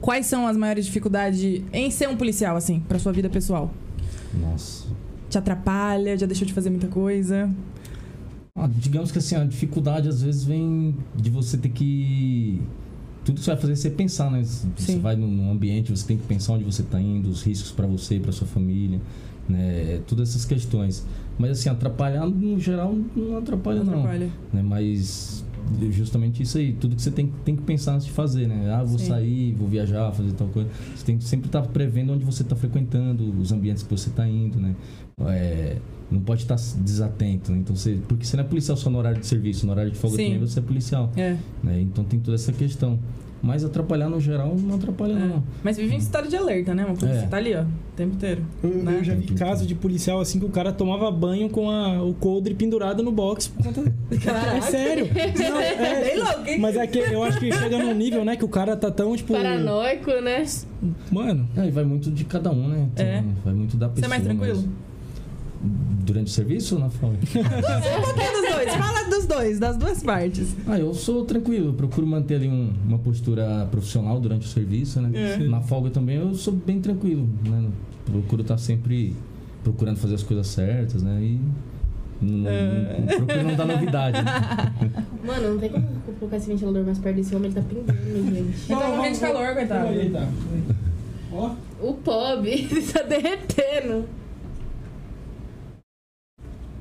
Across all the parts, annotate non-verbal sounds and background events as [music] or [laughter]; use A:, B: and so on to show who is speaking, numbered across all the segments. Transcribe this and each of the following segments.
A: Quais são as maiores dificuldades em ser um policial, assim, pra sua vida pessoal?
B: Nossa.
A: Te atrapalha, já deixou de fazer muita coisa?
B: Ah, digamos que assim, a dificuldade às vezes vem de você ter que. Tudo que você vai fazer é você pensar, né? Você
A: Sim.
B: vai num- num ambiente, você tem que pensar onde você tá indo, os riscos para você, para sua família, né? Todas essas questões. Mas assim, atrapalhar no geral não atrapalha, não.
A: Atrapalha.
B: né? Mas justamente isso aí, tudo que você tem, tem que pensar antes de fazer, né? Ah, vou
A: Sim.
B: sair, vou viajar, fazer tal coisa. Você tem que sempre estar prevendo onde você está frequentando, os ambientes que você está indo, né? É, não pode estar desatento, né? Então você, porque você não é policial só no horário de serviço, no horário de folga
A: Sim.
B: também você é policial,
A: É.
B: né? Então tem toda essa questão. Mas atrapalhar no geral não atrapalha
A: é.
B: não.
A: Mas vive em estado de alerta, né? Uma coisa,
B: É.
A: Você tá ali, ó, o tempo inteiro.
C: Eu, eu
A: Né?
C: já vi caso de policial assim que o cara tomava banho com a- o coldre pendurado no box por conta.
A: Caraca.
C: É sério?
A: [laughs]
C: Não, é-
A: Bem louco, hein?
C: Mas é que eu acho que chega num nível, né, que o cara tá tão, tipo.
D: Paranoico, né?
C: Mano,
B: É, e vai muito de cada um, né? Então,
A: É.
B: Vai muito da
A: Você
B: pessoa.
A: é mais tranquilo?
B: mas- Durante o serviço ou na folga?
A: Fala Um dos dois, fala dos dois, das duas partes.
B: Ah, eu sou tranquilo, eu procuro manter ali um- uma postura profissional durante o serviço, né?
A: É.
B: Na folga também eu sou bem tranquilo, né? Procuro estar sempre procurando fazer as coisas certas, né? E não,
A: É.
B: não- procuro não dar novidade. né?
D: Mano, não tem como colocar esse ventilador mais perto desse homem, ele tá pendendo, gente.
A: Ele tá morrendo de calor, coitado.
D: então.
C: tá. Ó.
D: O pobre, [laughs] ele tá derretendo.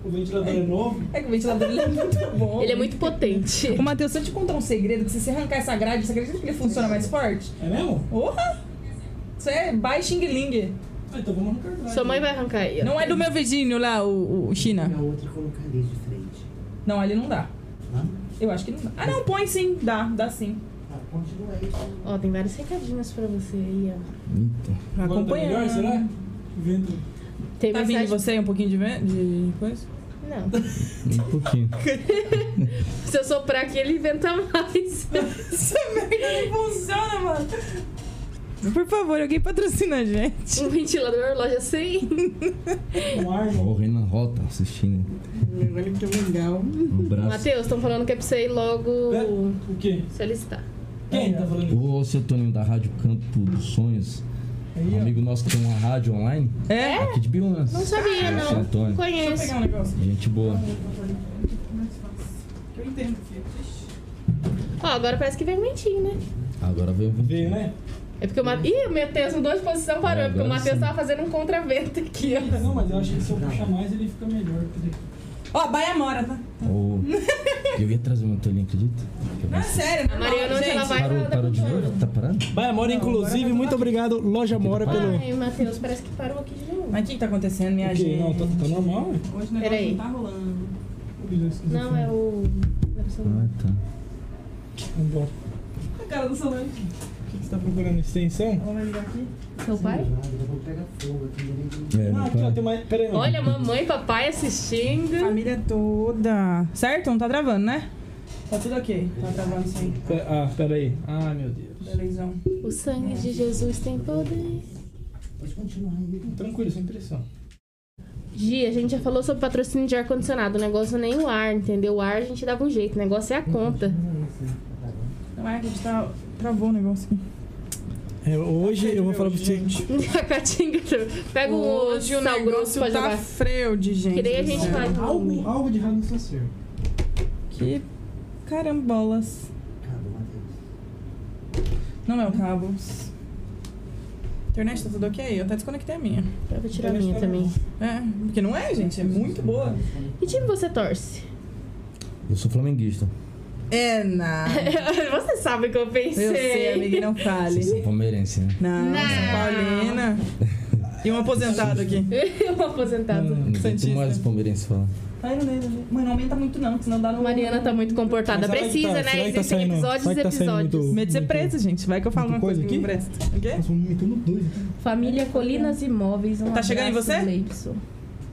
C: O ventilador é novo?
A: É que o ventilador ele é muito bom.
D: Ele é muito potente.
A: Ô, Matheus, se eu te contar um segredo, que se você arrancar essa grade, você acredita que ele funciona mais forte?
C: É mesmo?
A: Porra! Isso é by Xing Ling.
C: Ah, então vamos arrancar atrás.
D: Sua mãe vai arrancar aí. ó.
A: Não é do meu vizinho lá, o, o China.
E: Na outra e colocar ali de frente.
A: Não, ali não dá.
E: Hã?
A: Eu acho que não dá. Ah, não, põe sim. Dá, dá sim.
E: Tá, continua aí.
D: Ó, tem vários recadinhos pra você aí, ó.
B: Eita.
A: Pra
C: Agora tá
A: acompanhar.
C: melhor, será? Vento.
D: Tem
A: Tá vindo
D: mensagem...
A: de você um pouquinho de, ven- de coisa?
D: Não.
B: Um pouquinho.
D: Se eu soprar aqui, ele inventa [laughs] mais.
A: [laughs] Essa merda não funciona, mano. Por favor, alguém patrocina a gente.
D: Um ventilador, loja 100.
C: Com ar, mano.
B: Correndo na rota, assistindo.
E: Olha que legal.
B: Um abraço.
D: Matheus, estão falando que é pra você ir logo
C: É. O quê?
D: solicitar.
C: Quem tá [laughs] falando?
B: Ô, seu Toninho da Rádio Campo dos Sonhos, um
C: Aí,
B: amigo nosso que tem uma rádio online,
A: É?
B: aqui de Biúnas.
D: Não sabia,
B: Seu
D: não.
A: Deixa eu
B: Antônio.
D: Conheço.
A: pegar um negócio.
B: Gente boa.
A: Eu entendo aqui.
D: Ó, agora parece que vem mentir, né?
B: Agora veio
C: ó.
B: um
C: Veio, né?
D: É porque o Matheus. Ih, o Matheus mudou de posição, parou. É porque o
B: Agora
D: Matheus
B: sim.
D: tava fazendo um contravento aqui, ó.
C: Não, mas eu acho que se eu puxar mais ele fica melhor. Cadê?
A: Ó, Baia Mora, tá?
B: Ô, eu ia trazer uma toalhinha, acredita?
A: Não, é sério. né?
D: A Mariana hoje
A: gente.
D: ela vai
B: Parou,
D: na-
B: parou de
D: na-
B: novo? Tá parado?
C: Vai, Amora,
D: tá
C: inclusive, muito obrigado, Loja Amora, pelo.
D: Ai, Matheus, parece que parou aqui de novo.
A: Mas o que, que tá acontecendo, minha
C: Ok,
A: gente?
C: não, tá, tá normal, ué.
A: Hoje o negócio
D: Peraí.
A: não tá rolando.
D: Não, é o. era o celular.
B: Ah, tá.
C: Vambora.
A: A cara do celular.
C: O que que você tá procurando?
D: É
C: Extensão?
A: Ela vai ligar aqui.
D: Seu pai?
E: Vamos pegar tá, fogo aqui né, direitinho.
B: É,
C: Ah,
B: não
C: aqui, ó,
B: para.
C: tem mais. Pera aí, mano.
D: Olha, mamãe e papai assistindo.
A: Família toda. Certo? Não tá travando, né? Tá tudo ok. Tá travando sim.
C: Pe- Ah, pera aí. Ah, meu Deus.
A: Televisão.
D: O sangue de Jesus tem poder.
E: Pode continuar aí. é
C: Tranquilo, sem pressão.
D: Gi, a gente já falou sobre patrocínio de ar-condicionado. O negócio nem o ar, entendeu? O ar a gente dava um jeito. O negócio é a conta. [laughs]
E: Continua aí, sim. Tá bom.
A: Não é que a gente tá... Travou o negócio aqui.
C: É, hoje eu vou falar pra você.
D: A Caatinga pega o né?
A: Hoje o
D: sal grosso
A: negócio
D: pra
A: tá
D: jogar.
A: freio de gente.
D: Que nem a gente
A: do céu.
D: faz.
C: é, Algo, algo de errado no seu ser.
A: Que carambolas.
E: Cabo, Matheus.
A: Não é o cabo. Internet tá tudo ok? Eu até desconectei a minha.
D: Eu vou tirar a minha também.
A: É, porque não é, gente. É muito boa.
D: Que time você torce?
B: Eu sou flamenguista.
A: É, na.
D: [laughs] você sabe o que eu pensei.
A: Eu sei, amiga, não fale.
B: Vocês são palmeirense, né?
A: Não,
D: Não.
A: São Paulina. E um aposentado aqui.
D: [laughs] Eu
C: Hum.
D: aposentado.
B: Não aguento
A: Santista.
B: mais os palmeirenses falar.
A: Ai, não, não, não. Mano, não aumenta muito não, porque senão dá no...
D: Mariana tá muito comportada.
C: Mas será que
D: Precisa,
C: tá- será
D: né?
C: que tá
D: Existem
C: saindo-
D: episódios
C: será
D: e
C: que tá saindo
D: episódios.
C: muito-
A: Medo de ser presa, gente. Vai que eu falo uma
C: Muita
A: coisa,
C: coisa
A: que não
C: aqui?
A: presta. O quê?
C: Nossa, metendo dois aqui.
D: Família Colinas Imóveis. Um
A: Tá chegando em
D: abraço,
A: você?
D: Leipzig.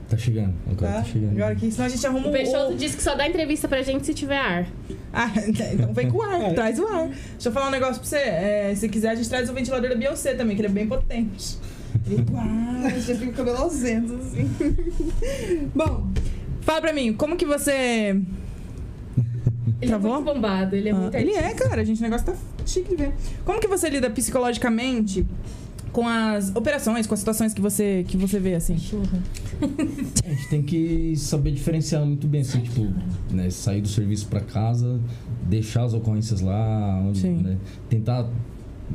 B: Tá chegando, agora tá,
A: Tá?
B: chegando.
A: Agora que senão a gente arruma um o...
D: O Peixoto disse que só dá entrevista pra gente se tiver ar.
A: [laughs] Ah, então vem com o ar,
C: É.
A: traz o ar. Deixa eu falar um negócio pra você. É, se quiser, a gente traz o ventilador da Beyoncé também, que ele é bem potente.
C: é
A: Ele guarda, já fica o cabelo ausento, assim.
C: [laughs]
A: Bom, fala pra mim, como que você...
D: Ele
A: Travou?
D: é muito bombado, ele é
A: Ah,
D: muito
A: ele
D: artista.
A: é, cara, gente, o negócio tá muito chique de ver. Como que você lida psicologicamente com as operações, com as situações que você, que você vê, assim?
D: Churra.
B: A gente tem que saber diferenciar muito bem, assim, tipo, né, sair do serviço pra casa, deixar as ocorrências lá, onde,
A: Sim.
B: né, tentar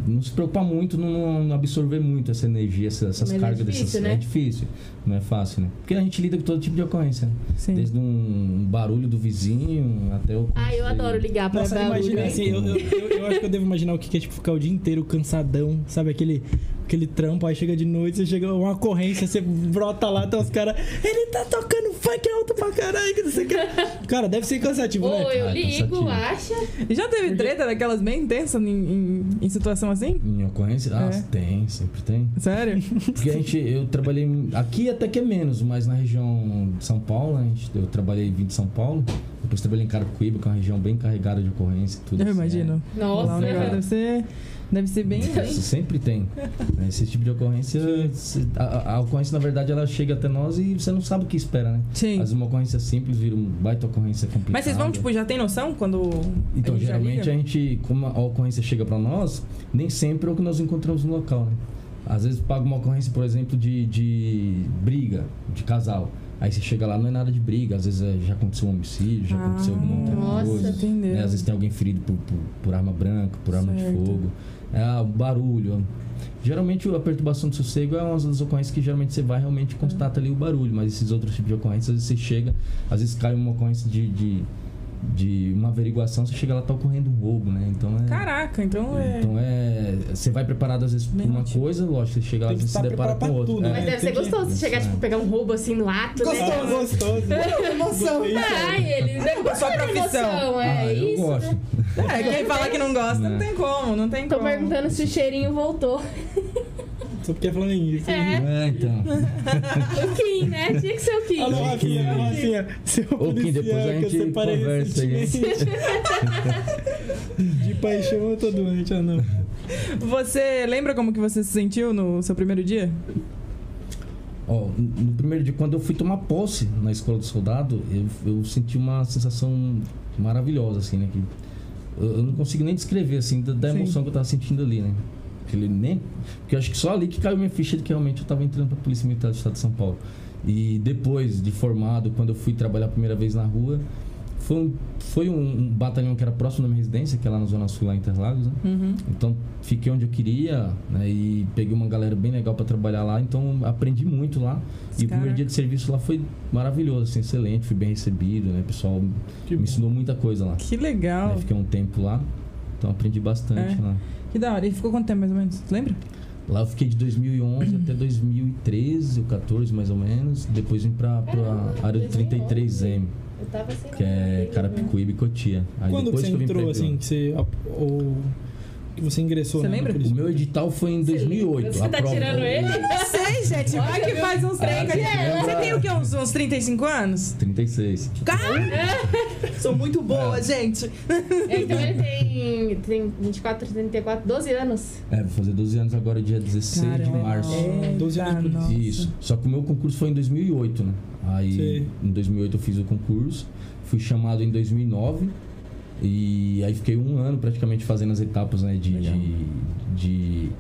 B: não se preocupar muito, não não absorver muito essa energia, essa- essas
D: Mas é
B: cargas
D: difícil,
B: dessas.
D: né?
B: É difícil, não é fácil, né? Porque a gente lida com todo tipo de ocorrência, né?
A: Sim.
B: desde um barulho do vizinho até o.
D: Ah, eu adoro ligar pra
C: Nossa,
D: barulho.
C: imagina assim, eu, eu, eu- eu acho que eu devo imaginar o que que é tipo ficar o dia inteiro cansadão, sabe? Aquele, aquele trampo, aí chega de noite, você chega uma ocorrência, você brota lá, tá os caras, ele tá tocando funk alto pra caralho, que não sei o que. Cara, deve ser cansativo,
D: Ou
C: né?
D: eu
B: Ah,
D: ligo,
B: cansativo.
D: acha.
A: E já teve treta daquelas bem intensas em, em- em situação assim?
B: Em ocorrência? Ah,
A: É.
B: tem, sempre tem. [laughs]
A: Sério?
B: Porque a gente, eu trabalhei aqui até que é menos, mas na região de São Paulo, a gente, eu trabalhei vim de São Paulo, depois trabalhei em Carapicuíba, que é uma região bem carregada de ocorrência e tudo.
A: Eu
B: assim,
A: imagino. Lá o
D: Nossa.
A: negócio deve ser, deve ser bem.
B: é. Isso
A: [laughs]
B: sempre tem. né? Esse tipo de ocorrência, se- a- a, a ocorrência na verdade ela chega até nós e você não sabe o que espera, né?
A: Sim.
B: Mas uma ocorrência simples vira uma baita ocorrência complicada.
A: Mas vocês vão, tipo, já tem noção quando.
B: Então,
A: a gente já
B: geralmente
A: liga?
B: a gente, como a ocorrência chega pra nós, nem sempre é o que nós encontramos no local, né? Às vezes paga uma ocorrência, por exemplo, de, de briga, de casal. Aí você chega lá, não é nada de briga, às vezes é- já aconteceu um homicídio, já aconteceu alguma outra
D: nossa,
B: coisa.
A: Ah, entendeu.
B: né? Às vezes tem alguém ferido por, por, por arma branca, por arma de
A: Certo.
B: fogo. É o barulho. Geralmente a perturbação do sossego é uma das ocorrências que geralmente você vai realmente
A: Ah.
B: constata ali o barulho, mas esses outros tipos de ocorrências, às vezes você chega, às vezes cai uma ocorrência de, de, de uma averiguação, você chega lá tá ocorrendo um roubo, né? Então é.
A: Caraca, então é.
B: Então é. Você vai preparado às vezes pra uma
A: Mente.
B: coisa, lógico, você chega lá
C: Tem
B: e
C: que
B: se
C: estar
B: depara
C: preparado
B: com
C: pra
B: outro.
C: tudo,
B: é.
C: né?
D: Mas deve
C: tem
D: ser
C: que-
D: gostoso você chegar,
B: Isso,
D: tipo,
B: é.
D: pegar um roubo assim no ato, né?
C: Gostoso, gostoso.
E: Emoção.
C: Gostei.
D: Ah, ele. Né?
C: [laughs]
A: a sua é profissão.
D: Emoção, é
B: Ah, eu
D: isso.
B: gosto.
D: né?
A: É, quem fala que não gosta, não
B: É.
A: tem como, não tem
D: Tô
A: como.
D: perguntando se o cheirinho voltou.
C: Só porque é flamenguista.
D: É,
B: É, então.
C: [laughs]
D: o Kim, né? Tinha que ser o Kim.
C: Alô,
B: Ô,
C: Rafinha,
B: Kim.
C: alô, Rafinha. Seu
B: Ô, Kim, depois
C: policial
B: a
C: que eu
B: gente
C: separei
B: conversa aí. [laughs]
C: recentemente. De paixão eu tô doente, ah não.
A: Você lembra como que você se sentiu no seu primeiro dia?
B: Ó, no primeiro dia, quando eu fui tomar posse na escola do soldado, eu, eu senti uma sensação maravilhosa, assim, né? Que eu, eu não consigo nem descrever, assim, da, da
A: Sim.
B: emoção que eu tava sentindo ali, né? Aquele nem, porque eu acho que só ali que caiu minha ficha de que realmente eu tava entrando pra Polícia Militar do Estado de São Paulo. E depois de formado, quando eu fui trabalhar a primeira vez na rua, foi um, foi um, um batalhão que era próximo da minha residência, que é lá na Zona Sul, lá em Interlagos, né?
A: Uhum.
B: Então fiquei onde eu queria né, e peguei uma galera bem legal pra trabalhar lá, então aprendi muito lá. E
A: Caraca.
B: o primeiro dia de serviço lá foi maravilhoso, assim, excelente, fui bem recebido, né? O pessoal
C: Que
B: me
C: bom.
B: ensinou muita coisa lá.
A: Que legal.
B: Né, Fiquei um tempo lá, então aprendi bastante
A: É.
B: lá.
A: Que da hora. E ficou quanto tempo mais ou menos? Tu lembra?
B: Lá eu fiquei de 2011 até 2013, ou 14 mais ou menos. Depois vim pra, pra
D: Caramba,
B: área do 33M,
D: É, Eu tava assim, né, sem
B: que é
D: nada,
B: Carapicuíba e Cotia. Aí
C: Quando que
B: depois
C: você
B: eu vim pra
C: entrou,
B: Ibiúna.
C: assim, que você... Ou que você ingressou,
A: Você
C: né, na
A: lembra?
C: polícia?
B: O meu edital foi em
D: Você lembra?
B: 2008.
D: Você
B: a
D: tá
B: prova-
D: tirando ele?
A: Sei, gente. Vai que faz uns
B: Ah,
A: trecos.
B: você
A: Você tem o quê? Uns, uns 35 anos?
B: 36.
A: Sou muito boa, gente.
D: É, Então ele tem, tem 24, 34, 12 anos.
B: É, vou fazer 12 anos agora, dia 16 de
A: Caramba.
B: março.
A: Eita,
C: 12 anos de
A: nossa.
B: Isso. Só que o meu concurso foi em 2008, né? Aí,
C: Sei.
B: em 2008 eu fiz o concurso, fui chamado em 2009 e aí fiquei um ano praticamente fazendo as etapas, né? De,
A: Legal.
B: de, de,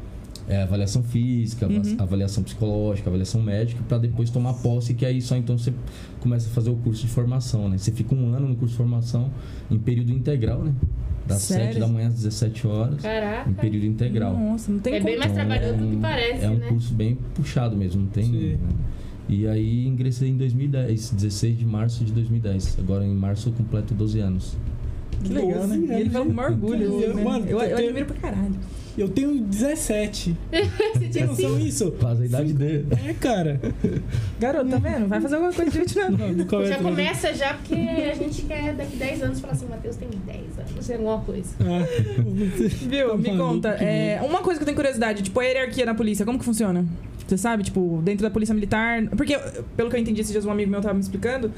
B: é, avaliação física, ava-
A: Uhum.
B: avaliação psicológica, avaliação médica, pra depois tomar posse, que aí só então você começa a fazer o curso de formação, né? Você fica um ano no curso de formação em período integral, né? Das
A: Sério?
B: 7 da manhã às 17 horas,
D: Caraca.
B: em período integral.
A: Nossa, não tem
D: É
A: como.
D: bem mais
B: Então,
D: trabalhoso do
B: é
D: que
B: um-
D: parece,
B: É um
D: né?
B: curso bem puxado mesmo, não tem.
C: Sim.
B: né? E aí ingressei em 2010, 16 de março de 2010. Agora em março eu completo 12 anos.
A: Que legal, né?
C: 12
A: E ele
C: anos,
A: vai com o maior orgulho.
C: Eu-
A: né?
C: mano,
A: eu, eu
C: eu-
A: admiro pra caralho.
C: Eu tenho 17.
D: [laughs] Você
C: Tem
D: tinha
C: noção isso?
B: Quase a idade dele.
C: É, cara.
A: Garoto, tá vendo? Vai fazer alguma coisa né? de útil na vida.
C: Não, não é
D: cinco. Já
B: né?
C: começa-
D: começa já, porque a gente quer daqui 10 anos falar assim, Matheus tem 10 anos, é alguma coisa.
C: Ah,
A: [laughs] Viu?
C: Tá
A: Me
C: maluco,
A: conta.
C: que
A: é, uma coisa que eu tenho curiosidade, tipo, a hierarquia na polícia, como que funciona? Você sabe, tipo, dentro da polícia militar. Porque, pelo que eu entendi, esses dias um amigo meu tava me explicando,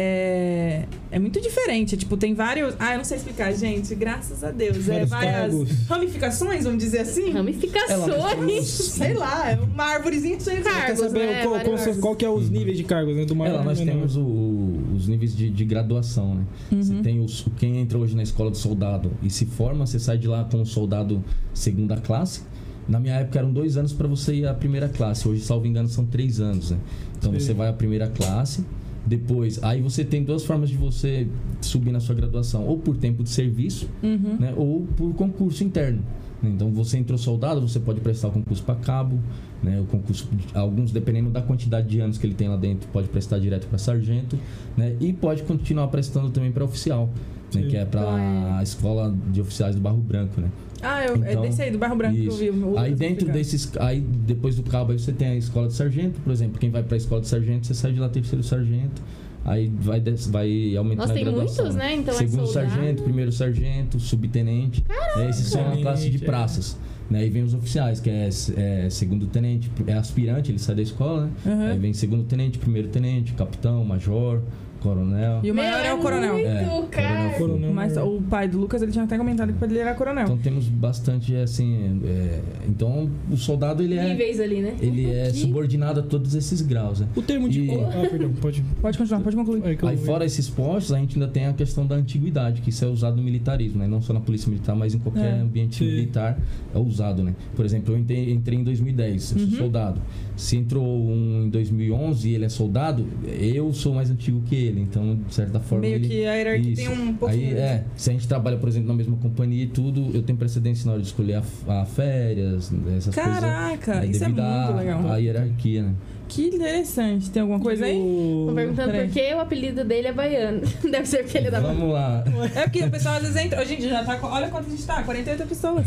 A: é, é muito diferente. Tipo, tem vários. Ah, eu não sei explicar, gente. Graças a Deus. É
C: Vários
A: várias
C: cargos.
A: ramificações, vamos dizer assim.
B: É
D: Ramificações.
A: Sei lá, é uma árvorezinha cheia de
D: Cargos,
C: Quer saber
D: né?
C: qual,
D: Vários
C: qual, são-
D: cargos.
C: qual que é os níveis de cargos, né?
B: Uhum.
C: Do
B: É,
C: maior
B: lá nós
C: ao menor.
B: temos o- o- os níveis de, de graduação, né? Você
A: Uhum.
B: tem os, quem entra hoje na escola do soldado e se forma, você sai de lá com um soldado segunda classe. Na minha época eram dois anos para você ir à primeira classe. Hoje, salvo engano, são três anos, né? Então
C: Sim.
B: você vai à primeira classe. Depois, aí você tem duas formas de você subir na sua graduação, ou por tempo de serviço,
A: Uhum.
B: né, ou por concurso interno. né? Então você entrou soldado, você pode prestar o concurso para cabo, né, o concurso alguns dependendo da quantidade de anos que ele tem lá dentro, pode prestar direto para sargento, né, e pode continuar prestando também para oficial, né,
C: Sim.
B: que é para a escola de oficiais do Barro Branco, né?
A: Ah, eu,
B: Então,
A: é desse aí, do Barro Branco
B: isso.
A: que eu vi. o-
B: Aí
A: o-
B: dentro
A: explicando.
B: desses, aí depois do cabo aí você tem a escola de sargento, por exemplo, quem vai para a escola de sargento, você sai de lá terceiro sargento, aí vai des- vai aumentando
D: Nossa,
B: a
D: tem
B: graduação.
D: muitos, né? Então é
B: Segundo
D: soldado.
B: sargento, primeiro sargento, subtenente. Né? Esses são a
C: Tenente,
B: classe de
C: é.
B: praças. Né? Aí vem os oficiais, que é, é, segundo tenente, é aspirante, ele sai da escola, né?
A: Aham.
B: Aí vem segundo tenente, primeiro tenente, capitão, major, coronel.
A: E o
D: Meu,
A: maior é o coronel.
D: Muito,
B: É,
D: cara.
B: coronel.
C: Coronel.
A: Mas o pai do Lucas, ele tinha até comentado que o pai dele era coronel.
B: Então temos bastante assim. é, então o soldado ele é,
D: Níveis ali, né?
B: ele é subordinado a todos esses graus, né?
C: O termo de.
B: E-
C: Ah, perdão, pode.
A: Pode continuar, pode concluir.
C: É que eu-
B: Aí fora esses postos, a gente ainda tem a questão da antiguidade, que isso é usado no militarismo, né? Não só na polícia militar, mas em qualquer
A: É.
B: ambiente
C: Sim.
B: militar é usado, né? Por exemplo, eu entrei, entrei em 2010, eu
A: Uhum.
B: sou soldado. Se entrou um em 2011 e ele é soldado, eu sou mais antigo que ele, então de certa forma
A: Meio
B: ele...
A: que a hierarquia
B: Isso.
A: tem um pouquinho...
B: Aí, é, se a gente trabalha, por exemplo, na mesma companhia e tudo, eu tenho precedência na hora de escolher a, a férias, essas coisas.
A: Caraca,
B: né?
A: isso é
B: Devido à-
A: muito legal.
B: à hierarquia, né?
A: Que interessante. Tem alguma coisa [laughs] aí?
D: Estão
C: O...
D: perguntando
A: Peraí.
D: por que o apelido dele é baiano. [laughs] Deve ser porque ele é da Bahia.
B: Vamos lá.
A: É porque o pessoal às vezes entra. Hoje em dia já tá. com- Olha quanto a gente tá, 48 pessoas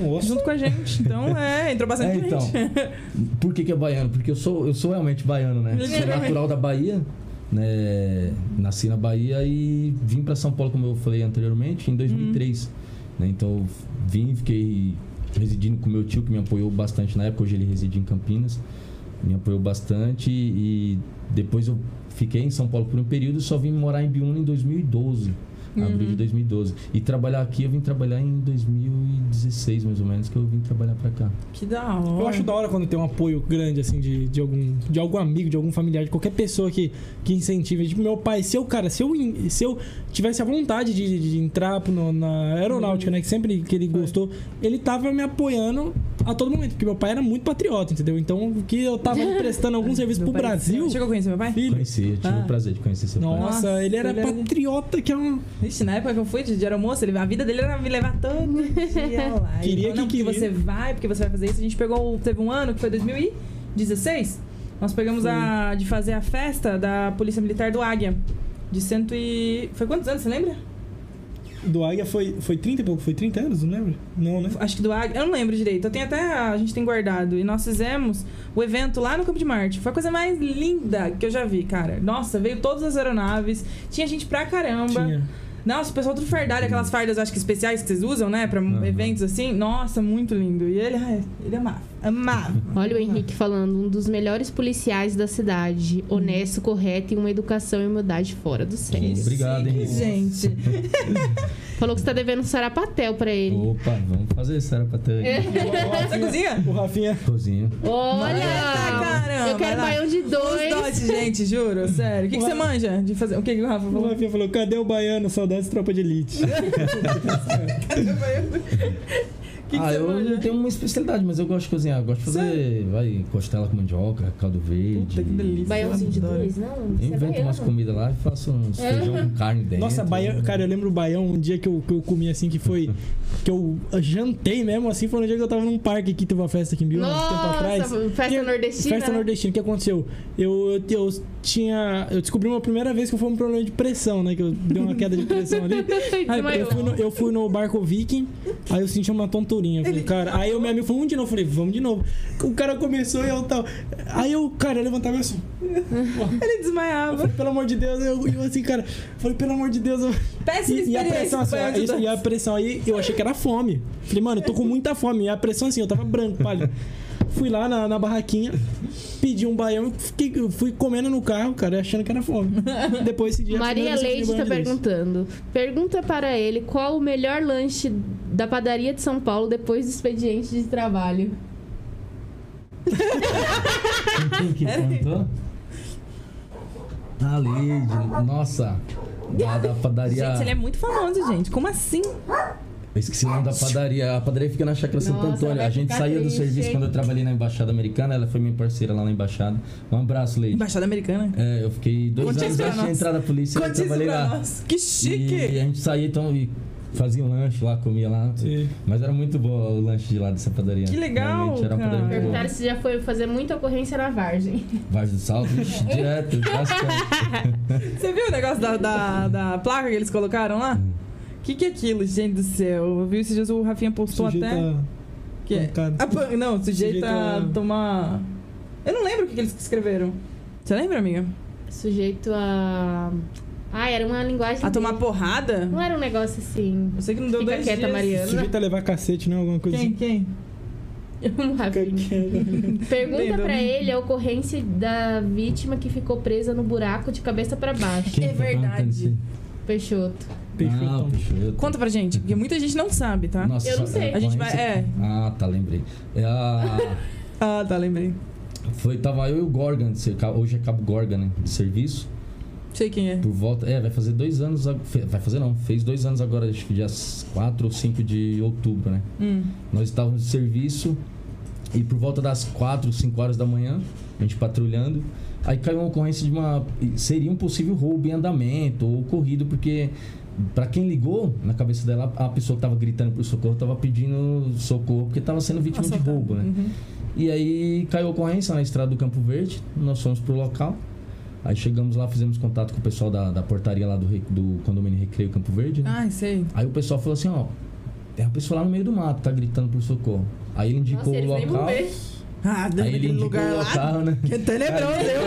C: Nossa.
A: junto com a gente. Então é, entrou bastante
B: É, então.
A: gente. [laughs]
B: Por que, que é baiano? Porque eu sou, eu sou realmente baiano, né? Sou
A: Literalmente.
B: natural da Bahia, né? Nasci na Bahia e vim pra São Paulo, como eu falei anteriormente, em 2003. né? Então eu vim, fiquei residindo com meu tio, que me apoiou bastante na época. Hoje ele reside em Campinas. Me apoiou bastante e depois eu fiquei em São Paulo por um período e só vim morar em Biúna em 2012. Abril de 2012. E trabalhar aqui, eu vim trabalhar em 2016, mais ou menos, que eu vim trabalhar pra cá.
A: Que da hora.
C: Eu acho da hora quando tem um apoio grande, assim, de, de, algum, de algum amigo, de algum familiar, de qualquer pessoa que, que incentive. Tipo, meu pai, se eu, cara, se eu, in- se eu tivesse a vontade de, de entrar pro- no- na aeronáutica, né? Que sempre que ele gostou, ele tava me apoiando a todo momento. Porque meu pai era muito patriota, entendeu? Então, que eu [laughs] tava prestando algum serviço
A: Meu
C: pro
A: pai-
C: Brasil.
A: Você Chegou a conhecer meu pai?
C: Filho,
B: Conheci, eu tive
A: Ah.
B: o prazer de conhecer seu pai.
C: nossa,
A: Nossa,
C: ele era
A: ele era-
C: patriota que é um.
A: Vixe, na época que eu fui de de aeromoça, ele- a vida dele era me levar todo dia lá. Ele
C: Queria
A: falou, não,
C: que
A: porque
C: queria.
A: você vai, porque você vai fazer isso. A gente pegou, teve um ano que foi 2016. Nós pegamos a de fazer a festa da Polícia Militar do Águia. De cento e. Foi quantos anos, você lembra?
C: Do Águia foi, foi 30 e pouco, foi 30 anos, não lembro? Não, né?
A: Acho que do Águia. Eu não lembro direito. Eu tenho até. A gente tem guardado. E nós fizemos o evento lá no Campo de Marte. Foi a coisa mais linda que eu já vi, cara. Nossa, veio todas as aeronaves. Tinha gente pra caramba.
C: [laughs] Tinha.
A: Nossa, o pessoal tudo fardado, aquelas fardas, acho que especiais que vocês usam, né? Pra
B: Aham.
A: eventos assim. Nossa, muito lindo. E ele, ai, ele amava. Amava.
D: Olha o Henrique falando, um dos melhores policiais da cidade. Honesto, correto e uma educação e humildade fora do sério.
B: Obrigado,
A: Que
B: hein?
A: gente.
D: Falou que você tá devendo um sarapatel pra
B: [laughs]
D: ele.
B: Opa, vamos fazer isso, era pra ter
A: É. Você cozinha?
C: O Rafinha.
B: cozinha.
A: Nossa,
D: Olha!
A: caramba,
D: eu quero
A: lá.
D: baião de
A: Os
D: dois.
A: dotes, gente, juro. Sério. O que, que você manja de fazer? O que, que o Rafa
C: O
A: [laughs] falou?
C: Rafinha falou: cadê o baiano? Saudades, tropa de elite.
A: O que, que
B: ah,
A: você
B: eu
A: manja?
B: não tenho uma especialidade, mas eu gosto de cozinhar. Eu gosto de fazer, vai, costela com mandioca, caldo verde.
A: Puta, que delícia.
D: Baiãozinho assim de dois, não?
B: Eu
D: Você é
B: invento
D: baiano.
B: umas comidas lá e faço uns
D: É.
B: feijão com carne dentro.
C: Nossa, baião, cara, eu lembro o baião, um dia que eu, que eu comi assim, que foi. que eu jantei mesmo, assim, foi um dia que eu tava num parque que teve uma festa aqui em Biúna, um tempo atrás.
D: Nossa, festa
C: Que-
D: nordestina.
C: Festa
D: né? [laughs]
C: nordestina, o que aconteceu? Eu, eu, eu tinha. Eu descobri uma primeira vez que eu fui um problema de pressão, né? Que eu dei uma queda de pressão ali. Eu
D: Desmaiou.
C: fui, no, eu fui no barco viking, aí eu senti uma tonturinha. eu Falei, cara, aí o meu amigo falou, vamos de novo. Eu falei, vamos de novo. O cara começou e eu tal. Aí eu, cara, eu levantava e eu assim.
A: Ele
C: Eu
A: desmaiava.
C: falei, pelo amor de Deus, eu, eu assim, cara, eu falei, pelo amor de Deus, eu,
A: Péssima
C: e, e a
A: experiência.
C: pressão, assim,
A: baião de
C: ó, isso-
A: dois.
C: e a pressão aí, eu achei que era fome. Falei, mano, eu tô com muita fome. E a pressão assim, eu tava branco, pálido. Fui lá na, na barraquinha, pedi um baião, e fiquei, eu fui comendo no carro, cara, achando que era fome. Depois esse dia.
D: Maria Leite tá
C: tá
D: perguntando. Pergunta para ele qual o melhor lanche da padaria de São Paulo depois do expediente de trabalho.
A: É.
B: tá?
A: [laughs]
B: Quem que perguntou? A Lady, nossa. Da, da padaria.
A: Gente, ele é muito famoso, gente. Como assim?
B: Eu esqueci o nome da padaria. A padaria fica na Chácara Santo
D: Nossa,
B: Antônio.
D: vai
B: A gente
D: ficar
B: saía do
D: triste,
B: serviço
D: hein?
B: quando eu trabalhei na Embaixada Americana. Ela foi minha parceira lá na Embaixada. Um abraço, Lady.
A: Embaixada americana.
B: É, eu fiquei dois
A: Conte isso
B: anos
A: pra
B: antes de
A: nós.
B: entrar na polícia. eu
A: Conte isso
B: trabalhei
A: pra
B: lá.
A: nós. Que
B: E a
A: chique.
B: gente saía então e fazia um lanche lá, comia lá.
C: Sim.
B: Mas era muito bom o lanche de lá dessa padaria.
A: Que legal,
B: Realmente, era uma padaria
A: cara.
B: muito boa.
D: Perguntaram se já foi fazer muita ocorrência na Vargem. [laughs]
B: Vai do salto, ixi, direto, bastante.
A: Você viu o negócio da, da, da placa que eles colocaram lá? O que, que é aquilo, gente do céu? Eu vi esses dias o Rafinha postou
C: Sujeito
A: até.
C: a-
A: Que é?
C: pancada.
A: Ah, pan- não, sujeito,
C: Sujeito
A: a
C: a-
A: tomar. Eu não lembro o que, que eles escreveram. Você lembra, amiga?
D: Sujeito a. Ah, era uma linguagem.
A: A tomar
D: dele.
A: porrada?
D: Não era um negócio assim.
A: Eu sei que não deu
D: Fica
A: dois
D: quieta,
A: dias.
D: Mariana.
C: é, Sujeito a levar cacete, né? Alguma coisa
B: é.
A: Quem,
C: assim.
A: quem?
D: Um rabinho. Pergunta
A: Lembra,
D: pra
A: né?
D: ele a ocorrência da vítima que ficou presa no buraco de cabeça pra baixo.
B: Quem
A: É
B: tá cantando
A: verdade.
B: isso aí?
D: Peixoto.
B: Ah,
C: Peixotão.
B: Peixoto.
A: Conta pra gente, porque muita gente não sabe, tá?
B: Nossa,
D: Eu não sei.
A: A gente vai- é.
B: Ah, tá, lembrei. É
A: [laughs]
B: a-
A: Ah, tá, lembrei.
B: Foi, tava eu e o Gorgan, de ser- hoje é Cabo Gorgan, né? De serviço.
A: Sei quem é.
B: Por volta. É, vai fazer dois anos. a- fe- Vai fazer não, fez dois anos agora, acho que dia 4 ou 5 de outubro, né?
A: Hum.
B: Nós estávamos de serviço e por volta das 4, 5 horas da manhã, a gente patrulhando. Aí caiu uma ocorrência de uma. Seria um possível roubo em andamento ou ocorrido, porque. Pra quem ligou, na cabeça dela, a pessoa que tava gritando por socorro tava pedindo socorro, porque tava sendo vítima de
A: Assaltado.
B: roubo, né?
A: Uhum.
B: E aí caiu a ocorrência na estrada do Campo Verde, nós fomos pro local. Aí chegamos lá, fizemos contato com o pessoal da, da portaria lá do, re- do condomínio Recreio Campo Verde. né?
D: Ah.
A: Ai, sei.
B: Aí o pessoal falou assim, ó, tem uma pessoa lá no meio do mato, tá gritando por socorro. Aí ele indicou
D: Nossa, eles
B: o
D: nem vão
B: local.
D: ver.
A: Ah, deu
B: Aí ele
A: aquele
B: indicou
A: lugar
B: o
A: lá.
B: local, né?
A: Que tenebroso, eu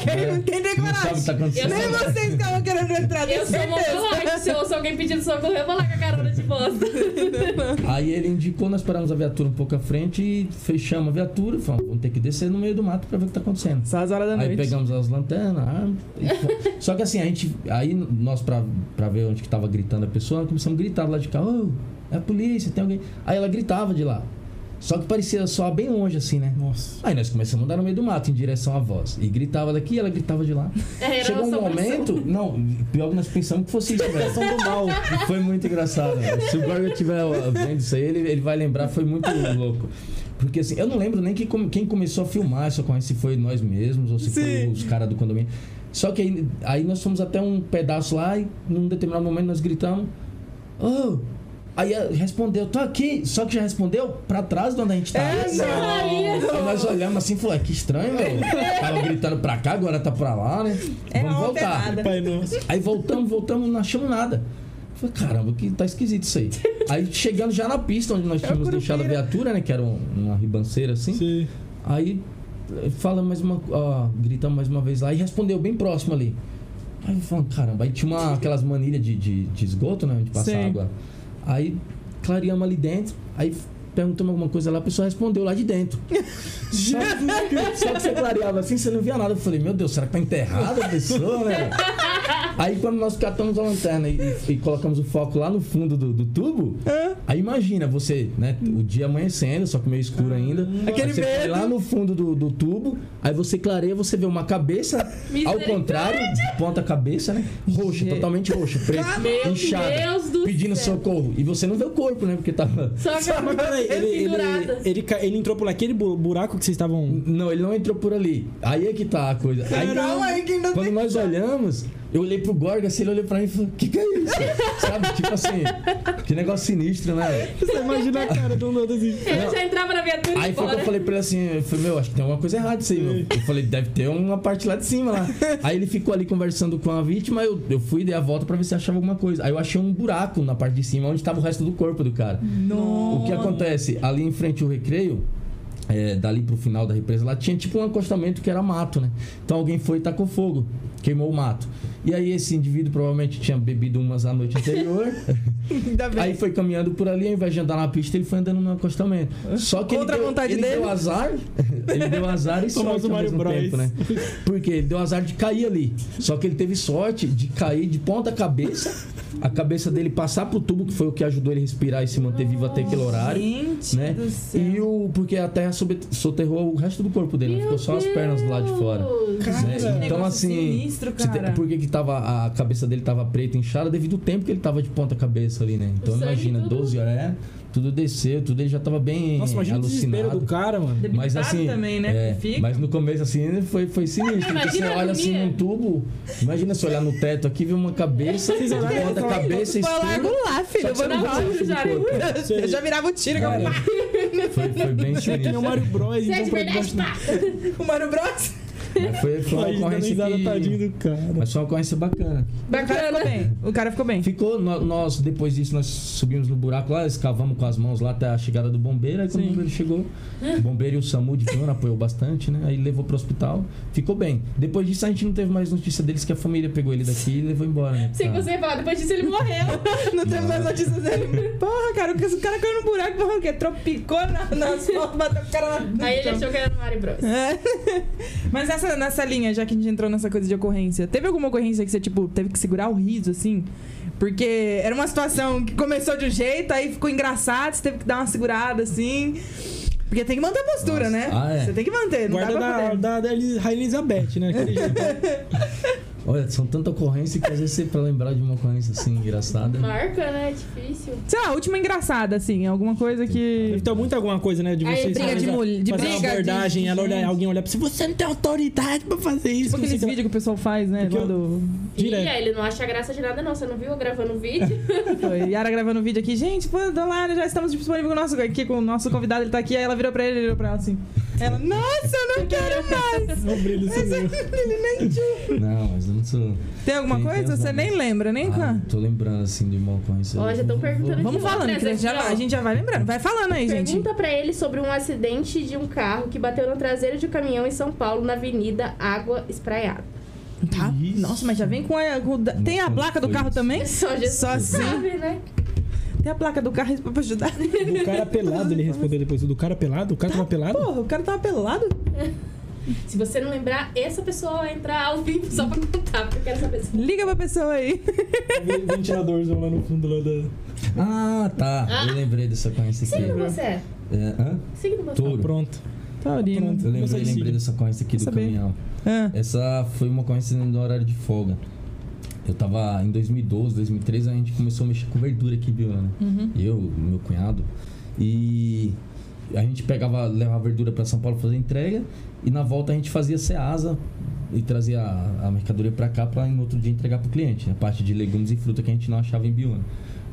A: que não tem nem
B: É. [laughs] Não sabe o que tá
A: coragem.
B: acontecendo.
A: Nem vocês estavam querendo entrar
D: Eu
A: nesse
D: sou uma volante. Se eu ouço alguém pedindo socorro, eu vou lá com a carona de
B: [laughs]
D: bosta.
B: Aí ele indicou, nós paramos a viatura um pouco à frente e fechamos a viatura e falamos, vamos ter que descer no meio do mato pra ver o que tá acontecendo.
A: Essas horas da
B: Aí
A: noite.
B: um pegamos as lanternas, a arma.
A: [laughs]
B: e fo- Só que assim, a gente. Aí nós, pra, pra ver onde que tava gritando a pessoa, começamos a gritar lá de cá: Ô, é a polícia, tem alguém. Aí ela gritava de lá. Só que parecia só bem longe, assim, né?
C: Nossa.
B: Aí nós começamos a andar no meio do mato em direção à voz. E gritava daqui, ela gritava de lá.
D: [laughs] É, era
B: Chegou um
D: nossa opção.
B: momento. Não, pior que nós pensamos que fosse isso, velho.
C: São do mal.
B: E Foi muito engraçado. velho. Se o Gorgon tiver ó, vendo isso aí, ele, ele vai lembrar, foi muito louco. Porque assim, eu não lembro nem que come- quem começou a filmar essa ocorrência, se foi nós mesmos ou se foi
A: Sim.
B: os caras do condomínio. Só que aí, aí nós fomos até um pedaço lá e num determinado momento nós gritamos: Oh! Aí ela respondeu, tô aqui, só que já respondeu pra trás de onde a gente tá.
A: É, não.
B: Aí nós olhamos assim e falamos, que estranho, meu. Tava gritando pra cá, agora tá pra lá, né?
A: É
B: Vamos
A: uma
B: voltar.
A: operada.
C: Pai nosso.
B: Aí voltamos, voltamos, não achamos nada. Falei, caramba, que tá esquisito isso aí.
A: [laughs]
B: Aí chegando já na pista onde nós
A: É o
B: tínhamos deixado a
A: Curupira.
B: viatura, né? Que era um- uma ribanceira assim.
C: Sim.
B: Aí eh, fala mais uma. Ó, gritamos mais uma vez lá e respondeu bem próximo ali. Aí eu falando, caramba, aí tinha uma, aquelas manilhas de, de, de esgoto, né? Onde passa
A: Sim.
B: água. Aí clareamos ali dentro, aí perguntamos alguma coisa lá, a pessoa respondeu lá de dentro. Só que, só que você clareava assim, você não via nada. Eu falei, meu Deus, será que tá enterrada a pessoa, né? Aí quando nós catamos a lanterna e, e colocamos o foco lá no fundo do, do tubo, aí imagina você, né? O dia amanhecendo, só que meio escuro ainda.
A: Ah, Aquele
B: Aí você vai
A: medo.
B: lá no fundo do, do tubo, aí você clareia, você vê uma cabeça ao
D: Misericórdia.
B: contrário, de ponta cabeça, né? Roxa,
A: Gente.
B: totalmente roxa, preta,
D: Ah, Meu
B: inchada,
D: Deus do
B: pedindo
D: céu.
B: socorro. E você não vê o corpo, né? Porque tava...
D: Só que é
C: Mas peraí, ele, ele,
D: pendurada.
C: ele, ca- ele entrou por aquele bu- buraco que vocês estavam.
B: Não, ele não entrou por ali. Aí é que tá a coisa. Aí,
A: Calma aí que ainda
B: Quando
A: tem-
B: nós olhamos, eu olhei pro Gorga, assim, ele olhou pra mim e falou, que que é isso? Sabe, tipo assim, que negócio sinistro, né?
C: Você imagina a cara do Nando assim.
D: Ele já entrava na viatura e
B: Aí foi que eu
D: embora.
B: falei pra ele assim, eu falei, meu, acho que tem alguma coisa errada isso aí, meu. Eu falei, deve ter uma parte lá de cima lá. Aí ele ficou ali conversando com a vítima, eu, eu fui, dei a volta pra ver se achava alguma coisa. Aí eu achei um buraco na parte de cima, onde tava o resto do corpo do cara. O que acontece? Ali em frente ao recreio, é, dali pro final da represa, lá tinha tipo um acostamento que era mato, né? Então alguém foi e tacou fogo, queimou o mato. E aí esse indivíduo provavelmente tinha bebido umas a noite anterior.
A: Ainda bem.
B: Aí foi caminhando por ali, ao invés de andar na pista, ele foi andando no acostamento. Só que
A: Contra a
B: ele, deu,
A: vontade
B: ele
A: dele.
B: deu azar. Ele deu azar e sorte
C: Famoso
B: ao
C: Mario
B: mesmo
C: Bros.
B: tempo, né? Porque ele deu azar de cair ali. Só que ele teve sorte de cair de ponta cabeça a cabeça dele passar pro tubo, que foi o que ajudou ele a respirar e se manter vivo até aquele horário.
A: Gente
B: né?
A: do céu.
B: E o. Porque a terra sobe- soterrou o resto do corpo dele, não ficou só as pernas do lado de fora.
A: Cara, que
B: Então,
A: negócio
B: assim,
A: Sinistro,
B: Você tem-
A: cara.
B: por que, que tava, a cabeça dele tava preta, inchada, devido ao tempo que ele tava de ponta cabeça ali, né? Então
D: sangue
B: imagina,
D: tudo-
B: 12 horas, é, tudo desceu, tudo ele já tava bem
C: Nossa, imagina o desespero
B: alucinado.
C: do cara, tá mano.
A: Debilitado
B: Mas assim,
A: também, né?
B: é,
A: que fica.
B: mas no começo assim foi, foi sinistro. porque você
D: Imagina a
B: olha assim
D: agonia.
B: num tubo, imagina se olhar no teto aqui, vê uma cabeça, de
C: olharam
B: ponta
C: pra
B: cabeça
A: Pô, eu largo
B: escura.
A: lá, filho. Eu
B: Só um
A: vou
B: que
A: na
B: você não
A: roda, já.
B: sabe o que
A: Eu já virava o tiro.
B: Cara,
A: Cara.
B: foi, foi bem
C: É que nem
B: sinistro.
C: o Mario Bros.
D: Você é de
C: então, pra
D: verdade,
C: baixo-
D: pá!
A: [laughs] O Mario Bros.
B: Mas foi, foi uma
C: Aí, dando
B: ocorrência
C: risada,
B: que...
C: tadinho do cara.
B: Mas foi uma ocorrência bacana.
A: O cara ficou
D: Bacana.
A: bem. O cara ficou [laughs] bem.
B: Ficou, no- nós, depois disso, nós subimos no buraco lá, escavamos com as mãos lá até a chegada do bombeiro. Aí quando
A: Sim.
B: o bombeiro chegou, o bombeiro e o SAMU de plano apoiou bastante, né? Aí levou pro hospital, ficou bem. Depois disso, a gente não teve mais notícia deles que a família pegou ele daqui e levou embora, né?
D: Sei que
B: Tá.
D: você ia falar, depois disso
C: [laughs]
D: ele morreu.
A: Não temos mais notícias dele. Porra, cara, o cara caiu no buraco, porra, o quê? Tropicou na, na asfalto, bateu o cara na. Então,
D: Aí
C: Então.
D: ele achou que era um no Mario Bros.
A: É. [laughs] Mas nessa, nessa linha, já que a gente entrou nessa coisa de ocorrência, teve alguma ocorrência que você, tipo, teve que segurar o riso, assim? Porque era uma situação que começou de um jeito, aí ficou engraçado, você teve que dar uma segurada, assim. Porque tem que manter a postura,
B: Nossa.
A: né?
B: Ah, é.
A: Você tem que manter, não
C: Guarda
A: dá pra
C: da,
A: poder.
C: da, da Elis- Rainha Elizabeth, né? Aquele jeito. [laughs]
B: Olha, são tanta ocorrência que às vezes você, pra lembrar de uma ocorrência assim engraçada.
D: Marca, né? É difícil.
A: Sei lá, a última engraçada, assim, alguma coisa que. Tipo
C: Deve ter muito alguma coisa, né? De
D: Aí,
C: vocês.
D: briga
C: fazer-
A: de mulher- de
C: fazer
A: briga,
C: uma
A: de-
C: abordagem,
A: de
C: ela olha,
A: gente.
C: alguém olha pra você, você não tem autoridade pra fazer Então, isso.
A: Tipo
C: não sei
A: aqueles
C: o que lá."
A: vídeos que o pessoal faz, né?
C: Porque
A: Lá do...
C: Direto.
D: Filha, ele não acha graça de nada, não. Você não viu eu gravando vídeo?
A: Foi, Yara gravando vídeo aqui, gente, pô, Dolana, já estamos disponíveis com o nosso, aqui com o nosso convidado, ele tá aqui, aí ela virou pra ele, ele virou pra ela assim. Ela, nossa, eu não quero [laughs] mais!
C: Não brilha isso
A: Mas
C: mesmo.
A: ele nem tinha.
B: Não, mas eu não sou.
A: assim Tem alguma
B: Tem- tem
A: coisa?
B: as
A: Você nem lembra, nem
B: Ah,
A: quando.
B: tô lembrando assim de uma ocorrência.
D: Ó, já tão perguntando
A: Vamos
D: de lá
A: falando,
D: atrás,
A: que a gente, já,
D: aqui,
A: vai-
D: ó.
A: a gente já vai lembrando. Vai falando aí, gente.
D: Pergunta pra ele sobre um acidente de um carro que bateu na traseira de um caminhão em São Paulo, na Avenida Água Espraiada.
A: Tá. Nossa, mas já vem com a. com- tem a
B: Nossa,
A: placa do
B: foi
A: carro
B: isso.
A: também?
D: Só Jesus
A: Só assim.
D: sabe, né?
A: Tem a placa do carro pra [laughs] ajudar.
C: Do cara pelado, ele respondeu depois. Do cara pelado? O cara tava pelado?
A: Porra, o cara tava pelado.
D: Se você não lembrar, essa pessoa vai entrar ao vivo só pra contar, porque eu quero saber se...
A: Liga pra pessoa aí.
C: Aquele Ventiladorzão lá no fundo lá da.
B: Ah, tá. Eu lembrei dessa ocorrência aqui.
D: Signo
A: né?
D: você é?
B: É, hã?
D: Signo você
B: Touro.
C: Pronto.
A: Taurino.
C: Pronto.
B: Eu lembrei,
C: Vocês
B: lembrei
C: sigam.
B: dessa ocorrência aqui do
A: Saber.
B: caminhão.
A: Ah,
B: Essa foi uma ocorrência no horário de folga. Eu tava em 2012, 2013, a gente começou a mexer com verdura aqui, viu, Ana?
A: Uhum.
B: Eu, meu cunhado. E a gente pegava, levava verdura pra São Paulo fazer entrega. E na volta a gente fazia ceasa e trazia a, a mercadoria pra cá pra no outro dia entregar pro cliente. A parte de legumes e fruta que a gente não achava em Biúna.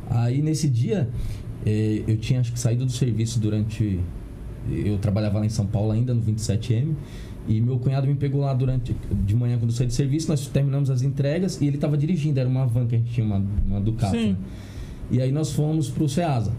B: Aí nesse dia, eh, eu tinha acho que saído do serviço durante eu trabalhava lá em São Paulo ainda, no 27M. E meu cunhado me pegou lá durante de manhã quando eu saí do serviço, nós terminamos as entregas e ele estava dirigindo, era uma van que a gente tinha, uma, uma Ducato.
A: Sim.
B: Né? E aí nós fomos pro Ceasa.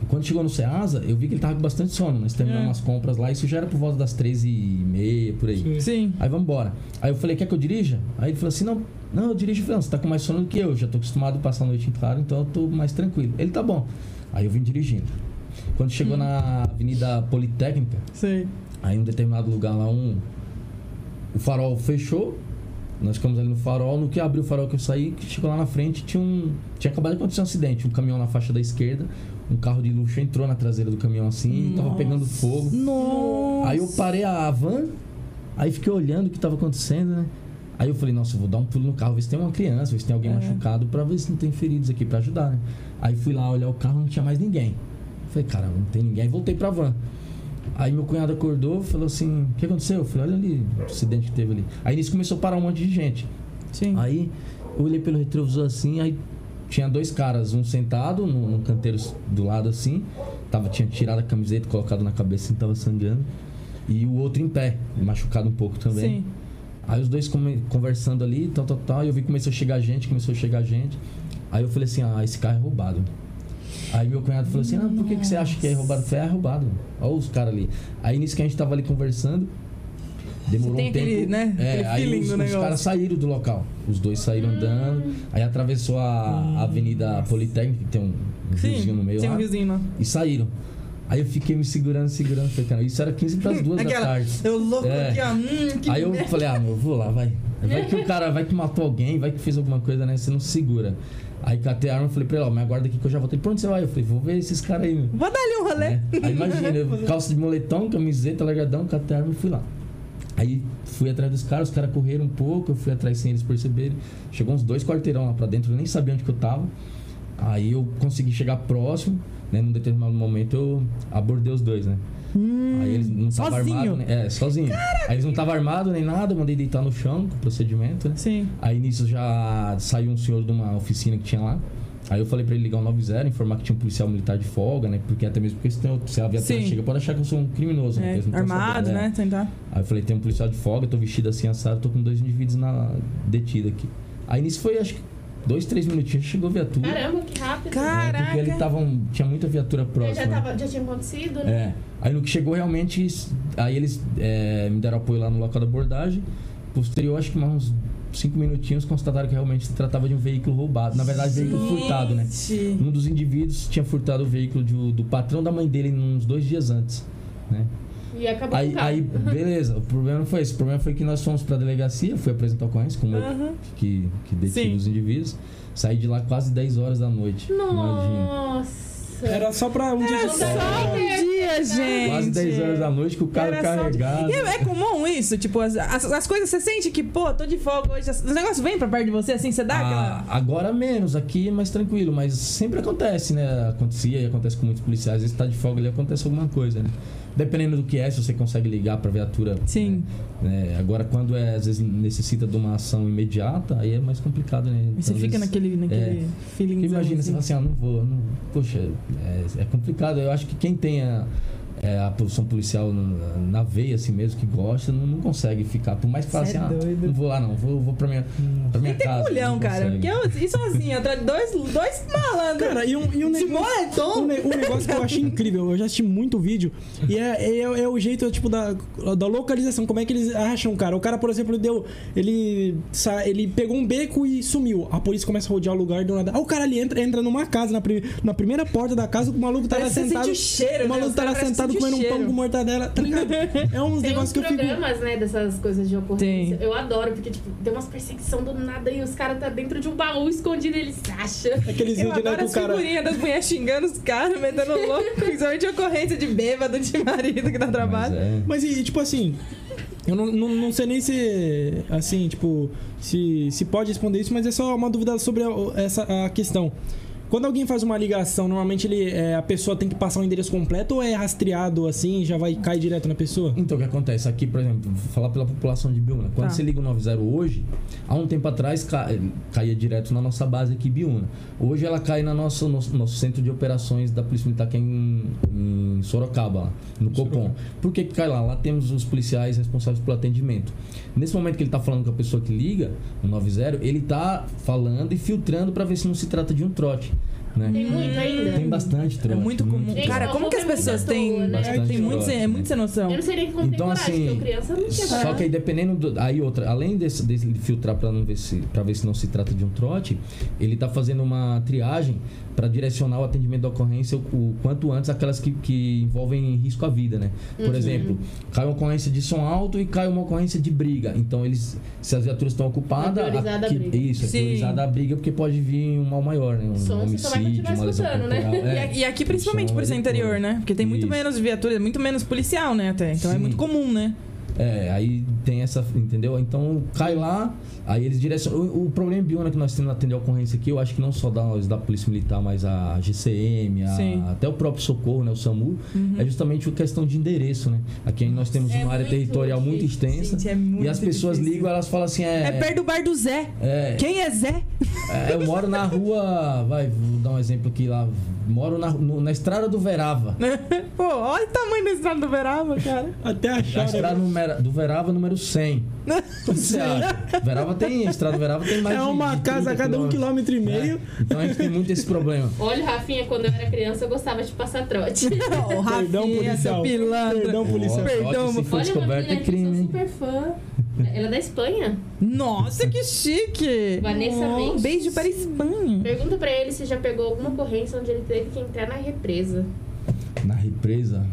B: E Quando chegou no Ceasa, eu vi que ele tava com bastante sono. né? Nós terminamos
A: É.
B: as compras lá, isso já era por volta das 13h30, por aí.
A: sim.
B: Aí vamos embora. Aí eu falei, quer que eu dirija? Aí ele falou assim, não, não, eu dirijo. Eu falei, não, você tá com mais sono do que eu. Já tô acostumado a passar a noite em claro, então eu tô mais tranquilo. Ele, tá bom. Aí eu vim dirigindo. Quando
A: Hum.
B: chegou na Avenida Politécnica,
A: Sei.
B: aí em um determinado lugar lá, um... O farol fechou. Nós ficamos ali no farol. No que abriu o farol que eu saí, que chegou lá na frente, tinha um... Tinha acabado de acontecer um acidente. Um caminhão na faixa da esquerda. Um carro de luxo entrou na traseira do caminhão assim. e Tava pegando fogo.
A: Nossa.
B: Aí eu parei a van, aí fiquei olhando o que tava acontecendo, né? Aí eu falei, nossa, eu vou dar um pulo no carro, ver se tem uma criança, ver se tem alguém
A: É.
B: machucado, pra ver se não tem feridos aqui pra ajudar, né? Aí fui lá olhar o carro, não tinha mais ninguém. Falei, cara, não tem ninguém. Aí voltei pra van. Aí meu cunhado acordou, falou assim, o que aconteceu? Eu falei, olha ali, o acidente que teve ali. Aí nisso começou a parar um monte de gente.
A: Sim.
B: Aí eu olhei pelo retrovisor assim, aí tinha dois caras, um sentado no, no canteiro do lado assim, tava, tinha tirado a camiseta, colocado na cabeça assim, tava sangrando. E o outro em pé, machucado um pouco também.
A: Sim.
B: Aí os dois come- conversando ali, tal, tal, tal. E eu vi que começou a chegar gente, começou a chegar gente. Aí eu falei assim, ah, esse carro é roubado. Aí meu cunhado falou assim, ah, por que, que você acha que é roubado? Eu falei, ah, é roubado. Olha os caras ali. Aí nisso que a gente tava ali conversando, demorou
A: Tem
B: um
A: aquele,
B: tempo.
A: né,
B: É,
A: aquele
B: aí
A: feeling
B: os,
A: do
B: os
A: negócio. Ah.
B: caras saíram do local. Os dois saíram andando. Aí atravessou a a Avenida Politécnica, que tem um, um riozinho no meio
A: Hum, Tem um
B: lá.
A: riozinho lá.
B: E saíram. Aí eu fiquei me segurando, segurando. Falei, cara, isso era 15 para as 2 da
A: Aquela,
B: tarde.
A: eu louco
B: É.
A: aqui, ó. Hum, que
B: Aí eu
A: merda.
B: falei, ah, meu, eu vou lá, vai. Vai que o cara, vai que matou alguém, vai que fez alguma coisa, né? Você não segura. Aí catei a arma e falei pra ele, ó, me aguarda aqui que eu já voltei. Pra onde você vai? Eu falei, vou ver esses caras aí, meu.
A: Vou dar ali um rolê.
B: Né? Aí imagina,
A: [laughs]
B: eu, calça de moletom, camiseta, largadão, catei a arma e fui lá. Aí fui atrás dos caras, os caras correram um pouco, eu fui atrás sem eles perceberem. Chegou uns dois quarteirão lá pra dentro, eu nem sabia onde que eu tava. Aí eu consegui chegar próximo, né? Num determinado momento eu abordei os dois, né? Aí eles não estavam
A: Hum, sozinho?
B: armados, né? É, sozinho. Aí eles não estavam armados nem nada, eu mandei deitar no chão com o procedimento, né?
A: Sim.
B: Aí nisso já saiu um senhor de uma oficina que tinha lá. Aí eu falei pra ele ligar o 90, informar que tinha um policial militar de folga, né? Porque até mesmo porque se, tem, se a viatura
A: Sim.
B: chega, pode achar que eu sou um criminoso,
A: É,
B: né? Porque eles não tão
A: armado,
B: sabendo, é.
A: né? Tentar.
B: Aí eu falei, tem um policial de folga, eu tô vestido assim, assado, tô com dois indivíduos na detida aqui. Aí nisso foi, acho que, dois, três minutinhos, chegou a viatura.
D: Caramba, que rápido.
A: Cara,
B: né? Porque
A: Caraca.
B: ele tava, um- tinha muita viatura próxima.
D: já,
B: né?
D: tava, já tinha acontecido, né?
B: É. Aí no que chegou realmente, isso- aí eles é, me deram apoio lá no local da abordagem. Posterior, acho que mais uns cinco minutinhos, constataram que realmente se tratava de um veículo roubado. Na verdade, veículo furtado, né?
A: Gente.
B: Um dos indivíduos tinha furtado o veículo de- do patrão da mãe dele uns dois dias antes, né?
A: É.
D: E acabou
B: Aí,
D: o
A: Tá.
D: carro.
A: Uhum.
B: aí, beleza, o problema não foi esse. O problema foi que nós fomos pra delegacia, fui apresentar o Coins, como eu
A: Aham.
B: que, que detive
A: Uhum. Sim.
B: os indivíduos. Saí de lá quase 10 horas da noite. Imagina.
D: Nossa.
C: Era só pra um dia
A: Era
C: de
A: só
C: sol.
A: um dia, gente.
B: Quase 10 horas da noite com o carro
A: Era só um dia.
B: carregado.
A: E é, é comum isso, tipo, as, as, as coisas, você sente que, pô, tô de folga hoje. Os negócios vêm pra perto de você, assim, você dá
B: Ah,
A: aquela.
B: Agora menos, aqui é mais tranquilo, mas sempre acontece, né? Acontecia e acontece com muitos policiais. Às vezes tá de folga ali, acontece alguma coisa, né? Dependendo do que é, se você consegue ligar pra viatura.
A: Sim.
B: né? Agora, quando é, às vezes necessita de uma ação imediata, aí é mais complicado, né?
A: E você
B: Então, às
A: fica
B: vezes-
A: naquele, naquele
B: é.
A: feeling.
B: Porque imagina, você
A: assim.
B: fala assim, ah, não vou, não, poxa, é, é complicado. Eu acho que quem tem a, é, a produção policial na, na veia, assim mesmo, que gosta, não, não consegue ficar. Por mais que fale
A: Cê
B: assim,
A: é
B: ah,
A: doido." Hum.
B: não vou lá não, vou, vou pra minha, pra
A: Tem
B: minha
A: que ter
B: casa.
A: culhão,
B: não
A: cara.
B: consegue.
A: Porque é um eu, e sozinho, atrás de dois, dois malandros.
C: Cara, e um, e um
A: de
C: negócio. Um,
A: moletom.
C: ne- um negócio que eu achei incrível, eu já assisti muito vídeo, e é, é, é o jeito, tipo, da, da localização, como é que eles acham, cara. O cara, por exemplo, deu. Ele, sa- ele pegou um beco e sumiu. A polícia começa a rodear o lugar do nada. Ah, o cara ali entra, entra numa casa, na, pri- na primeira porta da casa, o maluco tá
A: Parece
C: lá
A: que você
C: sentado.
A: sente o cheiro,
C: o
A: né? Os
C: maluco tá
A: caras
C: lá
A: parecem
C: sentado
A: sentir o
C: comendo um pão
A: cheiro. um
C: com mortadela,
A: [laughs]
C: tá ligado? É uns
D: Tem uns
C: negócios que eu fico.
D: programas, né, dessas coisas de ocorrência.
A: Tem.
D: Eu adoro, porque, tipo, tem umas perseguição do nada e os caras tá dentro de um baú escondido e eles acham. assim.
C: Aqueles
A: Eu
C: vídeos, né,
A: adoro
C: que o
A: as
C: cara.
A: figurinhas das mulheres xingando os caras, metendo louco, principalmente ocorrência de bêbado, de marido que dá
B: Mas
A: trabalho.
B: é.
C: Mas e, e, tipo assim, eu não, não, não sei nem se assim, tipo, se, se pode responder isso, mas é só uma dúvida sobre a- essa a questão. Quando alguém faz uma ligação, normalmente ele, é, a pessoa tem que passar o endereço completo ou é rastreado assim, já vai cair direto na pessoa?
B: Então, o que acontece aqui, por exemplo, vou falar pela população de Biúna. Quando
A: Tá.
B: você liga o 90 hoje, há um tempo atrás ca- caía direto na nossa base aqui em Biúna. Hoje ela cai no nosso, nosso, nosso centro de operações da Polícia Militar que é em, em Sorocaba, lá, no Copom. Por que, que cai lá? Lá temos os policiais responsáveis pelo atendimento. Nesse momento que ele está falando com a pessoa que liga, o 90, ele está falando e filtrando para ver se não se trata de um trote. Né?
D: Tem muito ainda.
B: Tem bastante
A: É
B: trote.
A: muito comum.
D: Gente,
A: Cara,
D: o
A: como que as
D: povo é
A: pessoas
D: muito à
A: têm.
D: toa, né?
B: Bastante
A: Tem muito,
B: trote,
A: sem- é
B: né?
A: muito sem noção.
D: Eu não sei nem como tem
B: Então,
D: coragem,
B: assim,
D: porque eu criança não tinha
B: Só que aí
D: coragem.
B: dependendo do, aí outra, além desse, desse de filtrar para não ver se para ver se não se trata de um trote, ele tá fazendo uma triagem para direcionar o atendimento da ocorrência o, o quanto antes aquelas que, que envolvem risco à vida, né? Por
D: Uhum.
B: exemplo, cai uma ocorrência de som alto e cai uma ocorrência de briga. Então eles se as viaturas estão ocupadas,
D: É priorizada a
B: que-
D: briga.
B: isso, é
A: Sim.
B: priorizada a briga porque pode vir um mal maior, né? Um
D: Som, você
B: homicídio,
D: só vai continuar
B: uma lesão
D: escutando, né?
B: corporal.
A: E a- E aqui, principalmente
B: som
A: por ser
B: é
A: interior,
B: depois.
A: né? Porque tem muito
B: Isso.
A: menos viatura, muito menos policial, né? Até. Então é
B: Sim.
A: muito comum, né?
B: É, aí tem essa, entendeu? Então cai lá, aí eles direcionam. O, o problema biona que nós temos na atender a ocorrência aqui, eu acho que não só da, da Polícia Militar, mas a GCM, a-
A: Sim.
B: até o próprio socorro, né? O SAMU,
A: Uhum.
B: é justamente a questão de endereço, né? Aqui nós temos
D: É
B: uma área
D: muito
B: territorial muito
D: difícil,
B: extensa.
A: Gente, é muito
B: e as pessoas
A: difícil.
B: ligam, elas falam assim, é.
A: É perto do bar do Zé.
B: é,
A: Quem é Zé? [laughs]
B: é, eu moro na rua. Vai, vou dar um exemplo aqui lá. Moro na, no- na estrada do Verava.
A: Pô, olha o tamanho da estrada do Verava, [laughs] cara.
C: Até
B: A
C: achar.
B: estrada
C: né?
B: número- do Verava número 100. O que você acha? Verava tem, a estrada do Verava tem mais
C: É
B: de-
C: uma
B: de
C: casa a
B: 30
C: cada um
B: quilômetros.
C: quilômetro e meio.
B: É. Então a gente tem muito esse problema.
D: Olha, Rafinha, quando eu era criança, eu gostava de passar trote.
B: [laughs]
A: O
C: Perdão,
A: Rafinha, seu
C: policial.
A: pilantra.
C: Perdão, policial.
A: Perdão,
B: Ó, se
A: mano.
B: for
D: Olha, uma
B: descoberto
D: menina
B: é
D: aqui,
B: crime,
D: sou
B: hein?
D: super fã. Ela é da Espanha.
A: Nossa, que chique.
D: Vanessa
A: Oh,
D: Mendes.
A: Beijo para Espanha.
D: Pergunta pra ele se já pegou alguma ocorrência onde ele teve que entrar na represa.
B: Na represa.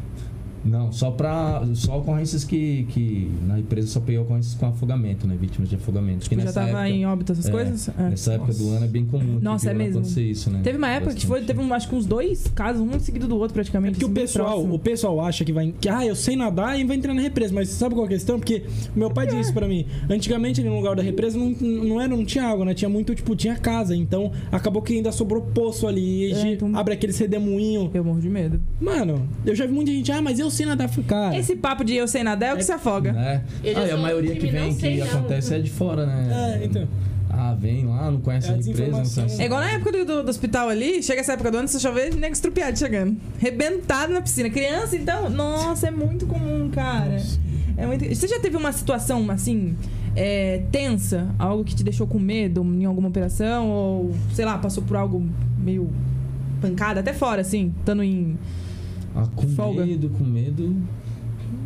B: Não, só pra. Só ocorrências que, que. Na empresa só peguei ocorrências com afogamento, né? Vítimas de afogamento. Porque
A: Tipo, já
B: nessa
A: tava
B: época-
A: em óbito essas
B: é,
A: coisas? É.
B: Nessa época do ano é bem comum. que
A: Nossa, é
B: viola
A: mesmo.
B: Acontecer isso, né?
A: Teve uma época que foi,
B: Bastante.
A: teve um, acho que uns dois casos, um seguido do outro
C: É
A: praticamente.
C: porque o
A: assim, bem
C: pessoal,
A: próximo.
C: o pessoal acha que vai. Que, ah, eu sei nadar e vai entrar na represa. Mas sabe qual é a questão? Porque meu
A: É.
C: pai disse isso pra mim. Antigamente, ali no lugar da represa, não, não, era, não tinha água, né? Tinha muito, tipo, tinha casa. Então, acabou que ainda sobrou poço ali. E
A: É,
C: ge-
A: então-
C: abre aquele redemoinho.
A: Eu morro de medo.
C: Mano, eu já vi muita gente. Ah, mas eu sei nadar. Eu falei, Cara,
A: Esse papo de eu sei nadar é o que se afoga.
B: Né?
D: Eu já
B: Ah, e a
D: sou
B: maioria
D: time,
B: que vem,
D: não sei
B: que
D: não.
B: acontece é de fora, né?
C: É, então.
B: Ah, vem lá, não conhece
C: É a
B: a empresa, não
C: desinformação.
B: conhece.
A: É igual na época do, do- do hospital ali, chega essa época do ano, se chover, nego estrupiado chegando. Rebentado na piscina. Criança, então, nossa, é muito comum, cara. É muito... Você já teve uma situação, assim, é, tensa? Algo que te deixou com medo em alguma operação? Ou, sei lá, passou por algo meio pancada, até fora, assim, estando em...
B: Ah, com
A: Folga.
B: medo, com medo.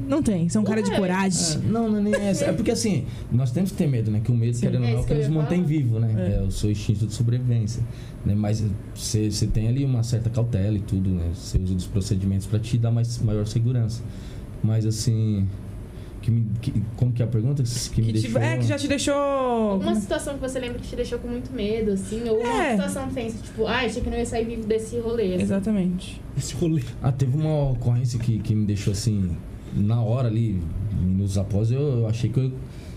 A: Não tem, você é um cara de
D: Ué.
B: É,
A: coragem.
B: não, não é nem essa. É porque assim, nós temos que ter medo, né? Que o medo,
A: Sim.
B: querendo ou
D: É
B: não, é
D: isso
B: o que
D: que eu
B: nos
D: ia
B: mantém
D: falar.
B: vivo, né?
A: É.
B: É. o seu instinto de sobrevivência. Né? Mas você você tem ali uma certa cautela e tudo, né? Você usa dos procedimentos pra te dar mais, maior segurança. Mas assim. Que me, que- como que é a pergunta? Que me
A: Que te-
B: deixou...
A: é, que já te deixou...
D: Alguma situação que você lembra que te deixou com muito medo, assim? Ou uma
A: É.
D: situação tensa, tipo, ai, achei que não ia sair vivo desse rolê. assim.
A: Exatamente. [laughs]
C: esse rolê.
B: Ah, teve uma ocorrência que, que me deixou assim. Na hora ali, minutos após, eu, eu achei que eu.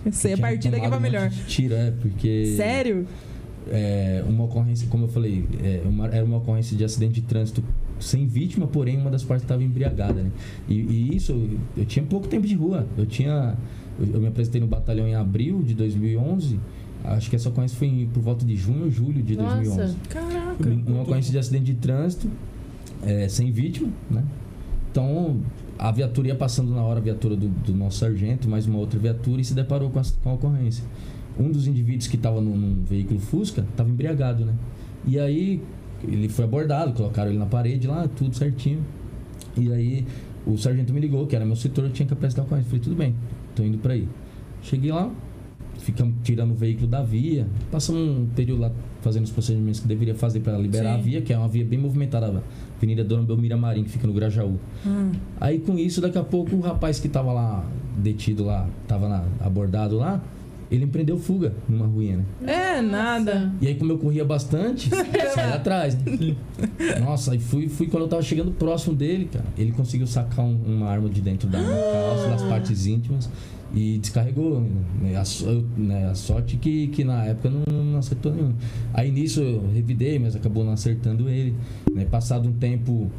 A: Eu sei, a
B: tinha
A: partir daqui
B: tomado
A: pra
B: um monte
A: melhor.
B: de Tiro, é, porque.
A: Sério?
B: é, uma ocorrência, como eu falei, é, uma- era uma ocorrência de acidente de trânsito sem vítima, porém uma das partes estava embriagada, né? E, e isso, eu, eu tinha pouco tempo de rua. Eu tinha, eu, eu me apresentei no batalhão em abril de 2011. Acho que essa ocorrência foi em- por volta de junho ou julho de
D: Nossa.
B: 2011.
A: Caraca.
B: Um- Uma ocorrência de acidente de trânsito é, sem vítima, né? Então a viatura ia passando na hora, a viatura do, do nosso sargento, mais uma outra viatura e se deparou com, as- com a ocorrência. Um dos indivíduos que estava num, num veículo Fusca estava embriagado, né? E aí ele foi abordado, colocaram ele na parede lá, tudo certinho. E aí o sargento me ligou, que era meu setor, eu tinha que apresentar a ocorrência. Falei, tudo bem, tô indo pra aí. Cheguei lá, ficamos tirando o veículo da via, passamos um período lá fazendo os procedimentos que deveria fazer para liberar
A: Sim.
B: a via, que é uma via bem movimentada, a Avenida Dona Belmira Marim, que fica no Grajaú.
A: Ah,
B: Aí com isso, daqui a pouco, o rapaz que tava lá, detido lá, tava na- abordado lá, ele empreendeu fuga numa ruinha, né?
A: É, nada.
B: E aí, como eu corria bastante, saí atrás, né? Nossa, aí fui, fui quando eu tava chegando próximo dele, cara. Ele conseguiu sacar um- uma arma de dentro da minha calça, das partes íntimas, e descarregou. Né? A, so- eu- né, a sorte que, que na época não, não acertou nenhum. Aí nisso eu revidei, mas acabou não acertando ele. né? Passado um tempo.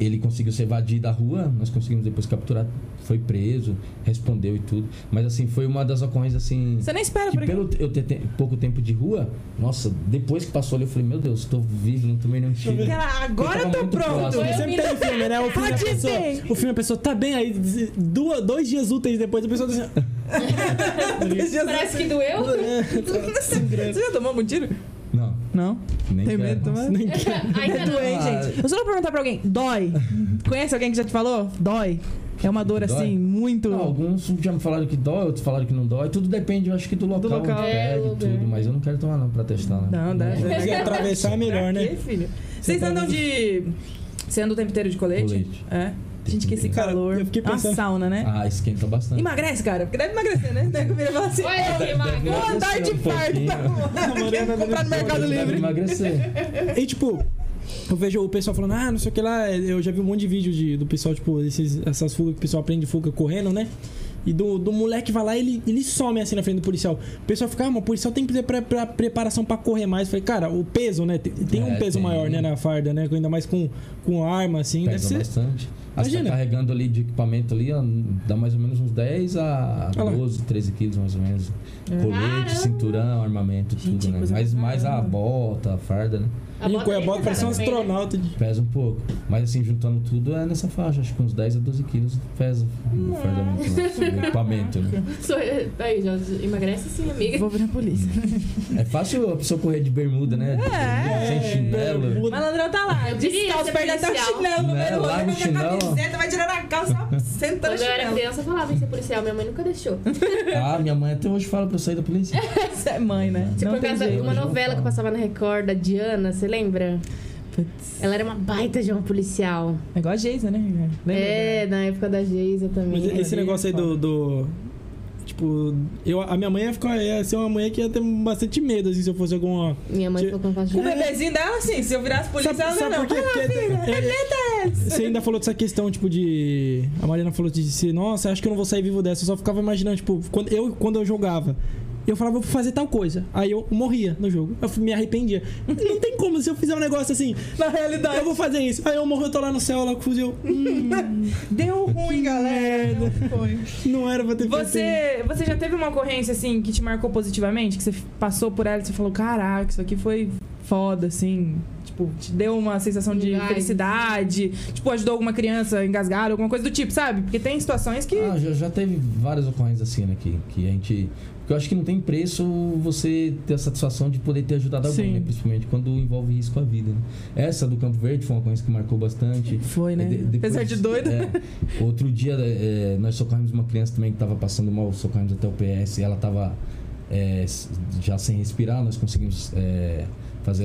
B: Ele conseguiu ser evadido da rua, nós conseguimos depois capturar, foi preso, respondeu e tudo. Mas assim, foi uma das ocorrências assim.
A: Você nem espera por aqui.
B: Que pelo eu ter te- pouco tempo de rua, nossa, depois que passou ali, eu falei, meu Deus, tô vivo, não tomei nenhum tiro.
A: Cara, agora eu
B: Ele tava
A: tô
B: muito
A: pronto.
B: próximo.
C: Como
D: Eu
C: sempre
D: me-
C: tem filme, né? O filme, a
A: Pode
C: pessoa,
A: ser.
C: o filme a pessoa tá bem aí, diz- duas, dois dias úteis depois, a pessoa tá assim,
A: [laughs]
D: Parece que doeu.
C: [laughs]
A: Você já tomou algum tiro?
B: Não,
A: Não.
B: nem
A: Tem
B: quero. Ah,
A: medo de tomar?
C: nem
D: Ainda não.
A: Doei, gente. Eu só vou perguntar pra alguém.
B: [laughs]
A: Dói. Conhece alguém que já te falou? Dói. É uma dor,
B: Dói?
A: assim, muito...
B: Não, alguns já me falaram que dói, outros falaram que não dói. Tudo depende, eu acho que do local,
A: local.
B: onde
D: É,
B: pega e
D: lugar.
B: tudo, mas eu não quero tomar não pra testar, né?
A: Não, dá. [laughs]
C: Mas ia atravessar é melhor,
A: Pra quê,
C: né?
A: filho? Vocês
C: tá
A: andam
C: muito-
A: de... Você anda o tempo inteiro de colete?
B: Colete.
A: É. Gente, que esse
C: Cara,
A: calor.
C: eu fiquei
A: É uma
C: pensando-
A: sauna, né?
B: Ah, esquenta bastante.
A: Emagrece, cara. Porque deve emagrecer, né? Deve comer e falar assim...
D: Olha eu que
A: Vou
D: magra.
A: andar de
B: um
A: fardo.
B: pouquinho.
C: é
A: tá bom? Comprar no Mercado
B: Deve
A: Livre. [laughs]
B: emagrecer.
C: E tipo, eu vejo o pessoal falando, ah, não sei o que lá. Eu já vi um monte de vídeo de- do pessoal, tipo, esses, essas fugas que o pessoal aprende fuga correndo, né? E do, do moleque vai lá e ele, ele some assim na frente do policial. O pessoal fica, ah, mas o policial tem que ter pre- pre- preparação pra correr mais. Eu Falei, cara, o peso, né? Tem, tem um
B: É,
C: peso
B: tem.
C: maior, né, na farda, né? Ainda mais com, com arma, assim.
B: Pesa
C: Deve ser.
B: bastante. Ah, você tá
C: Imagina.
B: carregando ali de equipamento ali, ó, dá mais ou menos uns 10 a
C: Olha lá.
B: 12, 13 quilos mais ou menos. Colete,
D: Caramba.
B: cinturão, armamento,
A: É. Gente,
B: tudo, né?
A: coisa
B: Mas
A: pra
B: mais a
A: caramba.
B: bota, a farda, né?
C: E o Cuiabá parece um
D: também, né?
C: astronauta. de-
B: Pesa um pouco. Mas assim, juntando tudo, é nessa faixa. Acho que uns 10 a 12 quilos pesa Um o fardamento, né? o equipamento, né?
D: Sou- Aí, já emagrece sim, amiga.
A: Vou virar polícia.
B: É fácil a pessoa correr de bermuda, né?
A: É.
B: Sem chinelo.
A: Malandrão tá lá.
D: Eu diria,
A: Descalço,
D: você
A: perde até o
D: é policial.
A: tá chinelo no
B: Né?
A: meio do
B: Larga
A: rolê,
B: o
A: pega a
B: chinelo.
A: camiseta, vai tirando a calça, ó, senta no
D: Quando eu era
A: chinelo.
D: criança, eu falava em ser policial. Minha mãe nunca deixou.
B: Ah, minha mãe até hoje fala pra eu sair da polícia.
A: Essa é mãe, né?
D: Tipo,
A: Não
D: por
A: tem
D: causa de
A: jeito.
D: uma novela que passava na Record, da Diana, você lembra?
A: Putz.
D: Ela era uma baita de uma policial.
A: É igual a Geisa, né? Lembra?
D: é, na época da Geisa também.
C: Mas esse
A: ali é
C: negócio aí do. do- tipo, eu, a minha mãe ia, ficar, ia ser uma mulher que ia ter bastante medo, assim, se eu fosse alguma.
D: Minha mãe ficou com a faixa
A: O
D: de...
A: bebezinho dela, assim, se eu virasse polícia,
C: Sabe-
A: ela
C: sabe
A: não.
C: por quê?
A: Vai lá,
C: Porque-
A: filha,
C: é-
A: deleta essa.
C: Você ainda falou dessa questão, tipo, de. A Mariana falou de ser, nossa, acho que eu não vou sair vivo dessa. Eu só ficava imaginando, tipo, quando eu, quando eu jogava. Eu falava, vou fazer tal coisa. Aí eu morria no jogo. Eu me arrependia. Não tem como, se eu fizer um negócio assim,
A: Na realidade,
C: eu vou fazer isso. Aí eu morro, eu tô lá no céu, lá com o fuzil. Hum,
A: deu ruim, galera. Não foi.
C: não era pra ter feito isso.
A: Você, você já teve uma ocorrência, assim, que te marcou positivamente? Que você passou por ela e você falou, caraca, isso aqui foi foda, assim. Tipo, te deu uma sensação de
D: Ai.
A: felicidade. Tipo, ajudou alguma criança engasgada, alguma coisa do tipo, sabe? Porque tem situações que...
B: Ah, já, já teve várias ocorrências assim, né? Que, que a gente. Porque eu acho que não tem preço você ter a satisfação de poder ter ajudado alguém,
A: Sim.
B: né? Principalmente quando envolve risco à vida. Né? Essa do Campo Verde foi uma coisa que marcou bastante.
A: Foi, né?
B: É, de- depois-
A: Apesar de doida.
B: é. outro dia é, nós socorremos uma criança também que estava passando mal, socorremos até o PS, ela estava já sem respirar, nós conseguimos é, fazer,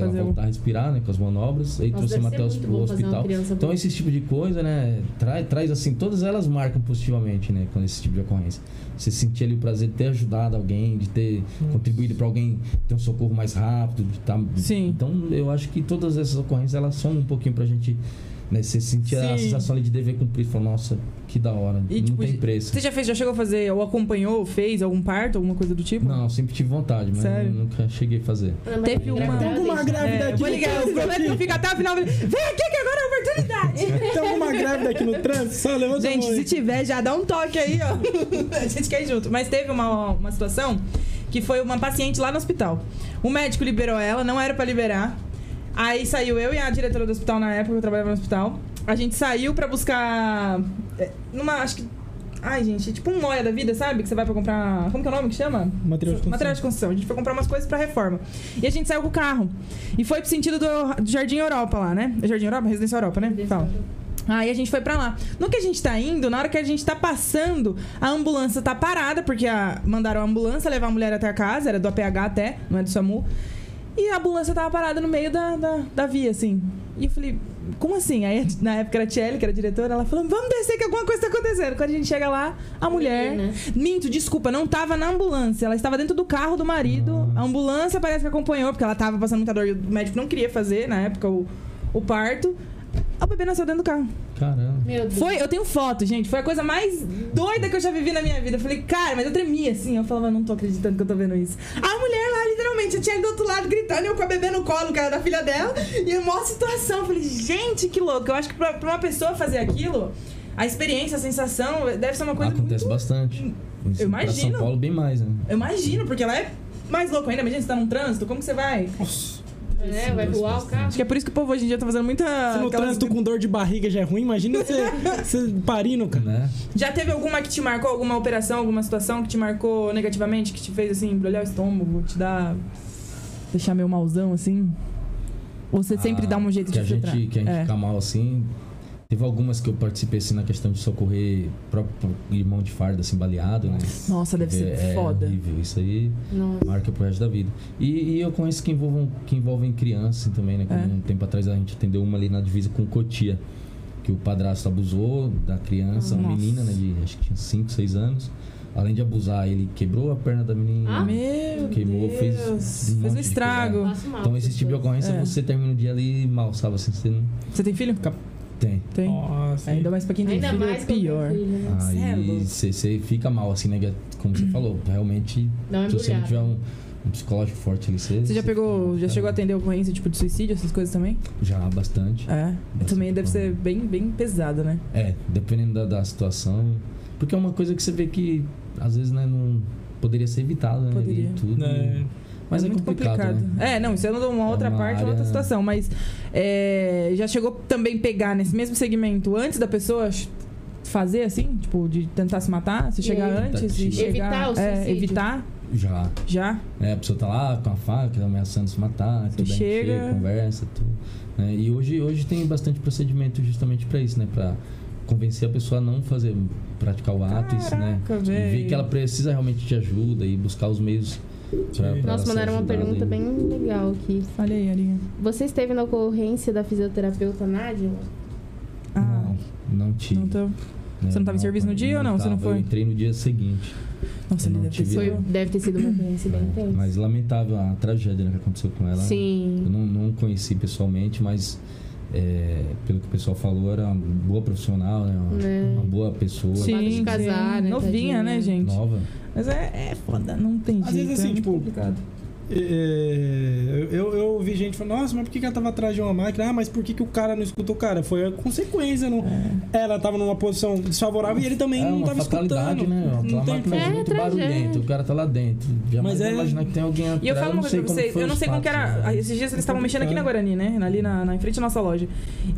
A: Fazer
B: ela
A: um-
B: voltar a respirar né, com as manobras, aí
D: Nossa,
B: trouxemos
D: deve
B: até
D: ser
B: o hosp-
D: muito
B: o
D: bom fazer uma
B: hospital.
D: criança
B: Então esse tipo de coisa, né, traz, traz assim, todas elas marcam positivamente, né, quando esse tipo de ocorrência. Você sentir ali o prazer de ter ajudado alguém, de ter contribuído para alguém ter um socorro mais rápido, de tá...
A: Sim.
B: Então eu acho que todas essas ocorrências elas somam um pouquinho pra gente, né, você sentir a
A: Sim.
B: sensação ali de dever cumprido, falar, nossa, que da hora,
A: E,
B: não
A: tipo,
B: tem preço.
A: Você já fez, já chegou a fazer, ou acompanhou, fez algum parto, alguma coisa do tipo?
B: Não, eu sempre tive vontade, mas
A: Sério?
B: nunca cheguei a fazer.
D: Ana Maria
A: Teve uma-
D: engravidada,
C: Tem alguma
D: gente.
C: grávida
A: É, eu
C: aqui?
A: vou ligar, eu prometo que eu fico até o final. Vem aqui que agora é a oportunidade.
C: [laughs] Tem alguma grávida aqui no trânsito? Só levanta
A: Gente,
C: a mão.
A: se tiver, já dá um toque aí, ó. [laughs] A gente quer ir junto. Mas teve uma, uma situação que foi uma paciente lá no hospital. O médico liberou ela, não era pra liberar. Aí saiu eu e a diretora do hospital na época, que eu trabalhava no hospital. A gente saiu pra buscar. é, Numa. Acho que. Ai, gente, é tipo um noia da vida, sabe? Que você vai pra comprar. Como que é o nome que chama?
C: Material de construção.
A: Material de construção. A gente foi comprar umas coisas pra reforma. E a gente saiu com o carro. E foi pro sentido do, do Jardim Europa lá, né? É Jardim Europa? Residência Europa, né? Fala. Aí a gente foi pra lá. No que a gente tá indo, na hora que a gente tá passando, a ambulância tá parada, porque a- mandaram a ambulância levar a mulher até a casa, era do APH até, não é do SAMU. E a ambulância tava parada no meio da, da, da via, assim. E eu falei, como assim? Aí, na época era a Tchelle, que era a diretora, ela falou, vamos descer que alguma coisa tá acontecendo. Quando a gente chega lá, a mulher...
D: Menina.
A: Minto, desculpa, não tava na ambulância. Ela estava dentro do carro do marido. A ambulância parece que acompanhou, porque ela tava passando muita dor e o médico não queria fazer, na época, o, o parto. O bebê nasceu dentro do carro.
B: Caramba.
D: Meu Deus.
A: Foi, eu tenho foto, gente. Foi a coisa mais doida que eu já vivi na minha vida. Eu falei, cara, mas eu tremia assim. Eu falava, não tô acreditando que eu tô vendo isso. A mulher lá, literalmente, eu tinha do outro lado gritando, eu com a bebê no colo, cara, da filha dela. E a maior situação. Eu falei, gente, que louco. Eu acho que pra, pra uma pessoa fazer aquilo, a experiência, a sensação, deve ser uma coisa
B: Acontece
A: muito
B: bastante. Isso
A: Eu
B: pra São
A: imagino.
B: Paulo bem mais, né?
A: eu imagino, porque ela é mais louca ainda. Imagina, você tá num trânsito, como que você vai?
D: É, vai voar o carro.
A: Acho que é por isso que o povo hoje em dia tá fazendo muita.
C: Se no
A: aquelas-
C: trânsito com dor de barriga já é ruim, imagina você,
A: [laughs]
C: você parindo, cara.
B: Né?
A: Já teve alguma que te marcou, alguma operação, alguma situação que te marcou negativamente, que te fez assim, embrulhar o estômago, te dar. deixar meio mauzão assim? Ou você sempre
B: Ah,
A: dá um jeito
B: que
A: de
B: a gente,
A: filtrar?
B: Que a gente
A: É.
B: fica mal assim. Teve algumas que eu participei assim na questão de socorrer próprio irmão de farda, assim, baleado, né?
A: Nossa, deve ser
B: é,
A: foda.
B: É horrível. Isso aí
D: Nossa.
B: marca pro resto da vida. E, e eu conheço que envolvam, que envolvem criança também, né? Como
A: É.
B: Um tempo atrás a gente atendeu uma ali na divisa com Cotia. Que o padrasto abusou da criança, uma
A: Nossa.
B: menina, né? De acho que tinha 5, 6 anos. Além de abusar, ele quebrou a perna da menina.
D: Ah,
A: Meu
B: Queimou,
A: Deus.
B: fez um
A: fez
B: monte
A: um
B: de
A: estrago.
D: Passo mal.
B: Então esse tipo de ocorrência
A: É.
B: você termina o dia ali mal, sabe? Assim, você não
A: Você tem filho?
B: tem.
A: Tem.
C: Nossa.
A: Ainda mais pra quem tem
D: Ainda
A: filho,
D: mais
A: é
D: que eu tenho
A: pior.
D: filho, né?
A: Cê é
B: Aí
A: louco.
B: você fica mal, assim, né?
A: [clears throat]
B: Como você falou, realmente,
D: Dá uma
B: se você não
D: embrulhada.
B: tiver um, um psicológico forte ali, você.
A: Você já
B: cê
A: pegou.
B: fica-
A: Já chegou a atender ocorrência tipo de suicídio, essas coisas também?
B: Já, bastante.
A: É. Também deve ser bem, bem pesado, né?
B: É, dependendo da, da situação. Porque é uma coisa que você vê que, às vezes, né, não. Poderia ser evitado, né? ali
A: Poderia.
B: Tudo.
C: É.
B: Mas é,
A: muito
B: complicado. né?
A: É, não, isso é uma
B: É
A: outra
B: uma
A: parte, uma
B: área-
A: outra situação. Mas é, já chegou também pegar nesse mesmo segmento antes da pessoa ch- fazer assim? Tipo, de tentar se matar? Se chegar
B: Tentativa.
A: antes e chegar...
D: Evitar o
A: é,
D: suicídio.
A: evitar,
B: Já.
A: já.
B: É, a pessoa tá lá com a faca, ameaçando se matar, tudo bem,
A: chega-
B: chega, conversa, tudo. né? E hoje, hoje tem bastante procedimento justamente pra isso, né? Pra convencer a pessoa a não fazer, praticar o ato, isso, né?
A: Caraca,
B: E
A: véi.
B: ver que ela precisa realmente de ajuda e buscar os meios Pra- pra
D: Nossa,
B: ser
D: mandaram uma
B: ajudado
D: pergunta
B: aí.
D: bem legal aqui.
A: Olha aí, Arinha.
D: Você esteve na ocorrência da fisioterapeuta Nádia?
A: Ah,
B: Não, não tive.
A: não tô.
B: né?
A: Você não tava em serviço no dia ou não? Você não
B: tava.
A: foi?
B: Eu entrei no dia seguinte.
A: Nossa,
B: Eu
A: ele
B: não
A: deve ter
B: tive
D: Foi,
A: sido.
D: deve ter sido uma ocorrência bem
B: né?
D: intensa.
B: Mas lamentável a tragédia né, que aconteceu com ela. Eu
D: Sim.
B: não, não conheci pessoalmente, mas é, pelo que o pessoal falou, era uma boa profissional, né? Uma,
A: É.
D: Né?
B: uma boa pessoa.
D: Sim. acabado de casar, né,
A: Novinha,
D: tadinha.
A: né, gente?
B: Nova.
A: Mas é, é foda, não tem
C: Às
A: jeito.
C: vezes, assim,
A: é muito
C: tipo,
A: complicado.
C: É, eu, eu ouvi gente falando, nossa, mas por que que ela tava atrás de uma máquina? Ah, mas por que, que o cara não escutou o cara? Foi a consequência, não.
A: É.
C: Ela tava numa posição desfavorável e ele também
B: é
C: não
B: uma
C: tava
B: fatalidade,
C: escutando.
B: né? Aquela
C: Não tem-
B: máquina
D: É,
B: é muito
D: tragédia.
B: barulhenta, o cara tá lá dentro. Jamais
C: Mas
B: vou
C: é-
B: imaginar que tem alguém atrás.
A: E eu falo uma coisa
B: sei
A: pra
B: como
A: vocês,
B: foi
A: eu não
B: os
A: sei como que
B: fatos,
A: era. ah,
B: né?
A: Esses dias eles estavam mexendo aqui na
C: complicado.
A: Guarani, né? Ali na, na- em frente à nossa loja.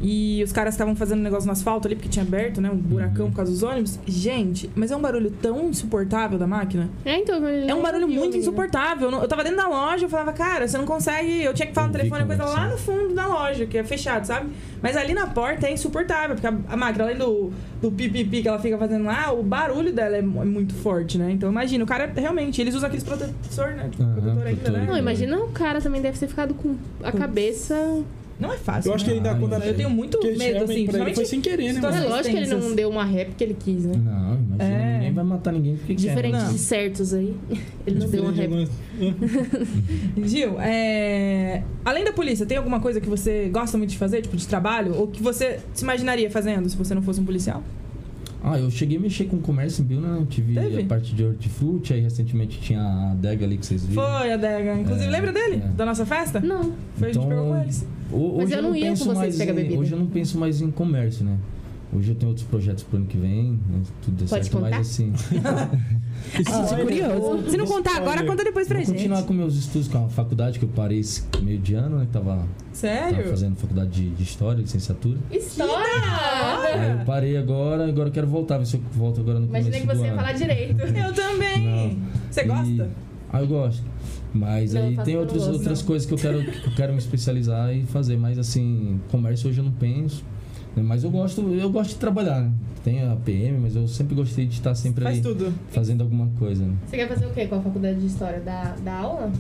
A: E os caras estavam fazendo um negócio no asfalto ali, porque tinha aberto, né? Um buracão
B: Uhum.
A: por causa dos ônibus. Gente, mas é um barulho tão insuportável da máquina.
D: É, então,
A: É um barulho muito insuportável. Eu não- Eu tava dentro da loja, eu falava, cara, você não consegue. Eu tinha que falar no
B: Ouvir
A: telefone, é coisa lá
B: conversar.
A: no fundo da loja, que é fechado, sabe? Mas ali na porta é insuportável, porque a, a máquina, além do, do pipipi que ela fica fazendo lá, o barulho dela é mu- é muito forte, né? Então imagina, o cara realmente, eles usam aqueles protetor, né? Tipo,
B: Aham,
A: protetor ainda,
B: protetor.
D: Não,
A: né?
D: imagina o cara também deve ter ficado com a cabeça.
A: Não é fácil.
C: Eu acho que
A: né?
C: ele dá
B: Ah,
C: conta.
B: mas
A: Eu tenho muito
C: que
A: medo,
C: realmente
A: assim,
C: pra ele
A: principalmente.
C: foi sem querer, né?
A: Todas
D: É
A: as
D: lógico que ele não
A: tensas.
D: deu uma rap que ele quis, né?
B: Não, imagina,
A: É.
B: ninguém vai matar ninguém porque quer. né?
D: Diferente
A: Não.
D: de certos aí. [laughs] Ele não deu uma
A: né?
D: rap.
A: Gil, é, além da polícia, tem alguma coisa que você gosta muito de fazer, tipo de trabalho? Ou que você se imaginaria fazendo se você não fosse um policial?
B: Ah, eu cheguei a mexer com comércio em Bill, né? Tive
A: Teve?
B: a parte de hortifruti, aí recentemente tinha a adega ali que vocês viram.
A: Foi, adega. Inclusive,
B: É,
A: lembra dele?
B: é.
A: Da nossa festa?
D: Não.
A: Foi, a gente pegou com eles.
B: ho-
D: Mas
B: Então, hoje
D: eu
B: eu
D: não
B: não
D: ia com
B: penso
D: vocês
B: mais
D: pegar
B: em,
D: bebida.
B: Hoje eu não penso mais em comércio, né? Hoje eu tenho outros projetos pro ano que vem, né? tudo é
D: Pode
B: certo,
D: contar?
B: mas assim. Ah,
A: Ah, é curioso. Se não contar agora, conta depois pra
B: Vou
A: gente.
B: continuar com meus estudos, com a faculdade que eu parei esse meio de ano, né? Que tava, tava
A: Sério?
B: fazendo faculdade de, de História, licenciatura.
D: História!
B: Aí eu parei agora, agora eu quero voltar, ver se eu volto agora no
D: Imaginei que
B: começo do
D: você ia
B: ano.
D: falar direito. [laughs]
A: Eu também. Você
B: E-
A: gosta?
B: Ah, eu gosto. Mas
D: Não, eu
B: aí
D: faço
B: tem
D: pelo
B: outras,
D: gosto,
B: outras
A: não.
B: coisas que eu quero, que eu quero me especializar e fazer. Mas assim, comércio hoje eu não penso. né? Mas eu gosto, eu gosto de trabalhar. né? Tem a PM, mas eu sempre gostei de estar sempre
A: Faz
B: ali
A: tudo.
B: fazendo alguma coisa. né?
D: Você quer fazer o quê com a faculdade de história? Da, da aula?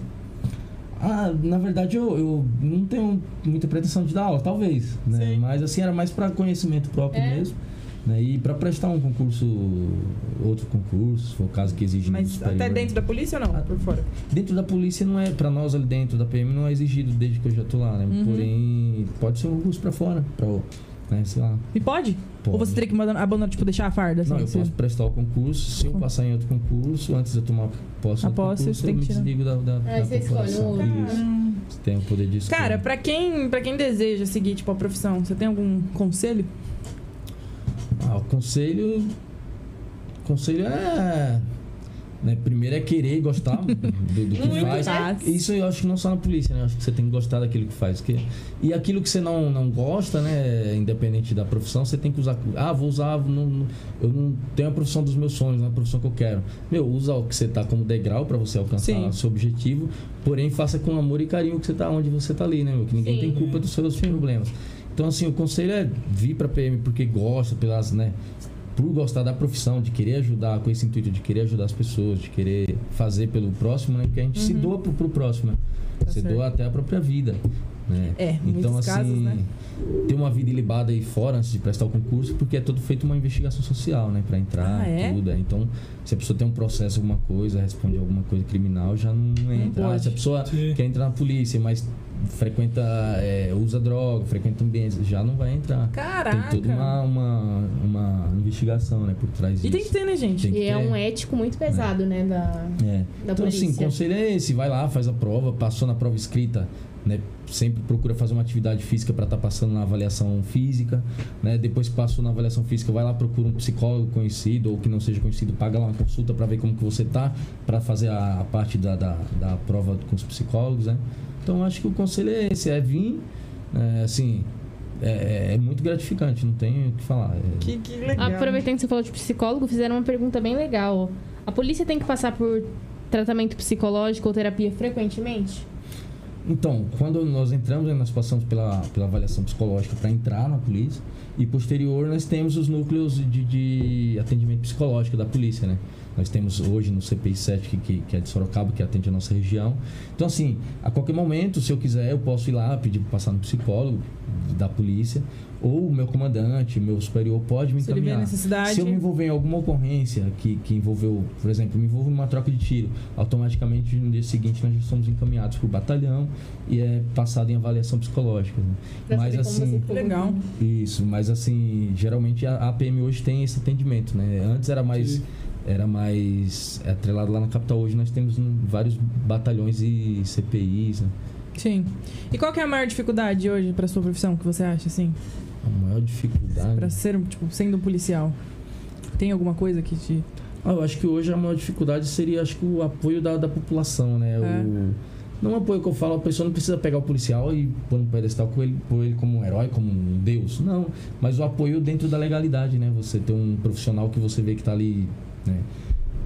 B: Ah, na verdade eu, eu não tenho muita pretensão de dar aula, talvez. Né?
A: Sim.
B: Mas assim, era mais para conhecimento próprio
D: É.
B: mesmo. Né? E para prestar um concurso, outro concurso, se for o caso que exige nível
A: Mas até
B: superior, né?
A: dentro da polícia ou não? Por fora.
B: Dentro da polícia não é, pra nós ali dentro da PM não é exigido desde que eu já tô lá, né?
A: Uhum.
B: Porém, pode ser um curso pra fora, pra, né, sei lá.
A: E pode? Ou
B: pode.
A: você teria que mandar- abandonar, tipo, deixar a farda? Assim,
B: Não, eu
A: você-
B: posso prestar o concurso, se eu passar em outro concurso, antes de eu tomar posse
A: A
B: do
A: posse,
B: concurso,
A: você tem
B: eu
A: que
B: me
A: tirar.
B: desligo da, da,
D: Aí
B: da
D: você escolhe
B: população.
D: um outro.
B: Isso,
A: Caramba.
B: você tem o poder de escolha.
A: Cara, pra quem, pra quem deseja seguir, tipo, a profissão, você tem algum conselho?
B: Ah, o conselho... Conselho é... Né, primeiro é querer e gostar do, do que
D: Muito
B: faz.
A: fácil.
B: Isso eu acho que não só na polícia, né? Eu acho que você tem que gostar daquilo que faz. Que... E aquilo que você não, não gosta, né? Independente da profissão, você tem que usar. Ah, vou usar. não- não- eu não tenho a profissão dos meus sonhos, não é a profissão que eu quero. Meu, usa o que você tá como degrau para você alcançar
A: Sim.
B: o seu objetivo. Porém, faça com amor e carinho que você tá onde você tá ali, né, meu? Que ninguém
D: Sim.
B: tem culpa dos seus problemas. Então, assim, o conselho é vir pra PM porque gosta, pelas, né? Por gostar da profissão, de querer ajudar, com esse intuito de querer ajudar as pessoas, de querer fazer pelo próximo, né? Porque a gente se doa pro, pro próximo, né?
A: Uhum. Tá
B: Você
A: certo.
B: doa até a própria vida, né?
A: É,
B: então,
A: muitos
B: assim,
A: casos, né?
B: ter uma vida ilibada aí fora antes de prestar o concurso, porque é todo feito uma investigação social, né? Pra entrar,
A: Ah, é?
B: tudo. é. Então, se a pessoa tem um processo, alguma coisa, responde alguma coisa criminal, já não entra. Ah,
A: pode.
B: se a pessoa
C: Sim.
B: quer entrar na polícia, mas frequenta, é, usa droga, frequenta ambientes, já não vai entrar.
A: Caraca.
B: Tem toda uma, uma, uma investigação, né, por trás
A: E
B: disso.
A: tem que ter, né, gente?
B: Tem que
D: E é
B: ter.
D: um ético muito pesado, né? Da...
B: É.
D: Da
B: então, assim,
D: polícia.
B: conselho é esse: vai lá, faz a prova, passou na prova escrita, né? Sempre procura fazer uma atividade física para estar passando na avaliação física, né? Depois que passou na avaliação física, vai lá, procura um psicólogo conhecido ou que não seja conhecido, paga lá uma consulta para ver como que você tá, para fazer a, a parte da, da, da prova com os psicólogos, né? Então, acho que o conselho é esse: é vir, é, assim. É, é- é muito gratificante, não tem o que falar. É-
A: Que, que legal.
D: Aproveitando que você falou de psicólogo, fizeram uma pergunta bem legal. A polícia tem que passar por tratamento psicológico ou terapia frequentemente?
B: Então, quando nós entramos, né, nós passamos pela, pela avaliação psicológica para entrar na polícia. E posterior nós temos os núcleos de, de atendimento psicológico da polícia, né? Nós temos hoje no CPI 7, que, que, que é de Sorocaba, que atende a nossa região. Então, assim, a qualquer momento, se eu quiser, eu posso ir lá, pedir pra passar no psicólogo da polícia, ou o meu comandante, meu superior, pode me
A: Se ele vê a
B: encaminhar.
A: necessidade.
B: Se eu me envolver em alguma ocorrência que, que envolveu, por exemplo, me envolvo numa troca de tiro, automaticamente no dia seguinte nós já somos encaminhados para o batalhão e é passado em avaliação psicológica. né?
D: Pra
B: Mas
D: saber como
B: assim,
D: você tá. ficou.
A: Legal.
B: isso, mas assim, geralmente a a PM hoje tem esse atendimento, né? Antes era mais era mais atrelado lá na capital, hoje nós temos hum, vários batalhões e CPIs, né?
A: Sim. E qual que é a maior dificuldade hoje pra sua profissão que você acha, assim?
B: A maior dificuldade.
A: Pra ser, um, tipo, sendo um policial? Tem alguma coisa que
C: [laughs]
A: te.
B: Ah, eu acho que hoje a maior dificuldade seria acho que o apoio da, da população, né?
A: É.
B: O, não o apoio que eu falo, a pessoa não precisa pegar o policial e pôr no pedestal com ele, pôr ele como um herói, como um deus. Não. Mas o apoio dentro da legalidade, né? Você ter um profissional que você vê que tá ali, né?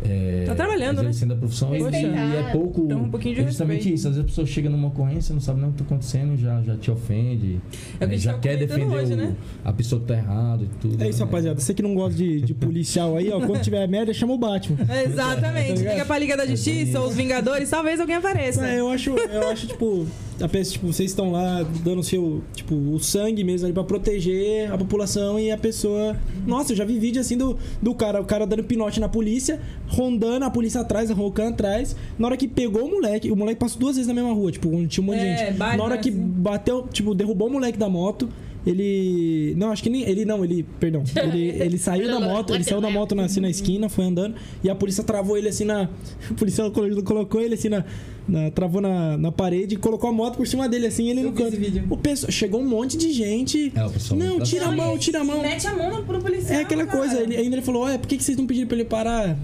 B: É,
A: Tá trabalhando, né?
B: exercendo a profissão e,
A: Respeitar.
B: e é pouco.
A: Então, um pouquinho de
B: é justamente
A: respeito.
B: isso. Às vezes a pessoa chega numa ocorrência, não sabe nem o que tá acontecendo, já, já te ofende. né?
A: É o que a gente
B: já
A: tá
B: quer
A: comentando
B: defender
A: hoje,
B: o-
A: né?
B: a pessoa que tá errada e tudo.
C: É isso,
B: né?
C: rapaziada. Você que não gosta de, de policial aí, ó. Quando tiver merda, chama o Batman.
A: Exatamente. Liga pra Liga da Justiça ou os Vingadores, talvez alguém apareça.
C: É, eu acho, eu acho, tipo, a peça, tipo, vocês estão lá dando o seu, tipo, o sangue mesmo ali pra proteger a população e a pessoa. Nossa, eu já vi vídeo assim do, do cara, o cara dando pinote na polícia, rondando a polícia atrás, arrocando atrás. Na hora que pegou o moleque, o moleque passou duas vezes na mesma rua, tipo, onde tinha um monte de
A: É,
C: gente.
A: vários,
C: Na hora
A: né,
C: que
A: assim.
C: bateu, tipo, derrubou o moleque da moto. Ele. Não, acho que nem. Ele não, ele. Perdão.
A: [laughs]
C: Ele, ele saiu da moto, ele saiu da moto na, assim, na esquina, foi andando. E a polícia travou ele assim na. [laughs] O policial colo- colocou ele assim na. na- travou na, na parede e colocou a moto por cima dele, assim, ele
A: Eu
C: no
A: vi
C: canto.
A: esse vídeo.
C: O pessoal. Chegou um monte de gente.
B: É, o pessoal
C: não,
B: tá-
C: tira a mão,
A: e-
C: tira a mão.
A: Mete a mão no- pro policial.
C: É aquela
A: cara.
C: coisa. Ele, ainda ele falou, olha, por que, que vocês não pediram pra ele parar?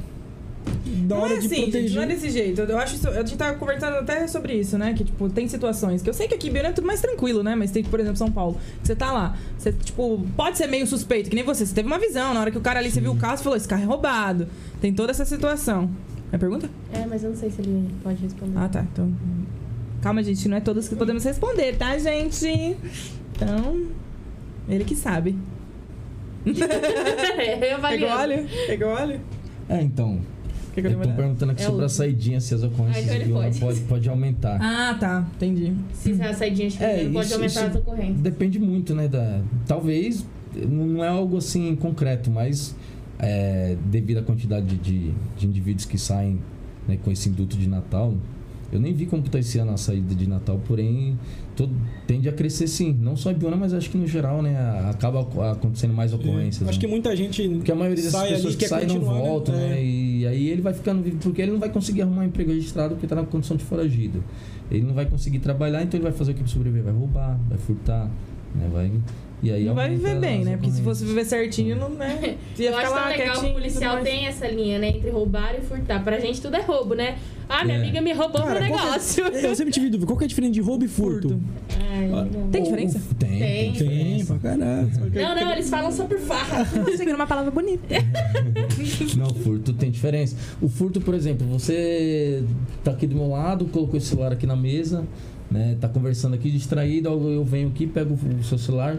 C: Na
A: Não
C: hora
A: é
C: de
A: assim, gente, não é
C: proteger.
A: desse jeito. Eu acho isso, a gente tava conversando até sobre isso, né? Que, tipo, tem situações que eu sei que aqui em Belém é tudo mais tranquilo, né? Mas tem, por exemplo, São Paulo. que Você tá lá, você, tipo, pode ser meio suspeito, que nem você. Você teve uma visão, na hora que o cara ali, você viu o caso, falou, esse carro é roubado. Tem toda essa situação. É pergunta?
D: É, mas eu não sei se ele pode responder.
A: Ah, tá. Então. Calma, gente, não é todas que podemos responder, tá, gente? Então. Ele que sabe.
D: [laughs] eu avalio.
A: Pegou óleo? Pegou óleo?
B: É, então.
A: Quer que eu dê uma
B: Estão
A: olhada?
B: perguntando aqui
D: É
B: sobre
D: outro.
B: a saidinha, se as
D: Ah, então
B: ocorrências
D: ele
B: de violência
D: pode.
B: pode, pode aumentar.
A: Ah, tá. Entendi.
D: Se a saidinha de
B: É,
D: é, pode
B: isso-
D: aumentar
B: isso-
D: as ocorrências.
B: Depende muito, né? Da... Talvez não não é algo assim concreto, mas é, devido à quantidade de, de, de indivíduos que saem né, com esse induto de Natal, eu nem vi como está esse ano a saída de Natal, porém todo, tende a crescer sim. Não só em Biona, mas acho que no geral, né? a- Acaba ac- acontecendo mais ocorrências. né?
C: É, Acho que muita gente.
B: Porque a maioria dessas
C: sai
B: pessoas
C: ali,
B: que
C: quer
B: saem não
C: continuar, né?
B: voltam, né?
C: É.
B: E aí ele vai ficando vivo, porque ele não vai conseguir arrumar um emprego registrado porque tá na condição de foragido. Ele não vai conseguir trabalhar, então ele vai fazer o que pra sobreviver? Vai roubar, vai furtar, né? Vai. E aí
A: Não vai
B: aumenta
A: viver bem,
B: as
A: né? Porque se
B: ocorrências.
A: fosse viver certinho, não, né? Ia
D: [laughs]
A: ficar
D: Eu acho tão
A: lá
D: legal que
A: quietinho.
D: o policial
A: tudo mais.
D: tem essa linha, né? Entre roubar e furtar. Pra gente tudo é roubo, né? Ah, minha
B: É.
D: amiga me roubou
C: Cara,
D: meu
C: qual que é-
D: negócio.
C: Eu sempre tive dúvida. Qual que é a diferença de roubo e
A: [laughs]
C: furto?
A: Furto.
D: Ai, não.
A: Tem diferença?
B: Tem,
D: Tem.
B: tem.
C: Tem,
B: diferença.
C: pra caralho.
D: Não, não, eles falam só por farra.
A: Você virou uma palavra bonita.
B: Não, furto tem diferença. O furto, por exemplo, você tá aqui do meu lado, colocou o celular aqui na mesa, né? Tá conversando aqui distraído, eu venho aqui, pego o seu celular,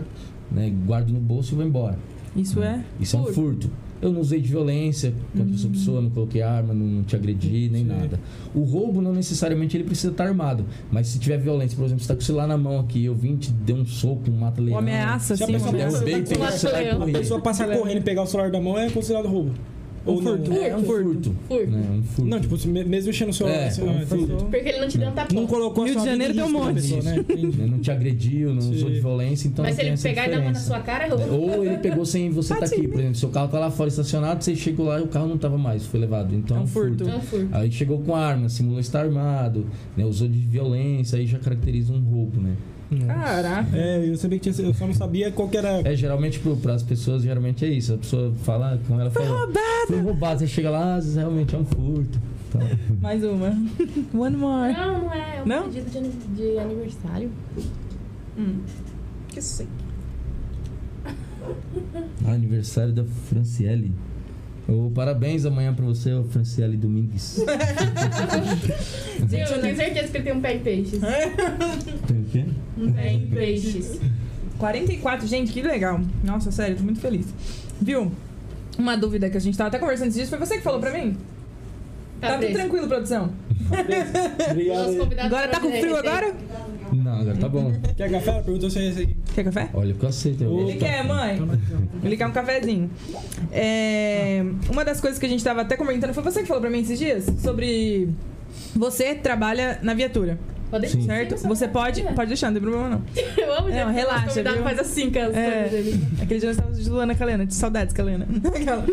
B: né? Guardo no bolso e vou embora.
A: Isso é.
B: Isso é um furto. Eu não usei de violência contra essa pessoa, não coloquei arma, não, não te agredi, nem
C: Sim.
B: nada. O roubo não necessariamente ele precisa estar armado, mas se tiver violência, por exemplo, você tá com o celular na mão aqui, eu vim te dei um soco, um mata leão.
A: Uma ameaça,
C: Se a
A: assim.
C: pessoa
A: Uma
B: Eu
A: ameaça.
B: roubei, peguei o celular e
D: Mata-leão.
B: corri.
C: A pessoa passar correndo e pegar o celular da mão é considerado roubo.
A: Um
C: Ou não,
A: furto.
C: né?
B: É um furto.
D: Furto.
B: né? Um furto.
C: Não, tipo, se me- mesmo mexendo no celular.
B: É,
C: assim, ó,
B: um furto.
C: assim,
D: Porque ele não te deu um tapão.
C: Não colocou
A: Rio de
C: a sua vida em
A: Janeiro tem um
C: risco pra
A: monte.
C: pessoa, né? Entendi.
B: Né? Não te agrediu, não
C: Sim.
B: usou de violência, então.
D: Mas se
B: tem
D: ele
B: essa
D: pegar e dar uma na
B: diferença.
D: sua cara, é roubo.
B: Ou ele pegou sem você tá aqui, por exemplo, seu carro tá lá fora estacionado, você chegou lá e o carro não tava mais, foi levado. Então
A: É um
B: é um furto.
A: furto.
D: Não, furto.
B: Aí chegou com arma, simulou estar armado, né? Usou de violência, aí já caracteriza um roubo, né?
A: [laughs] Caraca.
C: É, eu sabia que tinha, eu só não sabia qual que era. [laughs]
B: É, geralmente para as pessoas, geralmente é isso. A pessoa fala, como ela falou.
A: Roubado.
B: Foi roubado, você chega lá, ah, realmente é um furto. Então,
A: Mais uma. [laughs] One more.
D: Não, não é. É um
A: Não?
D: pedido de, ani-
A: [laughs]
D: de aniversário.
A: Hum. Que sei.
B: aniversário da Franciele. Ô, parabéns amanhã para você, ô,
A: [laughs]
B: Franciele Domingues.
D: Gente, eu tenho certeza que ele tem um pé em peixes.
B: Tem o quê?
D: Um pé em peixes.
A: 44, gente, que legal. Nossa, sério, tô muito feliz. Viu? Uma dúvida que a gente tava até conversando esses dias, foi você que falou pra mim? Tá, tudo
D: preso.
A: tranquilo, produção?
C: Obrigado.
D: Nosso
C: aí.
D: convidado
A: Agora tá com
D: hoje é
A: frio
D: RT.
A: agora?
B: Não, agora tá bom.
C: Quer café? Ela Perguntou se eu ia receber.
A: Quer café?
B: Olha, que eu aceito. eu vou
A: Ele
B: voltar.
A: quer, mãe? Ele quer um cafezinho. É, uma das coisas que a gente tava até comentando, foi você que falou pra mim esses dias? Sobre... Você trabalha na viatura,
D: Pode
B: Sim.
D: deixar. tá
A: certo? Você pode... Pode deixar, não tem problema não.
D: Eu amo, gente.
A: Não, relaxa,
D: Não, relaxa. O convidado
A: viu?
D: faz assim com as
A: É.
D: coisas dele.
A: Aquele dia nós estávamos de Luana Calena, de saudades, [laughs] Calena. Aquela.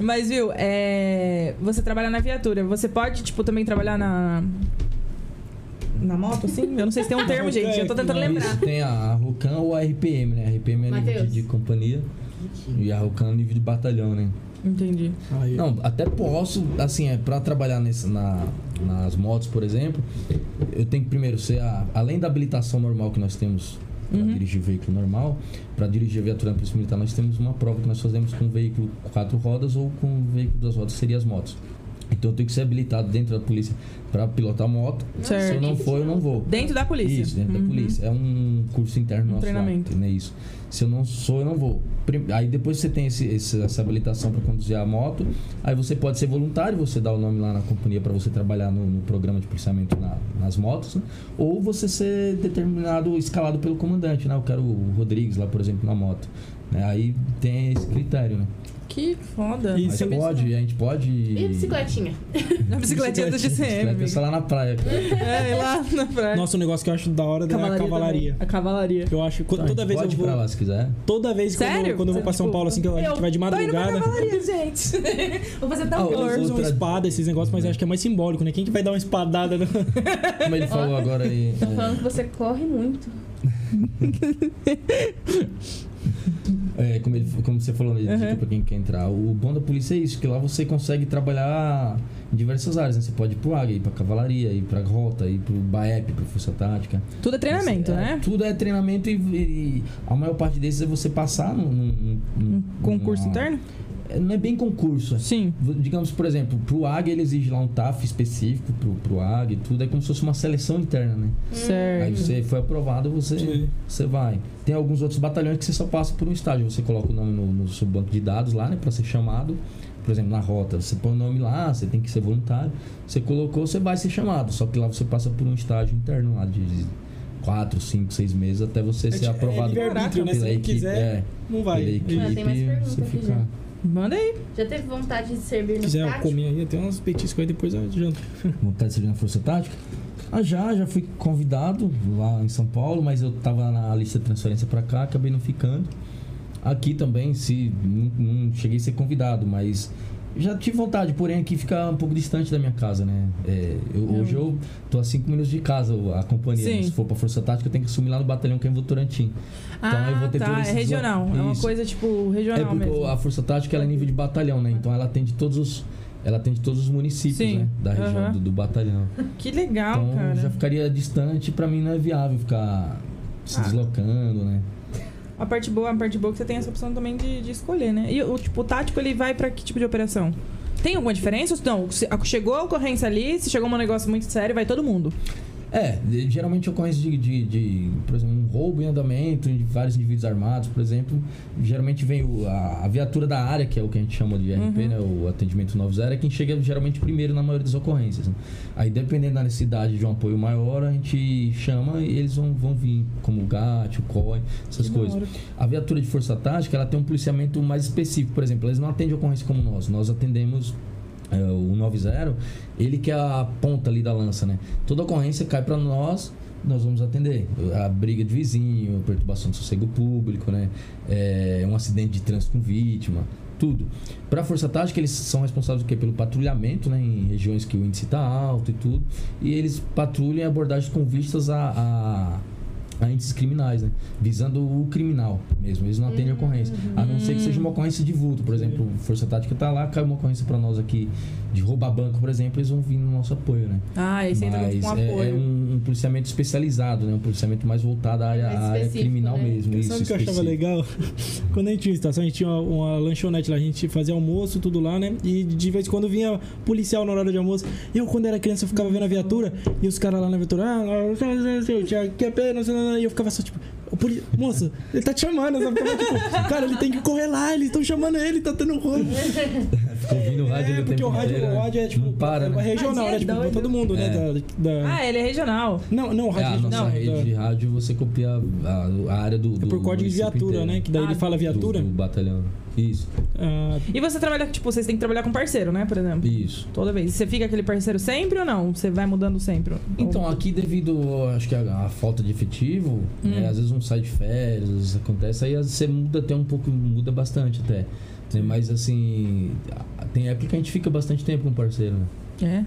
A: Mas, viu, é, você trabalha na viatura. Você pode, tipo, também trabalhar na. Na moto, assim? Eu não sei se tem um termo, gente. Eu tô tentando
B: Não,
A: lembrar.
B: Isso tem a Rocan ou a RPM, né? A RPM é nível
D: Mateus.
B: de, de companhia e a Rocan é nível de batalhão, né?
A: Entendi.
C: Aí.
B: Não, até posso, assim, é, pra trabalhar nesse, na, nas motos, por exemplo, eu tenho que primeiro ser, a, além da habilitação normal que nós temos pra
A: Uhum.
B: dirigir veículo normal, pra dirigir viatura na Polícia Militar, nós temos uma prova que nós fazemos com veículo quatro rodas ou com veículo duas rodas, seria as motos. Então eu tenho que ser habilitado dentro da polícia pra pilotar moto. Se eu
A: Certo.
B: não for, eu não vou.
A: Dentro da polícia.
B: Isso, dentro
A: Uhum.
B: da polícia. É um curso interno
A: Um
B: nosso. lá,
A: treinamento.
B: né? Isso. Se eu não sou, eu não vou. Prim- Aí depois você tem esse, esse- essa habilitação para conduzir a moto. Aí você pode ser voluntário, você dá o nome lá na companhia para você trabalhar no, no programa de policiamento na- nas motos. né? Ou você ser determinado, escalado pelo comandante, né? Eu quero o Rodrigues lá, por exemplo, na moto. né? Aí tem esse critério, né?
A: Que foda.
C: E
A: Não
B: Mas
C: você
A: sabia disso,
B: pode, a gente pode.
D: E a bicicletinha?
A: não. Na bicicletinha do GCM.
B: Vai
A: amiga.
B: pensar lá na praia.
A: É, e lá na praia.
C: Nossa, um negócio que eu acho da hora é a cavalaria.
A: também. Tá, A cavalaria.
C: Eu acho que
B: Então, a
C: toda
B: gente
C: vez eu
B: pode ir
C: vou.
B: pra lá se quiser.
C: Toda vez que eu
A: Sério?
C: vou- quando eu vou pra São
A: Tipo,
C: Paulo, assim, que a
A: eu
C: gente vai de
A: Tô indo pra
C: madrugada.
A: cavalaria, gente. [laughs] Vou fazer
B: Ah,
A: tão
B: eu-
A: calor.
C: Eles usam
B: Outra-
C: espada, esses negócios, mas eu acho que é mais simbólico, né? Quem que vai dar uma espadada no.
B: Como ele falou agora aí.
D: Tô
B: é,
D: falando que você corre muito.
B: É, como, ele, como você falou, né, de dica pra quem quer entrar. O bom da polícia é isso, que lá você consegue trabalhar em diversas áreas, né? Você pode ir pro águia, ir pra cavalaria, ir pra rota, ir pro BAEP, pra força tática.
A: Tudo é treinamento,
B: Você- é,
A: né?
B: Tudo é treinamento e, e a maior parte desses é você passar num... num- num-
A: Um concurso
B: numa-
A: interno?
B: É, Não é bem concurso, é
A: Sim.
B: Digamos, por exemplo, pro AG ele exige lá um TAF específico pro, pro AG e tudo, é como se fosse uma seleção interna, né?
A: Hum.
B: Aí
A: Certo.
B: você foi aprovado, você,
C: Sim.
B: você vai. Tem alguns outros batalhões que você só passa por um estágio. Você coloca o nome no, no seu banco de dados lá, né? Pra ser chamado. Por exemplo, na rota, você põe o nome lá, você tem que ser voluntário. Você colocou, você vai ser chamado. Só que lá você passa por um estágio interno lá de 4, 5, 6 meses até você
C: É
B: ser aprovado
C: livre arbítrio, né? Se
B: pela
C: não
B: equipe.
C: quiser,
B: é,
C: não
B: pela
C: vai.
B: equipe.
D: Mas tem mais pergunta
B: você
D: aqui
B: fica-
D: já.
A: Manda aí.
D: Já teve vontade de servir
C: Se
D: no
C: quiser eu
D: [laughs] tático?
C: comer aí, tem uns petiscos aí depois eu janto.
B: Vontade de servir na Força Tática? Ah, já, já fui convidado lá em São Paulo, mas eu tava na lista de transferência pra cá, acabei não ficando. Aqui também, se não, não cheguei a ser convidado, mas já tive vontade, porém aqui fica um pouco distante da minha casa, né? É, eu- hoje eu tô a 5 minutos de casa, a companhia. né?
A: Sim.
B: Se for pra Força Tática, eu tenho que assumir lá no batalhão que é em Votorantim. Então, eu vou ter todo
A: tá,
B: esse
A: é regional. É uma
B: Isso.
A: coisa, tipo,
B: É
A: regional
B: porque
A: mesmo.
B: a Força Tática ela é nível de batalhão, né? Então ela atende todos os. Ela atende todos os municípios
A: Sim.
B: né? da região
A: Aham.
B: do- do batalhão.
A: Que legal,
B: Então
A: cara.
B: já ficaria distante, pra mim não é viável ficar se
A: Ah.
B: deslocando, né?
A: A parte boa, a parte boa é que você tem essa opção também de, de escolher, né? E o tipo, o tático, ele vai pra que tipo de operação? Tem alguma diferença? ou Não, se a- chegou a ocorrência ali, se chegou um negócio muito sério, vai todo mundo.
B: É, de- geralmente ocorrência de, de, de, por exemplo, um roubo em andamento, de vários indivíduos armados, por exemplo. Geralmente vem o- a, a viatura da área, que é o que a gente chama de
A: Uhum.
B: RP, né? O atendimento 90, é quem chega geralmente primeiro na maioria das ocorrências. né? Aí, dependendo da necessidade de um apoio maior, a gente chama e eles vão, vão vir, como o GAT, o COI, essas
A: Que da
B: coisas.
A: hora.
B: A viatura de força tática, ela tem um policiamento mais específico. Por exemplo, eles não atendem ocorrência como nós. Nós atendemos é, o 90, ele que é a ponta ali da lança, né? Toda ocorrência cai para nós, nós vamos atender. A briga de vizinho, perturbação do sossego público, né? É, um acidente de trânsito com vítima, tudo. Para a Força Tática, eles são responsáveis do quê? pelo patrulhamento, né? Em regiões que o índice está alto e tudo. E eles patrulham abordagens com vistas a- a a índices criminais, né? Visando o criminal mesmo. Eles não atendem a ocorrência. A não ser que seja uma ocorrência de vulto. Por exemplo, Força Tática tá lá, cai uma ocorrência pra nós aqui de roubar banco, por exemplo, eles vão vir no nosso apoio, né?
A: Ah, esse entra muito
B: Mas
A: com
B: é, é
A: apoio.
B: um, um policiamento especializado, né? Um policiamento mais voltado à área,
D: Mais
B: à área
D: específico,
B: criminal
D: né?
B: mesmo. Isso,
C: Sabe o que eu achava
B: específico.
C: legal? [laughs] Quando a gente tinha estação, a gente tinha uma, uma lanchonete lá, a gente fazia almoço, tudo lá, né? E de vez em quando vinha policial na hora de almoço. Eu, quando era criança, eu ficava vendo a viatura e os caras lá na viatura, ah, eu tinha que é pena, não sei, não, não, não", e eu ficava só tipo. O polícia. Moço, ele tá te chamando. Sabe? Tipo, cara, ele tem que correr lá, eles estão chamando ele, tá tendo roubo.
D: é
B: Ficou ouvindo o rádio
C: é,
B: o
C: porque
B: tempo
C: o rádio,
B: inteiro,
C: o
B: né?
C: rádio é tipo.
B: Não para,
C: é
B: né?
C: regional,
A: Mas é
C: né? Tipo, pra
A: doido.
C: todo mundo, né?
B: É.
C: Da, da-
A: Ah, ele é regional.
C: Não, não, o
B: É, a
C: rádio.
B: nossa
C: não,
B: rede
C: da-
B: de rádio você copia a, a área do,
C: né? é
B: do
C: por código de
B: município
C: viatura,
B: inteiro.
C: né? Que daí
A: Ah,
C: ele fala
B: Do-
C: viatura.
B: Do, batalhão. Isso,
C: Ah,
A: E você trabalha, tipo, vocês têm que trabalhar com parceiro, né, por exemplo?
B: isso.
A: Toda vez. Você fica aquele parceiro sempre ou não? Você vai mudando sempre?
B: Então, aqui devido, acho que a, a falta de efetivo,
A: Hum.
B: né, às vezes um sai de férias, às vezes acontece, aí às vezes você muda até um pouco, muda bastante até. né? Mas assim, a- tem época que a gente fica bastante tempo com o parceiro, né?
A: É.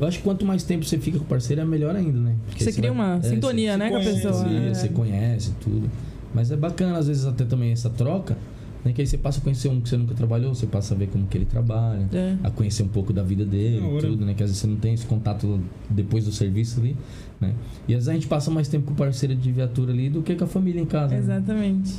B: Eu acho que quanto mais tempo você fica com o parceiro, é melhor ainda, né? Porque
A: Você cria
B: vai-
A: uma
B: é,
A: sintonia,
B: você-
A: né, com a
C: conhece,
A: pessoa.
B: Sim,
A: né?
B: Você conhece tudo. Mas é bacana, às vezes, até também essa troca, né? Que aí você passa a conhecer um que você nunca trabalhou, você passa a ver como que ele trabalha,
A: É.
B: a conhecer um pouco da vida
C: Da
B: dele,
C: hora.
B: tudo, né? Que às vezes você não tem esse contato depois do serviço ali, né? E às vezes a gente passa mais tempo com o parceiro de viatura ali do que com a família em casa. né?
A: Exatamente.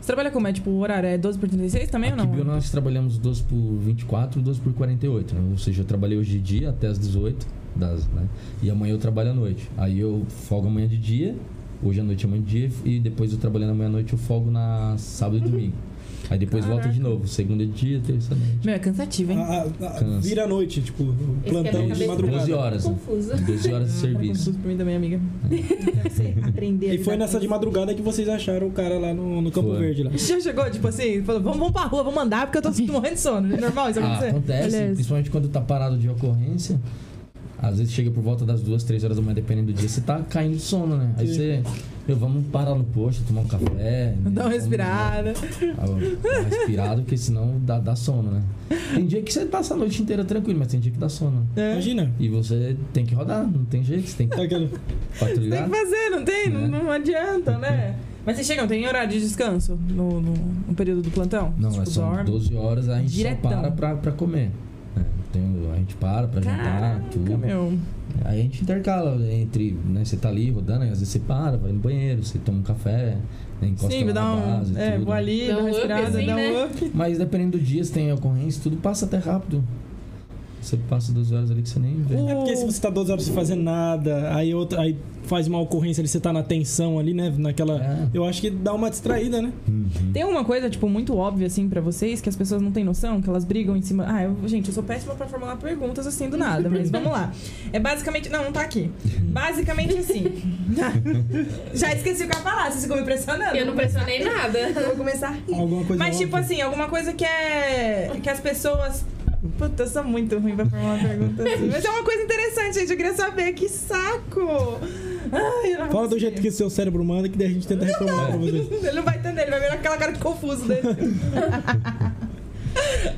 A: Você trabalha como? É tipo, o horário é 12 por 36 também
B: Aqui
A: ou
B: em Bio
A: não?
B: nós trabalhamos 12 por 24, 12 por 48, né? Ou seja, eu trabalhei hoje de dia até as 18, das, né? E amanhã eu trabalho à noite. Aí eu folgo amanhã de dia, hoje à noite é amanhã de dia, e depois eu trabalhando amanhã à noite eu folgo na sábado e domingo. Aí depois volta de novo, segunda de dia, terça à noite.
A: Meu, é cansativo,
B: Ah,
A: hein?
C: a- a- a- vira a noite, tipo, o
D: Esse
C: plantão
D: quebra-cabeça
C: de
D: é
C: madrugada.
B: 12 horas, né?
D: Confuso.
B: 12 horas de
A: Tá
B: serviço.
A: confuso pra mim também, amiga. [laughs]
F: aprender. a
C: E foi
F: lidar
C: nessa
F: com
C: de
F: isso.
C: madrugada que vocês acharam o cara lá no, no Campo
B: Foi.
C: Verde lá.
A: Já chegou, tipo assim, falou, vamos, vamos pra rua, vamos andar, porque eu
B: [laughs]
A: tô morrendo de sono. É normal isso
B: Ah,
A: acontecer?
B: acontece,
A: Beleza.
B: principalmente quando tá parado de ocorrência. Às vezes chega por volta das duas, três horas da manhã, dependendo do dia, você tá caindo de sono, né? Aí
C: Sim.
B: você. Meu, vamos parar no posto, tomar um café. né?
A: Dá uma
B: Vamos-
A: respirada.
B: Ah, dá uma respirada, porque senão dá, dá sono, né? Tem dia que você passa a noite inteira tranquilo, mas tem dia que dá sono.
A: É.
C: Imagina.
B: E você tem que rodar, não tem jeito, você tem que
C: Tá aquele-
A: Tem que
B: patrulhar.
A: fazer, não tem? Não,
B: Né?
A: não adianta, né? Mas vocês chegam, tem horário de descanso no, no, no período do plantão?
B: Não, é
A: tipo,
B: são
A: dorme.
B: 12 horas, a gente
A: Diretão.
B: só para pra, pra comer. né? Tem- a gente para pra jantar, tudo.
A: Caraca, meu.
B: Aí a gente intercala entre, né? Você tá ali rodando, aí às vezes você para, vai no banheiro, você toma um café, né, encosta
A: Sim,
B: lá
A: dá
B: na
A: um.
B: base,
A: É,
B: tudo.
A: vou ali, dá
D: Dá
A: uma
D: um up,
A: respirada,
D: assim,
A: dá um
D: né?
A: [laughs] up.
B: Mas dependendo do dia, se tem ocorrência, tudo passa até rápido. Você passa duas horas ali que você nem vê.
C: É porque se você tá 12 horas sem fazer nada, aí, outra, aí faz uma ocorrência ali, você tá na tensão ali, né? Naquela.
B: É.
C: Eu acho que dá uma distraída, né?
B: Uhum.
A: Tem uma coisa, tipo, muito óbvia, assim, pra vocês, que as pessoas não têm noção, que elas brigam em cima. Ah, eu- gente, eu sou péssima pra formular perguntas assim do nada, mas vamos lá. É basicamente. Não, não tá aqui. Basicamente
D: [laughs]
A: assim. [laughs] Já esqueci o que eu ia falar, vocês ficam me pressionando.
D: Eu não pressionei nada.
A: Eu vou começar a rir.
C: Alguma coisa.
A: Mas, tipo
C: óbvia.
A: assim, alguma coisa que é. que as pessoas. Puta, eu sou muito ruim pra formular pergunta assim. Mas é uma coisa interessante, gente. Eu queria saber. Que saco! Ai, eu não
C: Fala do jeito que o seu cérebro manda, que daí a gente tenta reformular pra vocês.
A: Ele assim, não vai entender, ele vai ver aquela cara de confuso dele.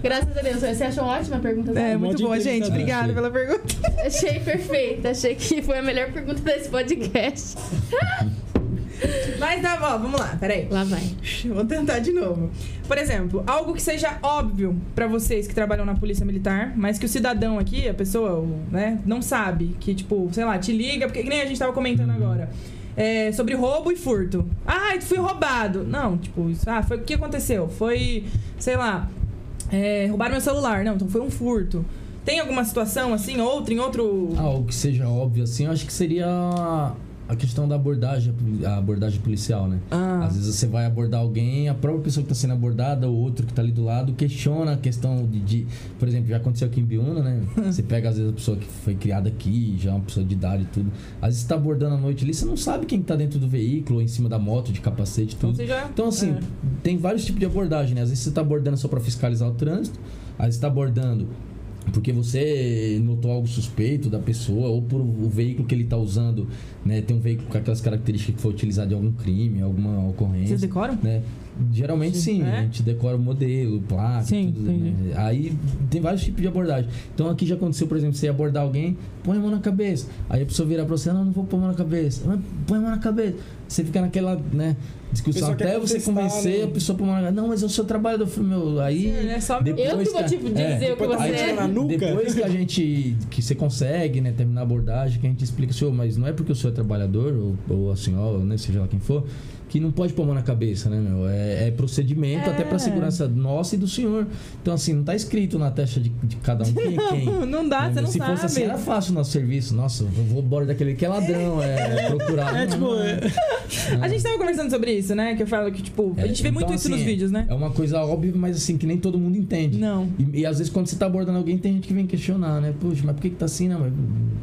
D: Graças a Deus. Você achou ótima a pergunta?
A: É,
D: Zé?
C: Um monte
A: muito
C: de
A: boa, gente.
C: entrevistador.
A: Obrigada pela pergunta.
D: Achei perfeita. Achei que foi a melhor pergunta desse podcast.
A: Mas tá bom, vamos lá, peraí.
D: Lá vai.
A: Vou tentar de novo. Por exemplo, algo que seja óbvio pra vocês que trabalham na polícia militar, mas que o cidadão aqui, a pessoa, o, né, não sabe. Que, tipo, sei lá, te liga, porque que nem a gente tava comentando
B: Uhum.
A: agora. é, sobre roubo e furto. Ah, eu fui roubado. Não, tipo, isso, ah, foi o que aconteceu? Foi, sei lá, é, roubaram meu celular. Não, então foi um furto. Tem alguma situação assim, outra, em outro.
B: Algo que seja óbvio assim, eu acho que seria a questão da abordagem, a abordagem policial, né?
A: Ah,
B: Às vezes você vai abordar alguém, a própria pessoa que está sendo abordada, ou outro que está ali do lado, questiona a questão de, de- Por exemplo, já aconteceu aqui em Biúna, né? Você pega, às vezes, a pessoa que foi criada aqui, já é uma pessoa de idade e tudo. Às vezes você tá abordando à noite ali, você não sabe quem está dentro do veículo, ou em cima da moto, de capacete e
A: então
B: tudo.
A: você já.
B: Então, assim,
A: É.
B: tem vários tipos de abordagem, né? Às vezes você tá abordando só pra fiscalizar o trânsito, às vezes tá abordando porque você notou algo suspeito da pessoa ou por o veículo que ele tá usando, né? Tem um veículo com aquelas características que foi utilizado em algum crime, alguma ocorrência,
A: Vocês decoram?
B: né? Geralmente sim,
A: É?
B: a gente decora o modelo, placa,
A: Sim,
B: tudo, né? Aí tem vários tipos de abordagem. Então aqui já aconteceu, por exemplo, você ia abordar alguém, põe a mão na cabeça. Aí a pessoa virar pra você, não, não vou pôr a mão na cabeça. Mas Põe a mão na cabeça. Você fica naquela, né, discussão
C: Pessoa
B: até
C: quer
B: você
C: contestar,
B: convencer
C: né?
B: a pessoa a pôr a mão na cabeça. Não, mas é o seu trabalho, eu falei, meu, aí...
A: É só meu.
B: Depois
D: Eu que vou,
B: tá-
D: tipo,
B: é.
D: dizer o que
C: Depois tá
D: você
C: mentindo
D: é.
C: na nuca.
B: Depois que a gente. que você consegue, né, terminar a abordagem, que a gente explica, senhor, mas não é porque o senhor é trabalhador, ou, ou a senhora, né, seja lá quem for, que não pode pôr a mão na cabeça, né, meu? É, é procedimento
A: É.
B: até pra segurança nossa e do senhor. Então, assim, não tá escrito na testa de, de cada um quem é
A: [laughs]
B: quem.
A: Não, não dá,
B: né,
A: Ah, você
B: meu?
A: não
B: Se
A: sabe.
B: fosse assim, era fácil o nosso serviço. Nossa, eu vou embora daquele que é ladrão, é
A: [laughs]
B: procurado.
C: É
B: Não,
C: tipo,
B: não é.
C: é-
A: A gente tava conversando sobre isso, né? Que eu falo que, tipo, a
B: É,
A: gente vê
B: então,
A: muito isso
B: assim,
A: nos vídeos, né?
B: É uma coisa óbvia, mas assim, que nem todo mundo entende.
A: Não.
B: E, e às vezes quando você tá abordando alguém, tem gente que vem questionar, né? Puxa, mas por que, que tá assim, né? Mas,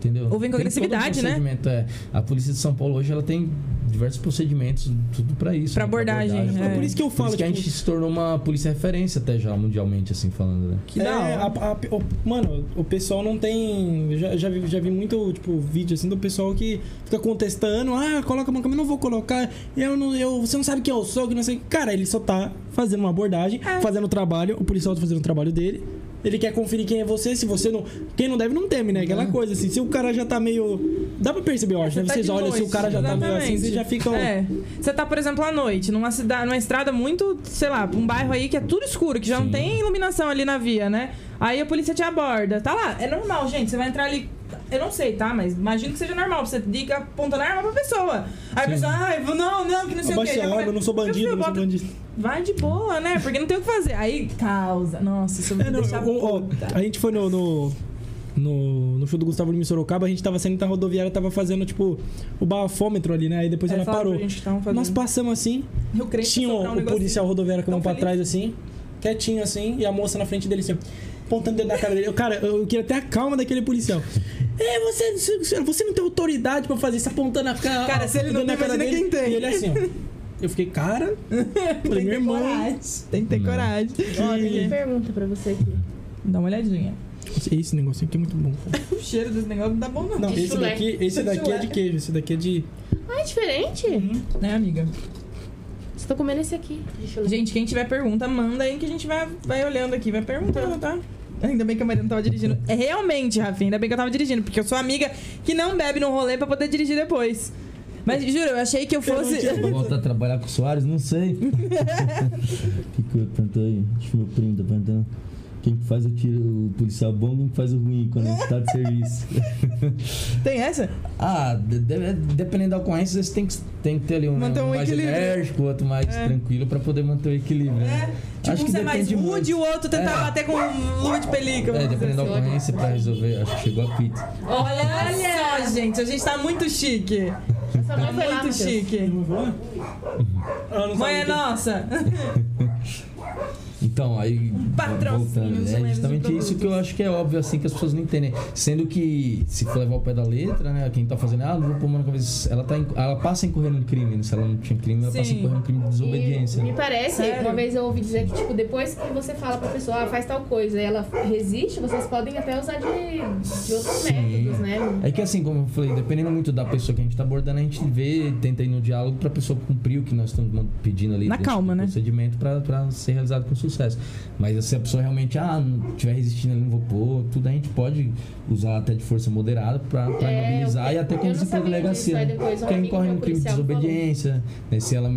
B: Entendeu?
A: Ou vem com
B: Tem
A: agressividade,
B: todo um
A: né?
B: procedimento, é. A polícia de São Paulo hoje ela tem diversos procedimentos, tudo pra isso.
A: Pra
B: né?
A: abordagem,
C: é
A: É.
C: por isso que eu
B: Por
C: falo,
B: isso que a
C: tipo,
B: gente se tornou uma polícia referência até já, mundialmente, assim, falando, né?
A: Que
C: é,
A: da hora.
C: a- a- o- mano, o pessoal não tem. eu Já, já, vi, já vi muito, tipo, vídeo assim do pessoal que fica contestando, ah, coloca uma câmera, eu não vou colocar, eu não, eu, você não sabe quem eu sou, que não sei. o que." Cara, ele só tá fazendo uma abordagem,
A: É.
C: fazendo o trabalho, o policial tá fazendo o trabalho dele. Ele quer conferir quem é você, se você não. Quem não deve, não teme, né? Aquela coisa assim. Se o cara já tá meio. Dá pra perceber, eu acho, né?
A: Você tá
C: Vocês
A: de
C: olham, se o
A: noite,
C: cara já tá meio assim,
A: exatamente.
C: vocês já ficam.
A: É. Você tá, por exemplo, à noite, numa cidade, numa estrada muito, sei lá, um bairro aí que é tudo escuro, que já não
B: Sim.
A: tem iluminação ali na via, né? Aí a polícia te aborda. Tá lá, é normal, gente. Você vai entrar ali. Eu não sei, tá? Mas imagino que seja normal. Você diga apontando a arma pra pessoa. Aí a
B: Sim.
A: pessoa, ai, não, não, que não sei o
C: Abaixa
A: que.
C: a arma, "Ah, eu não sou bandido, eu não sou bandido.
A: Vai de boa, né? Porque não tem o que fazer. Aí causa. Nossa, isso me
C: É, não,
A: deixa
C: eu- ó,
A: puta.
C: a gente foi no, no, no, no show do Gustavo Lima em Sorocaba, a gente tava saindo da rodoviária, tava fazendo, tipo, o bafômetro ali, né? Aí depois
A: É,
C: ela
A: fala pra
C: parou.
A: gente um que tava fazendo.
C: Nós passamos assim,
A: Eu creio que
C: tinha
A: sobrar um
C: o, o
A: negocinho.
C: policial rodoviário com a mão
A: Tão
C: pra
A: feliz.
C: trás, assim, quietinho assim, e a moça na frente dele, assim, apontando o dedo na cara dele. Eu, Cara, eu, eu queria até a calma daquele policial. É, você, senhora, você não tem autoridade pra fazer isso, apontando a cara.
A: Cara, se ele não
C: apontando
A: tem,
C: a cara
A: imagina
C: dele.
A: quem tem.
C: E ele assim, ó. Eu fiquei,
A: [laughs]
C: cara,
A: Tem
C: falei,
A: que
C: meu
A: ter
C: irmão.
A: coragem. Tem que ter
B: Não.
A: coragem.
D: Olha, tem pergunta pra você aqui.
A: Dá uma olhadinha.
C: Esse negocinho aqui é muito bom. cara.
A: O cheiro desse negócio não tá bom, não.
C: Não,
D: De
C: esse
D: chulé.
C: daqui, esse daqui é de queijo, esse daqui é de.
D: Ah, é diferente?
A: Né, amiga?
D: Você tá comendo esse aqui. Deixa eu ler.
A: Gente, quem tiver pergunta, manda aí que a gente vai, vai olhando aqui, vai perguntando, tá? Ainda bem que a Maria não tava dirigindo. É realmente, Rafinha, ainda bem que eu tava dirigindo, porque eu sou amiga que não bebe no rolê pra poder dirigir depois.
C: É.
A: Mas juro, eu achei que eu fosse.
B: Vou voltar a trabalhar com o Soares? Não
C: [laughs]
B: sei. O que, que eu ia perguntar aí? Acho que meu primo tá perguntando. Quem que faz o tiro, o policial bom, quem que faz o ruim quando ele tá de serviço?
A: Tem essa?
B: ah, de- de- dependendo da ocorrência, você tem que, tem que ter ali um,
A: Manter um
B: mais
A: equilíbrio.
B: enérgico, outro mais
A: É.
B: tranquilo pra poder manter o equilíbrio.
A: É.
B: né?
A: Tipo, um ser mais
B: depende muito.
A: rude e o outro tentar
B: É.
A: bater com luva de película.
B: É,
A: vamos dizer
B: dependendo da
A: assim.
B: ocorrência pra resolver. Acho que chegou a pizza.
A: Olha só, gente, a gente tá muito chique.
D: Essa mãe foi lá,
A: é Muito
D: Matheus.
A: chique.
C: Ela não
A: Mãe é
C: sabe o
A: nossa.
B: Então, aí.
A: patrocínio
B: voltando,
A: dos
B: É
A: leves
B: justamente
A: produtos.
B: isso que eu acho que é óbvio, assim, que as pessoas não entendem. Sendo que, se for levar o pé da letra, né? Quem tá fazendo, ah, não vou pôr a mão na cabeça. Ela, tá, em- ela passa incorrendo em crime, né? Se ela não tinha crime, ela passa
A: Sim.
B: incorrendo em crime de desobediência.
D: E me
B: né?
D: parece,
A: Sério?
D: uma vez eu ouvi dizer que, tipo, depois que você fala pra pessoa, ah, faz tal coisa, e ela resiste, vocês podem até usar de, de outros métodos, né?
B: É que assim, como eu falei, dependendo muito da pessoa que a gente tá abordando, a gente vê, tenta ir no diálogo pra pessoa cumprir o que nós estamos man- pedindo ali.
A: Na
B: dentro
A: calma,
B: do
A: né?
B: procedimento pra, pra ser realizado com sucesso. Mas se a pessoa realmente, ah, não tiver resistindo ali, não vou pôr, tudo a gente pode usar até de força moderada pra, pra
D: É,
B: imobilizar
D: eu-
B: e até
D: eu
B: conduzir
D: não
B: pra
D: sabia disso,
B: delegacia.
D: aí
B: né?
D: depois um
B: Quem
D: amigo
B: corre
D: meu
B: no crime de
D: policial falou.
B: desobediência, né? se ela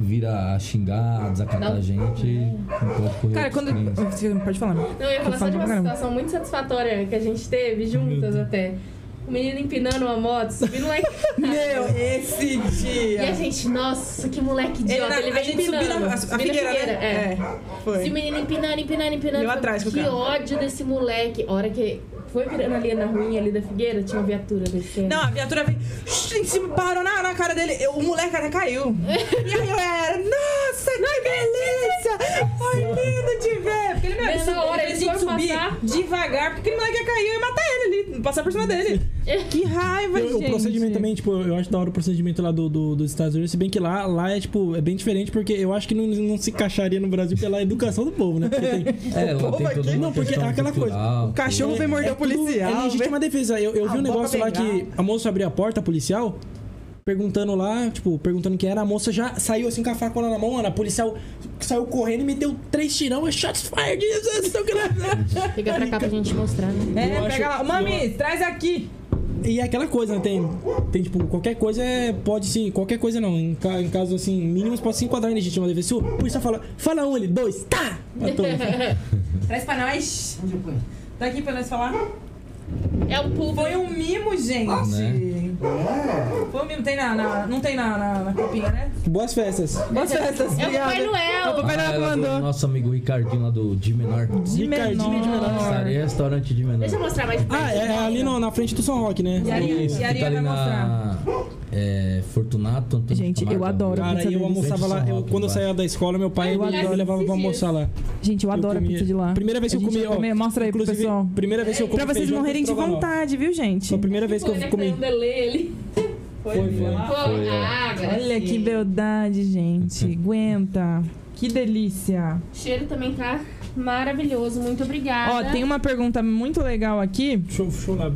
B: vira a xingar, a desacatar
D: Não.
B: a gente, não pode correr
A: Cara,
B: outros
A: quando.
B: crimes.
A: Você Pode falar. né? amiga.
D: Não, eu ia falar só de uma
A: Caramba.
D: situação muito satisfatória que a gente teve juntas até. O menino empinando uma moto,
B: [laughs]
D: subindo lá. em-
A: Meu, esse
D: E a
A: dia.
D: gente, nossa, que moleque
A: Ele
D: idiota,
A: na-
D: ele,
A: a
D: vem
A: gente
D: empinando.
A: subiu na, a, a
D: Subindo
A: figueira, né?
D: é.
A: Foi.
D: Esse menino empinando, empinando, empinando.
A: Eu
D: Falei,
A: atrás com o
D: que
A: carro.
D: ódio desse moleque. A hora que foi virando ali na ruinha ali da Figueira, tinha uma viatura da esquerda.
A: Não, a viatura veio shh, em cima, parou na, na cara dele. Eu- o moleque até caiu. e aí eu era, nossa, que beleza! Foi lindo de ver. Porque ele me
D: Mas na hora, eles
A: tinha que
D: foram
A: subir
D: passar.
A: devagar, porque aquele moleque ia cair e ia matar ele ali, passar por cima dele. Que raiva,
C: Eu-
A: gente.
C: O procedimento também, tipo, eu acho da hora o procedimento lá do, do- dos Estados Unidos, se bem que lá, lá é, tipo, é bem diferente, porque eu acho que não, não se encaixaria no Brasil pela educação do povo, né?
A: [laughs]
C: Porque tem-
B: É, ela
A: povo
B: tem
A: aqui-
B: toda uma
C: Não, porque
B: questão
C: é aquela coisa,
B: cultural,
A: O cachorro
C: é-
A: veio morder
C: é
A: o
C: tudo-
A: policial.
C: É
A: veio-
C: legítima defesa. Eu, eu
A: Ah,
C: vi
A: boca
C: um negócio lá
A: pegada.
C: que a moça abriu a porta, a policial, perguntando lá, tipo, perguntando quem era, a moça já saiu assim com a facola na mão, Ana, a policial saiu correndo e meteu três tirão, é shots fired, [laughs] isso, isso, isso, isso.
D: Fica pra cá pra gente mostrar, né?
A: É,
C: Eu
A: pega
C: acho-
A: lá. Mami, traz aqui.
C: E é aquela coisa, né? Tem, tem tipo, qualquer coisa é, pode se. Qualquer coisa não. Em, ca, em casos assim, mínimos pode se enquadrar em legítima defesa. Se o policial fala, fala um, ele, dois,
A: [laughs]
C: tá! Matou.
A: Traz pra nós.
E: Onde eu ponho?
A: Tá aqui pra nós falar.
D: É o público.
A: Foi um mimo, gente.
B: Né?
E: É,
A: Foi um mimo. Tem na, na- não tem na, na, na copinha, né?
C: Boas festas.
A: Boas festas.
D: É o Papai
A: É o
D: Noel.
A: Papai
B: Ah,
A: Noel
B: ela do
A: mandou.
B: nosso amigo Ricardinho lá do de menor.
A: De
C: Ricardinho de
A: menor.
B: Estaria restaurante de menor.
D: Deixa eu mostrar mais pra
C: Ah, é, é ali no- na frente do São Roque, né?
A: E Ariana-
B: Isso,
A: e
B: fica
A: Ariana
B: ali
A: vai
B: na é, Fortunato. Antônio
A: Gente, eu
B: Camargo,
A: adoro.
B: né?
C: Cara,
A: pizza
C: eu
A: deles.
C: almoçava lá. eu- quando eu saía da escola, meu pai
D: Eu
C: me
D: adoro.
C: levava pra almoçar lá.
A: Gente, eu adoro a
C: comia-
A: pizza de lá.
C: Primeira vez que
A: A
C: eu
A: gente
C: comi,
A: vai
C: ó,
A: comer, mostra aí pro
C: Inclusive,
A: pessoal.
C: primeira vez que eu comi
A: Pra vocês
C: feijão
A: morrerem
C: com
A: de
C: estrogonofe.
A: vontade, viu, gente?
C: Foi a primeira vez que
D: né,
C: eu comi.
D: ele.
C: Foi, foi. lá.
B: Foi, é.
D: ah,
A: Olha
D: gracinha.
A: que beldade, gente. Aguenta. Que delícia.
D: O cheiro também tá maravilhoso. Muito obrigada.
A: Ó, tem uma pergunta muito legal aqui.
C: Show, show lá.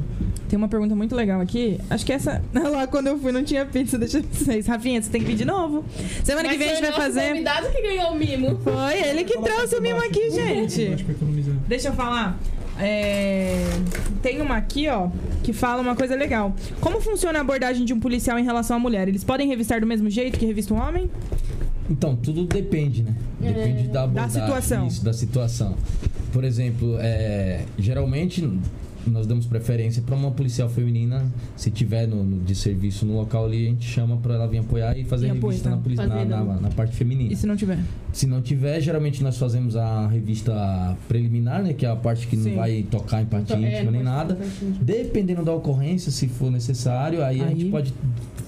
A: Tem uma pergunta muito legal aqui. Acho que essa. [laughs] Lá quando eu fui não tinha pizza, deixa eu dizer vocês. Rafinha, você tem que pedir de novo. Semana
D: Mas
A: um que vem a
D: foi
A: gente vai
D: o nosso
A: fazer.
D: convidado que ganhou o mimo.
A: Foi ele que
C: Coloca
A: trouxe o mimo
C: embaixo,
A: aqui,
C: coloca
A: gente.
C: embaixo pra economizar.
A: Deixa eu falar. É, Tem uma aqui, ó, que fala uma coisa legal. Como funciona a abordagem de um policial em relação à mulher? Eles podem revistar do mesmo jeito que revista um homem?
B: Então, tudo depende, né? Depende da abordagem,
A: situação.
B: Isso, da situação. Por exemplo, é, geralmente nós damos preferência para uma policial feminina, se tiver no, no- de serviço no local ali, a gente chama para ela vir apoiar e fazer
A: E apoia,
B: revista
A: tá?
B: na, polícia,
D: Fazer
B: na,
D: na-
B: na- na parte feminina.
A: E se não tiver?
B: Se não tiver, geralmente nós fazemos a revista preliminar, né? Que é a parte que
A: Sim. Então,
B: não vai tocar em parte
D: É,
B: íntima
D: não
B: nem
D: pode
B: nada.
D: fazer parte íntima.
B: Dependendo da ocorrência, se for necessário, aí, a
A: Aí-
B: gente pode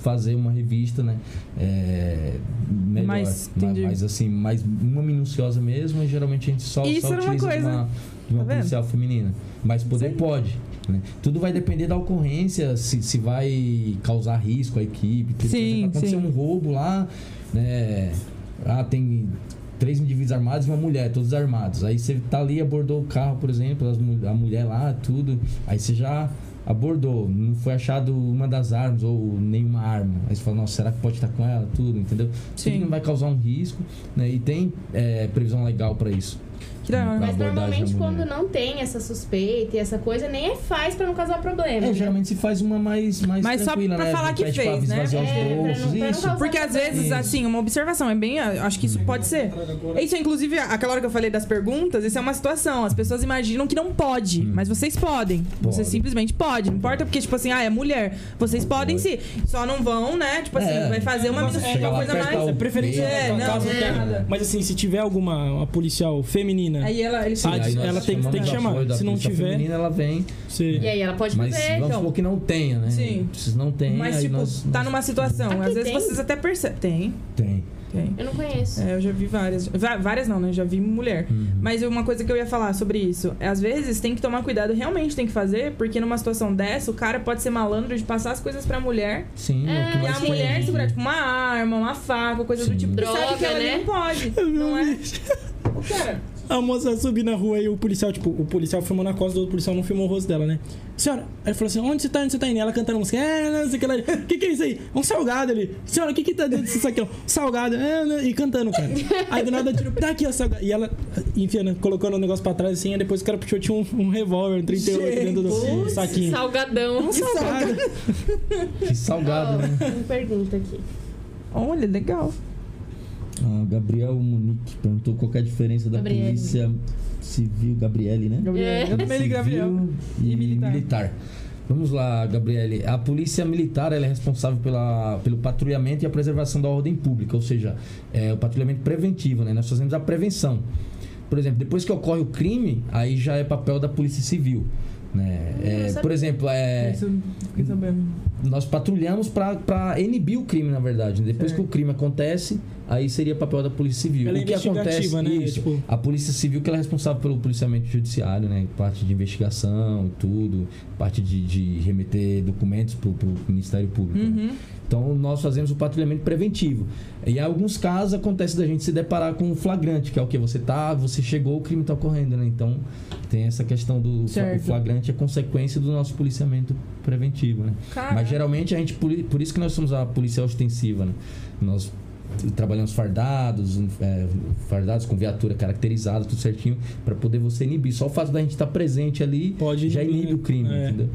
B: fazer uma revista, né? É, melhor,
A: Mais-
B: mais,
A: entendi.
B: mais assim, mais uma minuciosa mesmo, e geralmente a gente só,
A: Isso
B: só
A: era uma
B: utiliza de
A: coisa.
B: uma, de uma
A: Tá vendo?
B: policial feminina. Mas poder
A: Isso aí.
B: pode. né? Tudo vai depender da ocorrência, se, se vai causar risco à equipe. Porque,
A: Sim,
B: por exemplo, aconteceu
A: sim.
B: um roubo lá, né? Ah, tem três indivíduos armados e uma mulher, todos armados. Aí você tá ali, abordou o carro, por exemplo, as mu- a mulher lá, tudo. Aí você já abordou, não foi achado uma das armas ou nenhuma arma. Aí você fala, nossa, será que pode estar com ela, tudo, entendeu?
A: Sim.
B: Tudo não vai causar um risco, né? E tem é, previsão legal pra isso.
A: Que da hora.
B: Pra
D: Mas
B: abordagem
D: normalmente
B: à mulher.
D: quando não tem essa suspeita e essa coisa, nem é faz pra não causar problema.
B: É, geralmente se faz uma mais, mais
A: Mas só
B: tranquila,
A: pra
B: né?
A: falar que
B: Pra, tipo,
A: fez, né?
B: esvaziar os
D: É, pra não-
B: bolsos,
D: pra não
B: isso.
D: causar
A: Porque às vezes,
B: Isso.
A: assim, uma observação é bem. Acho que isso pode ser. Isso, inclusive, aquela hora que eu falei das perguntas, isso é uma situação. As pessoas imaginam que não pode,
B: Hum.
A: mas vocês podem. Você
B: Pode.
A: simplesmente pode. Não importa porque, tipo assim, ah, é mulher. Vocês podem sim. Só não vão, né? Tipo assim,
B: É.
A: vai fazer uma,
B: Nossa,
A: minu-
B: chega
A: uma
B: lá,
A: coisa
B: aperta
A: mais.
B: o tá
C: Preferência
B: meio.
A: É,
C: no
A: não,
C: caso
A: não é
C: tem.
A: nada.
C: Mas assim, se tiver alguma uma policial feminina,
A: Aí ela, ele
C: Sim,
A: fala,
C: aí
B: nós
C: ela tem que- tem que
B: chamamos a
C: chamar.
B: apoio da
C: Se não
B: polícia
C: tiver-
B: feminina, ela vem.
C: você.
D: E aí ela pode
B: Mas
D: fazer.
B: vamos supor que não tenha, né?
A: então. Sim.
B: Se não tem,
A: mas,
B: aí
A: tipo,
B: nós...
A: tá numa situação.
D: Aqui
A: às vezes
D: tem?
A: vocês até percebem. Tem,
B: Tem.
A: tem.
D: Eu não conheço.
A: É, eu já vi várias. Va- Várias não, né? Já vi mulher.
B: Uhum.
A: Mas uma coisa que eu ia falar sobre isso, é, às vezes tem que tomar cuidado, realmente tem que fazer, porque numa situação dessa, o cara pode ser malandro de passar as coisas pra mulher
B: Sim, é o que
D: Ah,
A: e
B: mais
A: a
B: tem,
A: mulher
B: né?
A: segurar, tipo, uma arma, uma faca, coisa do
B: Sim.
A: tipo. Droga,
D: Droga,
A: sabe que ela
D: né?
A: não
B: [laughs]
A: pode, não é? O cara.
C: A moça subir na rua e o policial, tipo, o policial filmou na costa do outro policial, não filmou o rosto dela, né? Senhora, aí ele falou assim: onde você tá? Onde você tá indo? E Ela cantando música, é, não sei o que lá. [laughs] O que, que é isso aí? Um salgado ali. Senhora, o que, que tá dentro desse saquinho? Salgado, é, né? e cantando, cara. Aí do nada tirou, tá aqui, ó, salgado. E ela enfiando, colocando o negócio pra trás assim, aí depois o cara puxou, tinha um, um revólver, um 38 dentro do, do saquinho. Um [laughs]
D: Salgadão.
C: Salgado.
B: Que salgado,
A: [laughs]
B: né?
D: Ó, uma pergunta aqui.
A: Olha, legal.
B: Ah, Gabriel Munique perguntou qual que é a diferença da
D: Gabriele.
B: polícia civil, Gabriele, né?
A: Gabriel.
D: É.
A: Eu também ligo Gabriel.
B: Civil
A: E
B: E
A: militar.
B: militar. Vamos lá, Gabriele. A polícia militar ela é responsável pela, pelo patrulhamento e a preservação da ordem pública, ou seja, é, o patrulhamento preventivo, né? Nós fazemos a prevenção. Por exemplo, depois que ocorre o crime, aí já é papel da polícia civil. Né?
D: Hum, eu
B: É,
D: sabia.
B: por exemplo, é,
A: Isso, fiquei sabendo.
B: nós patrulhamos para inibir o crime, na verdade. né? Depois
A: Certo.
B: que o crime acontece, aí seria papel da Polícia Civil.
C: É. Ela é
B: o que
C: investigativa,
B: acontece
C: né? É
B: isso?
C: tipo-
B: A Polícia Civil que ela é responsável pelo policiamento judiciário, né? Parte de investigação e tudo, parte de, de remeter documentos para o Ministério Público. né?
A: Uhum.
B: Então nós fazemos o patrulhamento preventivo. E em alguns casos acontece da gente se deparar com um flagrante, que é o que você tá, você chegou, o crime está ocorrendo, né? Então tem essa questão do fla-
A: Certo.
B: o flagrante é consequência do nosso policiamento preventivo, né?
A: Cara.
B: Mas geralmente a gente, por, por isso que nós somos a polícia ostensiva, né? Nós trabalhamos fardados, um, é, fardados com viatura caracterizada, tudo certinho, para poder você inibir. Só o fato da gente estar tá presente ali
C: Pode
B: já
C: inibir,
B: inibe
C: né?
B: o crime,
C: É.
B: entendeu?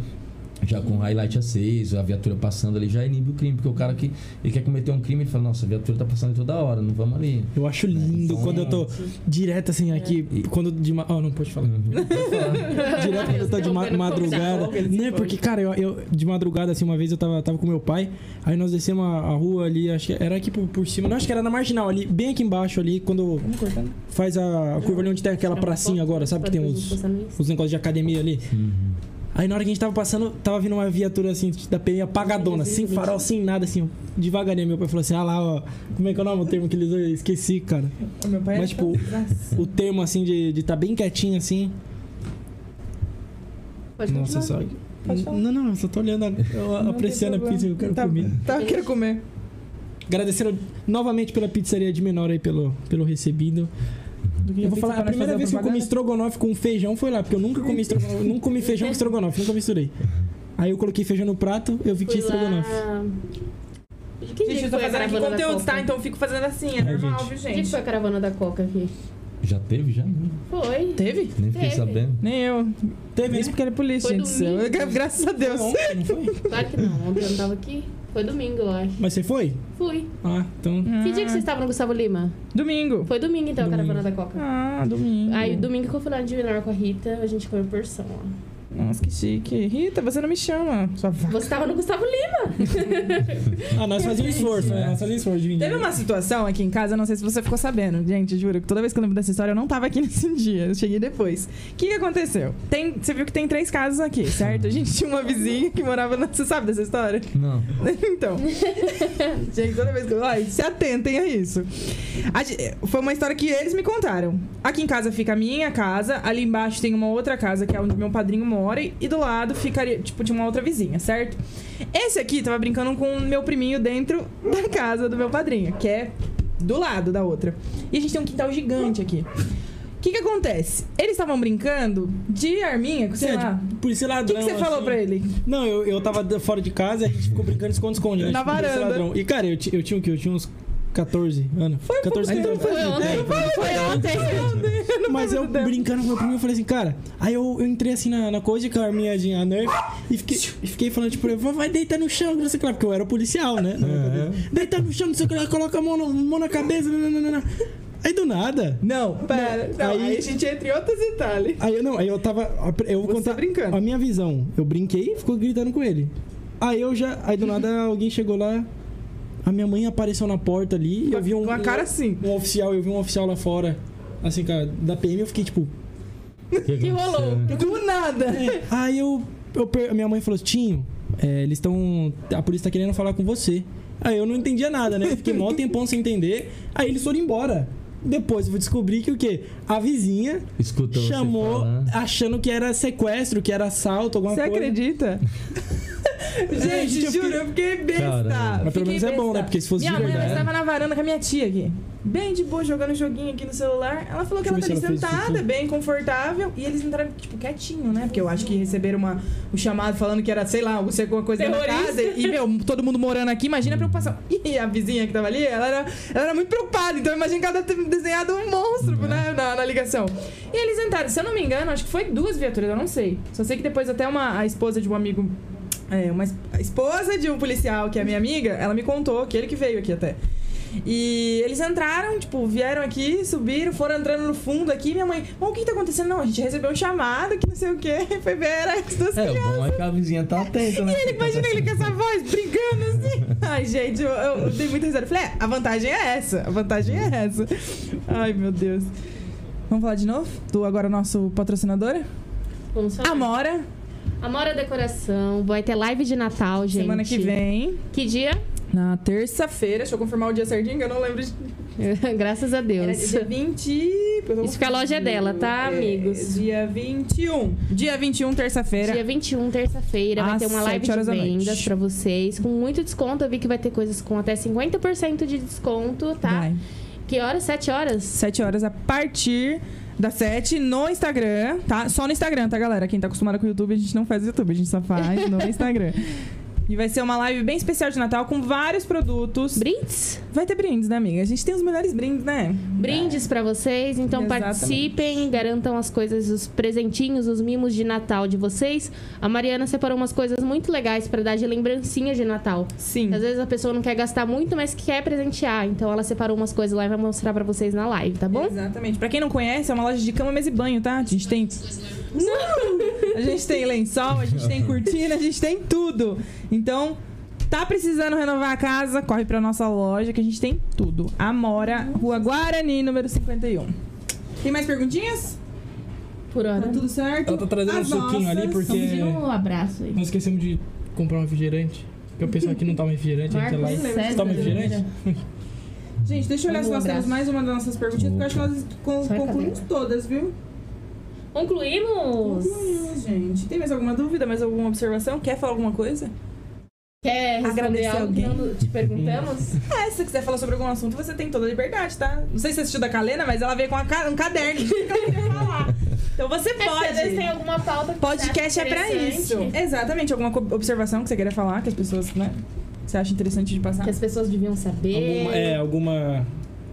B: Já com highlight a 6, a viatura passando ali, já inibe o crime. Porque o cara que ele quer cometer um crime, ele fala, nossa, a viatura tá passando ali toda hora, não vamos ali.
C: Eu acho lindo
B: Então,
C: quando eu tô direto assim aqui.
B: E-
C: Quando de. ma- Oh, não
B: [laughs]
C: pode falar. Direto quando eu tô de ma- madrugada. Né, porque, cara, eu, eu- de madrugada, assim, uma vez eu tava, tava com meu pai, aí nós descemos a, a rua ali, acho que era aqui por, por cima, não, acho que era na marginal ali, bem aqui embaixo ali, quando faz a, a curva ali onde tem aquela pracinha agora, sabe que tem os, os negócios de academia ali.
B: "Uhum."
C: [laughs] Aí na hora que a gente tava passando, tava vindo uma viatura assim, da PM apagadona, sem farol, sem nada, assim, ó, devagarinho. Meu pai falou assim, ah lá, ó, como é que é o nome do termo que eles usam? Eu Esqueci, cara.
A: O meu pai
C: Mas,
A: era tão
C: tipo,
A: desgraçado.
C: O termo, assim, de, de tá bem quietinho, assim.
D: Pode
C: Nossa,
D: continuar.
C: só...
A: Pode falar.
C: Não, não, eu só tô olhando, eu
A: Não
C: apreciando a
A: tem
C: pizza que eu quero
A: problema. tá,
C: comer.
A: Tá, eu quero comer.
C: Agradecendo novamente pela pizzaria de menor aí, pelo, pelo recebido. Eu vou falar, a primeira vez que eu comi estrogonofe com feijão foi lá, porque eu nunca comi estrogonofe, nunca comi feijão com estrogonofe, nunca misturei. Aí eu coloquei feijão no prato, eu vi que
D: Fui
C: tinha estrogonofe.
D: lá... De que
A: Gente,
D: dia
A: eu
D: que
A: tô
D: foi a
A: fazendo aqui
D: caravana da
A: conteúdo,
D: Coca?
A: tá? Então eu fico fazendo assim, é normal, viu,
C: gente.
D: Que dia que
A: gente?
D: foi a caravana da Coca aqui?
B: Já teve, já? né?
D: Foi.
A: Teve?
B: Nem fiquei
D: Teve.
B: sabendo.
A: Nem eu.
C: Teve
A: Isso
C: isso
A: porque era polícia,
D: Foi
A: gente. do céu.
D: domingo.
A: Gra- Graças a Deus.
C: ontem, não foi?
D: Claro que não. Ontem eu não tava aqui. Foi domingo, eu acho.
C: Mas você foi?
D: Fui.
C: Ah, então.
D: Que dia que vocês estavam no Gustavo Lima?
A: Domingo.
D: Foi domingo, então, a
C: Domingo.
D: caravana da Coca.
A: Ah, domingo.
D: Aí, domingo que eu fui lá de menor com a Rita, a gente comeu porção, ó.
A: Nossa, que chique. Rita, você não me chama. Sua vaca.
D: Você tava no Gustavo Lima!
C: Ah, nós fazíamos esforço, né? Nós fazíamos esforço de vir.
A: Teve uma situação aqui em casa, não sei se você ficou sabendo, gente, juro que toda vez que eu lembro dessa história, eu não tava aqui [laughs] nesse dia, eu cheguei depois. O que, que aconteceu? Tem, você viu que tem três casos aqui, certo? A gente tinha uma vizinha que morava na. Você sabe dessa história?
B: Não.
A: [laughs]
C: [laughs]
A: Então. Gente, toda vez que eu. Ai, se atentem a isso. A ge- foi uma história que eles me contaram. Aqui em casa fica a minha casa, ali embaixo tem uma outra casa que é onde meu padrinho mora, e do lado ficaria, tipo, tinha uma outra vizinha, certo? Esse aqui tava brincando com o meu priminho dentro [laughs] da casa do meu padrinho, que é do lado da outra. E a gente tem um quintal gigante aqui. O que que acontece? Eles estavam brincando de arminha, sei
C: Você é
A: lá.
C: de polícia
A: O que,
C: ladrão.
A: que você falou
C: assim.
A: pra ele?
C: Não, eu, eu tava de- fora de casa e a gente ficou brincando de esconde-esconde. né?
A: Na
C: Tipo, polícia
A: varanda.
C: ladrão. E, cara, eu, ti- eu tinha o quê? Eu tinha uns 14 anos. Foi 14
A: pouco
C: anos.
A: tempo.
D: Foi ontem. Foi ontem.
C: Mas eu brincando com meu primo, eu falei assim, cara. Aí eu, eu entrei assim na, na coisa com a minha de- a Nerf e fiquei, e fiquei falando, tipo, vai, vai deitar no chão, não sei o que lá, porque eu era policial, né? Na minha cabeça. Deitar no chão, não sei o que lá, coloca a mão, no- mão na cabeça. nananana. Aí do nada.
A: Não, pera. Não, aí...
C: aí-
A: a gente entra em outros detalhes.
C: Aí eu não, aí eu tava. Eu vou
A: Você
C: contar
A: brincando.
C: a minha visão. Eu brinquei e ficou gritando com ele. Aí eu já. Aí
A: [laughs]
C: do nada alguém chegou lá. A minha mãe apareceu na porta ali. e eu vi um,
A: Com a cara assim.
C: um oficial, eu vi um oficial lá fora. Assim, cara, da PM, eu fiquei
A: [laughs]
C: tipo.
D: Que rolou?
A: Do nada.
C: Aí eu. eu per- minha mãe falou: Tinho, é, eles estão. A polícia tá querendo falar com você. Aí eu não entendia nada, né? Eu Fiquei mó tempão sem entender. Aí eles foram embora. Depois eu fui descobrir que o quê? A vizinha
B: Escutou você
C: chamou
B: falar.
C: achando que era sequestro, que era assalto, alguma
A: Você
C: coisa. [laughs]
A: acredita?
C: É,
A: gente,
C: gente, eu
A: juro, eu fiquei besta.
B: Caramba.
C: Mas pelo
A: Fiquei
C: menos é bom,
A: besta.
C: né? Porque se fosse
A: Minha
C: de
A: mãe, ela
C: verdade. né?
A: estava na varanda com a minha tia aqui. Bem de boa, jogando um joguinho aqui no celular. Ela falou que
C: Deixa
A: ela
C: eu ver se
A: estava
C: ela fez
A: sentada,
C: xixi.
A: bem confortável. E eles entraram, tipo, quietinho, né? Porque eu acho que receberam uma, um chamado falando que era, sei lá, você alguma coisa na
D: Terrorista.
A: casa. E, meu, todo mundo morando aqui, imagina a preocupação. E a vizinha que tava ali, ela era, ela era muito preocupada. Então, imagina que ela deve ter desenhado um monstro,
B: Uhum.
A: né? Na, na ligação. E eles entraram, se eu não me engano, acho que foi duas viaturas, eu não sei. Só sei que depois até uma, a esposa de um amigo é, uma es- a esposa de um policial, que é minha amiga, ela me contou, que ele que veio aqui até. E eles entraram, tipo, vieram aqui, subiram, foram entrando no fundo aqui. Minha mãe, "Mas o que tá acontecendo? Não, a gente recebeu um chamado, que não sei o quê. [laughs] Foi ver, era isso das
B: É, o
A: crianças.
B: bom é que a vizinha tá atenta, né?
A: E [laughs] ele, imagina ele com essa voz, brigando assim. Ai, gente, eu, eu dei muita risada. Eu Falei, é, a vantagem é essa, a vantagem é essa. Ai, meu Deus. Vamos falar de novo do agora nosso patrocinador?
D: Vamos falar.
A: Amora,
D: Amora Decoração. Vai ter live de Natal, gente.
A: semana que vem.
D: Que dia? [laughs]
A: Na terça-feira, deixa eu confirmar o dia certinho, que eu não lembro de
D: Graças a
A: Era
D: Deus.
A: dia 20. eu tô
D: Isso que a loja é
A: confundindo.
D: dela, tá, amigos?
A: Dia 21. Dia 21, terça-feira.
D: Dia 21, terça-feira, vai
A: Às
D: ter uma
A: sete
D: live de
A: horas da noite.
D: vendas pra vocês. Com muito desconto, eu vi que vai ter coisas com até 50% de desconto, tá?
A: Vai.
D: Que horas? 7 horas?
A: 7 horas a partir das 7 no Instagram, tá? Só no Instagram, tá, galera? Quem tá acostumado com o YouTube, a gente não faz YouTube, a gente só faz no Instagram. E vai ser uma live bem especial de Natal com vários produtos.
D: Brindes?
A: Vai ter brindes, né, amiga? A gente tem os melhores brindes, né?
D: Brindes pra vocês, então
A: Exatamente.
D: participem, garantam as coisas, os presentinhos, os mimos de Natal de vocês. A Mariana separou umas coisas muito legais pra dar de lembrancinha de Natal.
A: Sim.
D: Às vezes a pessoa não quer gastar muito, mas quer presentear. Então ela separou umas coisas lá e vai mostrar pra vocês na live, tá bom?
A: Exatamente. Pra quem não conhece, é uma loja de cama, mesa e banho, tá? A gente tem. Não! A gente tem lençol, a gente tem cortina, a gente tem tudo. Então, tá precisando renovar a casa? Corre pra nossa loja que a gente tem tudo. Amora, Rua Guarani, número 51. Tem mais perguntinhas?
D: Por
A: Tá
D: hora. um
A: tudo certo?
C: Ela tá trazendo
A: As
C: um suquinho ali
A: nossas-
C: porque-
D: abraço aí.
C: Nós esquecemos de comprar um refrigerante. Porque o pessoal aqui não toma refrigerante, a gente é lá.
D: Marcos né?
C: e-
D: César.
C: Você toma refrigerante?
A: Gente, deixa eu olhar se nós
D: Um abraço.
A: temos mais uma das nossas perguntinhas, porque eu acho que nós con-
D: Só a
A: concluímos
D: cadeira.
A: todas, viu?
D: Concluímos?
A: Concluímos, gente. Tem mais alguma dúvida, mais alguma observação? Quer falar alguma coisa?
D: Quer responder
A: Agradecer
D: algo que
A: alguém?
D: não te perguntamos?
A: É, se você quiser falar sobre algum assunto, você tem toda a liberdade, tá? Não sei se você assistiu da Kalena, mas ela veio com uma ca- um caderno de tudo que ela queria falar. Então você
D: Mas, às vezes tem
A: pode.
D: alguma pauta que
A: Podcast
D: você
A: é
D: acha
A: pra isso.
D: um interessante,
A: Exatamente. Alguma co- observação que você queira falar, que as pessoas, né? Você acha interessante de passar?
D: Que as pessoas deviam saber.
C: Alguma, é, alguma.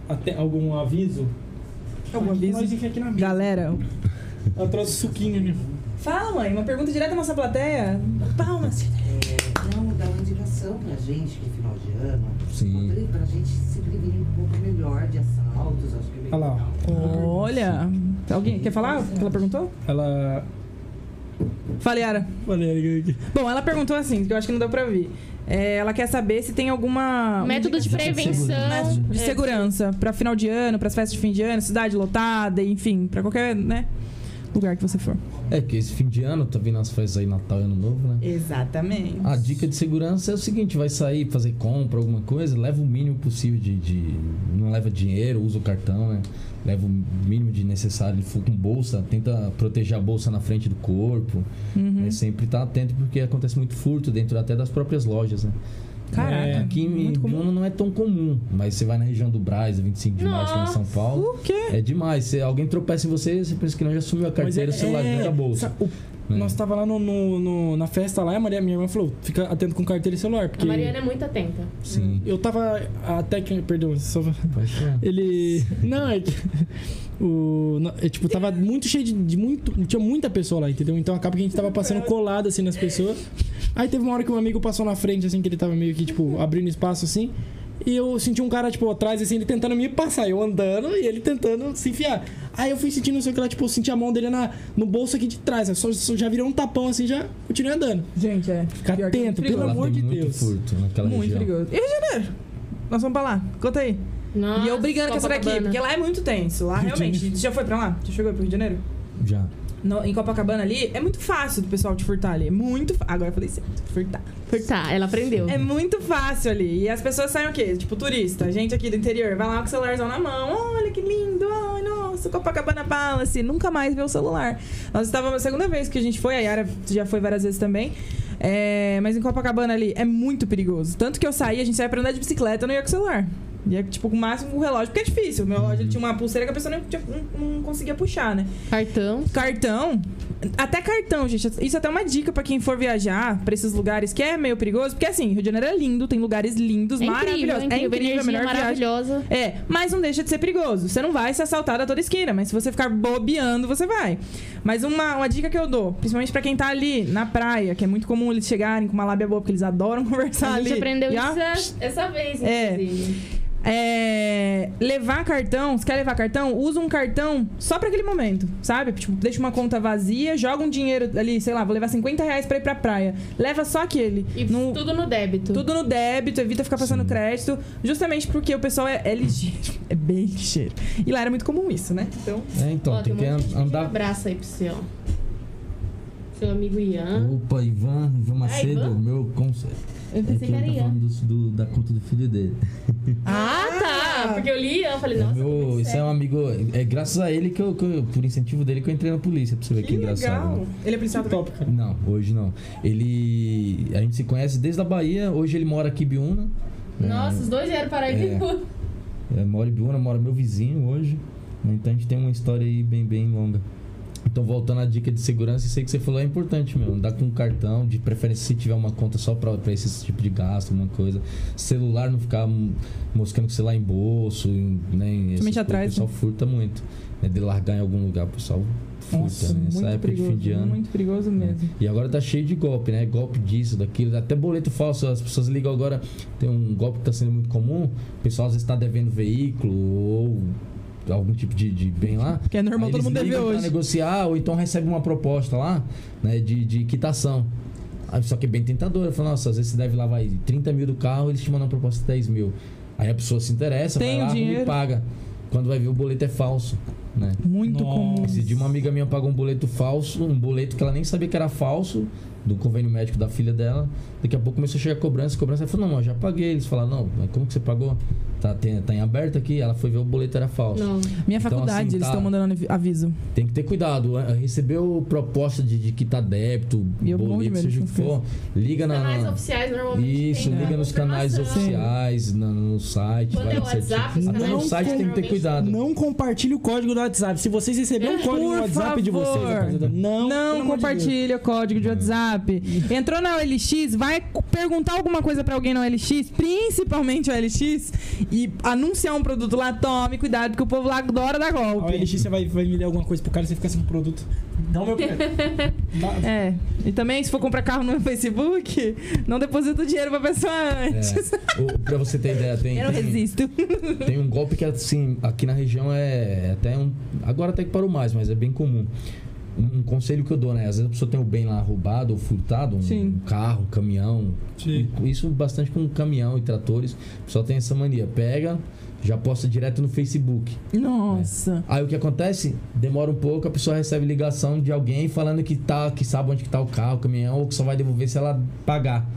C: até- algum aviso?
A: Algum
C: Nós
A: aviso?
D: é
C: fica aqui na mesa.
A: Galera,
C: Ela trouxe suquinho ali.
A: fala, mãe. Uma pergunta direto à nossa plateia. Palmas.
E: É, não, dá uma indicação pra gente que é final de ano.
B: Sim.
E: Pra- Pra gente se prevenir um pouco melhor de assaltos, acho que é melhor.
C: Olha lá, ó.
A: Olha. Alguém quer falar o que ela perguntou?
C: Ela.
A: Fala, Yara.
C: Olha,
A: Bom, ela perguntou assim, que eu acho que não deu pra ouvir. É, ela quer saber se tem alguma.
D: Método de prevenção.
B: Segurança.
A: de
D: É.
A: segurança pra final de ano, pras festas de fim de ano, cidade lotada, enfim, pra qualquer, né, lugar que você for.
B: É que esse fim de ano tá vindo as festas aí Natal e Ano Novo, né?
A: Exatamente.
B: A dica de segurança é o seguinte: vai sair, fazer compra, alguma coisa, leva o mínimo possível de. de- não leva dinheiro, usa o cartão, né? Leva o mínimo de necessário, for com bolsa, tenta proteger a bolsa na frente do corpo.
A: Uhum.
C: É Uhum.
B: né? Sempre tá atento porque acontece muito furto dentro até das próprias lojas, né?
A: Caraca,
B: É, aqui em
A: muito comum.
B: Ibiúna não é tão comum, mas você vai na região do Braz, 25 de março, lá em São Paulo.
A: O quê?
B: É demais. Se alguém tropeça em você, você pensa que não já sumiu a carteira, o celular É, dentro da bolsa.
C: sa- é, o- Nós tava lá no, no- no- na festa lá, a Maria, minha irmã falou, fica atento com carteira e celular, porque.
D: A Mariana é muito atenta.
B: Sim. é.
C: Eu tava. Até que. Perdão, só.
B: Pode ser.
C: Ele. Não, é que. [laughs] O, na- é, tipo, tava muito cheio de, de muito. Tinha muita pessoa lá, entendeu? Então acaba que a gente tava passando colado assim nas pessoas. Aí teve uma hora que um amigo passou na frente, assim, que ele tava meio que, tipo, abrindo espaço assim. E eu senti um cara, tipo, atrás, assim, ele tentando me passar. Eu andando e ele tentando se enfiar. Aí eu fui sentindo, não sei o que lá, tipo, eu senti a mão dele na, no bolso aqui de trás. né? Só, só- já virou um tapão, assim, já continuei andando.
A: Gente, é.
C: Fica
A: Pior que é muito
C: atento, pelo
A: perigoso.
B: Lá
C: amor
B: tem
C: de
B: tá muito
C: Deus.
B: furto naquela
A: Muito
B: região.
A: perigoso. E Rio de Janeiro? Nós vamos pra lá. Conta aí.
D: Nossa,
A: e eu brigando com essa daqui,
D: Copacabana.
A: porque lá é muito tenso. Lá
C: Rio de
A: realmente.
C: Janeiro.
A: Você já foi pra lá? Já chegou pro Rio de Janeiro?
B: Já.
A: No- em Copacabana ali, é muito fácil do pessoal te furtar ali. É muito. fa- Agora eu falei certo, furtar.
D: Tá, ela aprendeu.
A: É muito fácil ali. E as pessoas saem o quê? Tipo, turista, gente aqui do interior. Vai lá com o celularzão na mão. Olha que lindo. Ai, nossa, Copacabana Palace. Nunca mais vê o celular. Nós estávamos a segunda vez que a gente foi. A Yara já foi várias vezes também. É, mas em Copacabana ali é muito perigoso. Tanto que eu saí, a gente saía pra andar de bicicleta, eu não ia com o celular. Ia, tipo, com o máximo com o relógio, porque é difícil. O meu relógio ele tinha uma pulseira que a pessoa não, tinha- não- não conseguia puxar, né?
D: Cartão.
A: Cartão, até cartão, gente. Isso é até uma dica pra quem for viajar pra esses lugares que é meio perigoso, porque assim, Rio de Janeiro é lindo, tem lugares lindos,
D: É incrível,
A: maravilhosos.
D: é incrível.
A: é incrível, a
D: energia
A: melhor viagem.
D: maravilhosa.
A: É, mas não deixa de ser perigoso. Você não vai ser assaltado a toda esquina, mas se você ficar bobeando, você vai. Mas uma, uma dica que eu dou, principalmente pra quem tá ali na praia, que é muito comum eles chegarem com uma lábia boa, porque eles adoram [laughs] conversar
D: A
A: ali.
D: gente aprendeu
A: E, ó,
D: isso a- essa vez,
A: É.
D: inclusive.
A: é, levar cartão, se quer levar cartão, usa um cartão só pra aquele momento, sabe? Tipo, deixa uma conta vazia, joga um dinheiro ali, sei lá, vou levar 50 reais pra ir pra praia. Leva só aquele.
D: E
A: No-
D: tudo no débito.
A: tudo no débito, evita ficar passando crédito, justamente porque o pessoal é, é ligeiro, [laughs] é bem ligeiro. E lá era muito comum isso, né? Então,
B: É, então,
D: Ó,
B: tem
D: um
B: que
D: monte de gente pedindo
B: andar.
D: abraço aí pro seu. Seu amigo Ian.
B: Opa, Ivan, Ivan Macedo,
D: Ivan?
B: meu conselho.
D: Eu
B: É
D: pensei
B: que
D: que era
B: ele tá
D: Ian.
B: falando do- do- da conta do filho dele.
D: Ah, tá. Porque eu li Ian, falei,
B: É
D: nossa.
B: meu,
D: como que
B: isso é
D: serve?
B: um amigo. É graças a ele que eu, que eu- por incentivo dele, que eu entrei na polícia, pra você ver que,
A: que
B: engraçado.
A: legal.
B: né?
A: Ele é policial também?
C: Top, cara.
B: Não, hoje não. Ele. A gente se conhece desde a Bahia, hoje ele mora aqui em Biúna. né?
D: Nossa, os dois vieram parar
B: É.
D: em Biúna.
B: É, mora em Biúna, mora meu vizinho hoje. né? Então a gente tem uma história aí bem, bem longa. Então, voltando à dica de segurança, isso aí que você falou é importante, meu. Andar com um cartão, de preferência se tiver uma conta só pra, pra esse tipo de gasto, alguma coisa. Celular, não ficar hum, moscando com o celular em bolso, em- nem.
A: Principalmente
B: essas coisas.
A: atrás, né?
B: O pessoal furta muito. Né? De largar em algum lugar, o pessoal furta,
A: Nossa,
B: né? Essa
A: muito
B: época de fim de
A: perigoso.
B: ano.
A: Muito perigoso mesmo.
B: E agora tá cheio de golpe, né? Golpe disso, daquilo, até boleto falso. As pessoas ligam agora, tem um golpe que tá sendo muito comum. O pessoal às vezes tá devendo veículo ou algum tipo de, de bem lá.
A: Porque é normal
B: Aí
A: todo
B: eles
A: mundo dever
B: ligam pra
A: hoje.
B: negociar ou então recebe uma proposta lá, né, de, de quitação. Aí, Só que é bem tentadora. Fala, nossa, às vezes você deve lá, vai 30 mil do carro, eles te mandam uma proposta de 10 mil. Aí a pessoa se interessa,
A: Tem o
B: vai lá arruma e
A: dinheiro.
B: paga. Quando vai ver, o boleto é falso, né?
A: Muito
C: Nossa.
A: comum.
B: Esse dia uma amiga minha pagou um boleto falso, um boleto que ela nem sabia que era falso, do convênio médico da filha dela. Daqui a pouco começou a chegar a cobrança, cobrança. Ela falou, não, eu já paguei. Eles falaram, não, mas como que você pagou? Tá, tem- tá em aberto aqui? Ela foi ver o boleto era falso.
D: Não.
A: Minha
B: Então,
A: faculdade,
B: assim,
A: eles
B: tá-
A: estão mandando avi- aviso.
B: Tem que ter cuidado. eh, Recebeu proposta de, de quitar débito,
A: E eu morro de
B: boleto,
A: medo
B: seja
A: de
B: o que for, liga na...
D: Canais
B: na-
D: oficiais normalmente
B: Isso,
D: tem a
B: liga nos canais
D: confirmação.
B: oficiais, na- no, site.
D: Quando
B: vai
D: é
B: no site.
D: WhatsApp, os
B: Até no
D: canais
B: site tem que ter
D: normalmente-
B: cuidado.
C: Não compartilhe o código do WhatsApp. Se vocês receberem o código
A: Por
C: do WhatsApp de
A: favor.
C: vocês, rapaziada, É, não, pelo
A: Não,
C: amor de Deus.
A: compartilha o código de WhatsApp. Entrou na OLX, vai cu- perguntar alguma coisa pra alguém na OLX, principalmente a OLX, e anunciar um produto lá, tome cuidado, porque o povo lá adora dar
C: A
A: golpe.
C: OLX, você vai, vai me dar alguma coisa pro cara, você fica sem produto. Não,
A: [laughs]
C: meu cara. Dá-
A: É. E também, se for comprar carro no Facebook, não deposita o dinheiro pra pessoa
C: É,
A: antes.
B: O- pra você ter ideia, tem,
A: Eu não
B: tem-
C: [laughs]
A: resisto.
B: Tem um golpe que, assim, aqui na região é até um. Agora até que parou mais, mas é bem comum. Um, um conselho que eu dou, né? Às vezes a pessoa tem o bem lá roubado ou furtado, um,
A: Sim.
B: um carro, um caminhão.
C: Sim.
B: Um- Isso bastante com caminhão e tratores. O pessoal tem essa mania. Pega, já posta direto no Facebook.
A: Nossa.
B: Aí o que acontece? Demora um pouco, a pessoa recebe ligação de alguém falando que tá, que sabe onde que tá o carro, o caminhão, ou que só vai devolver se ela pagar.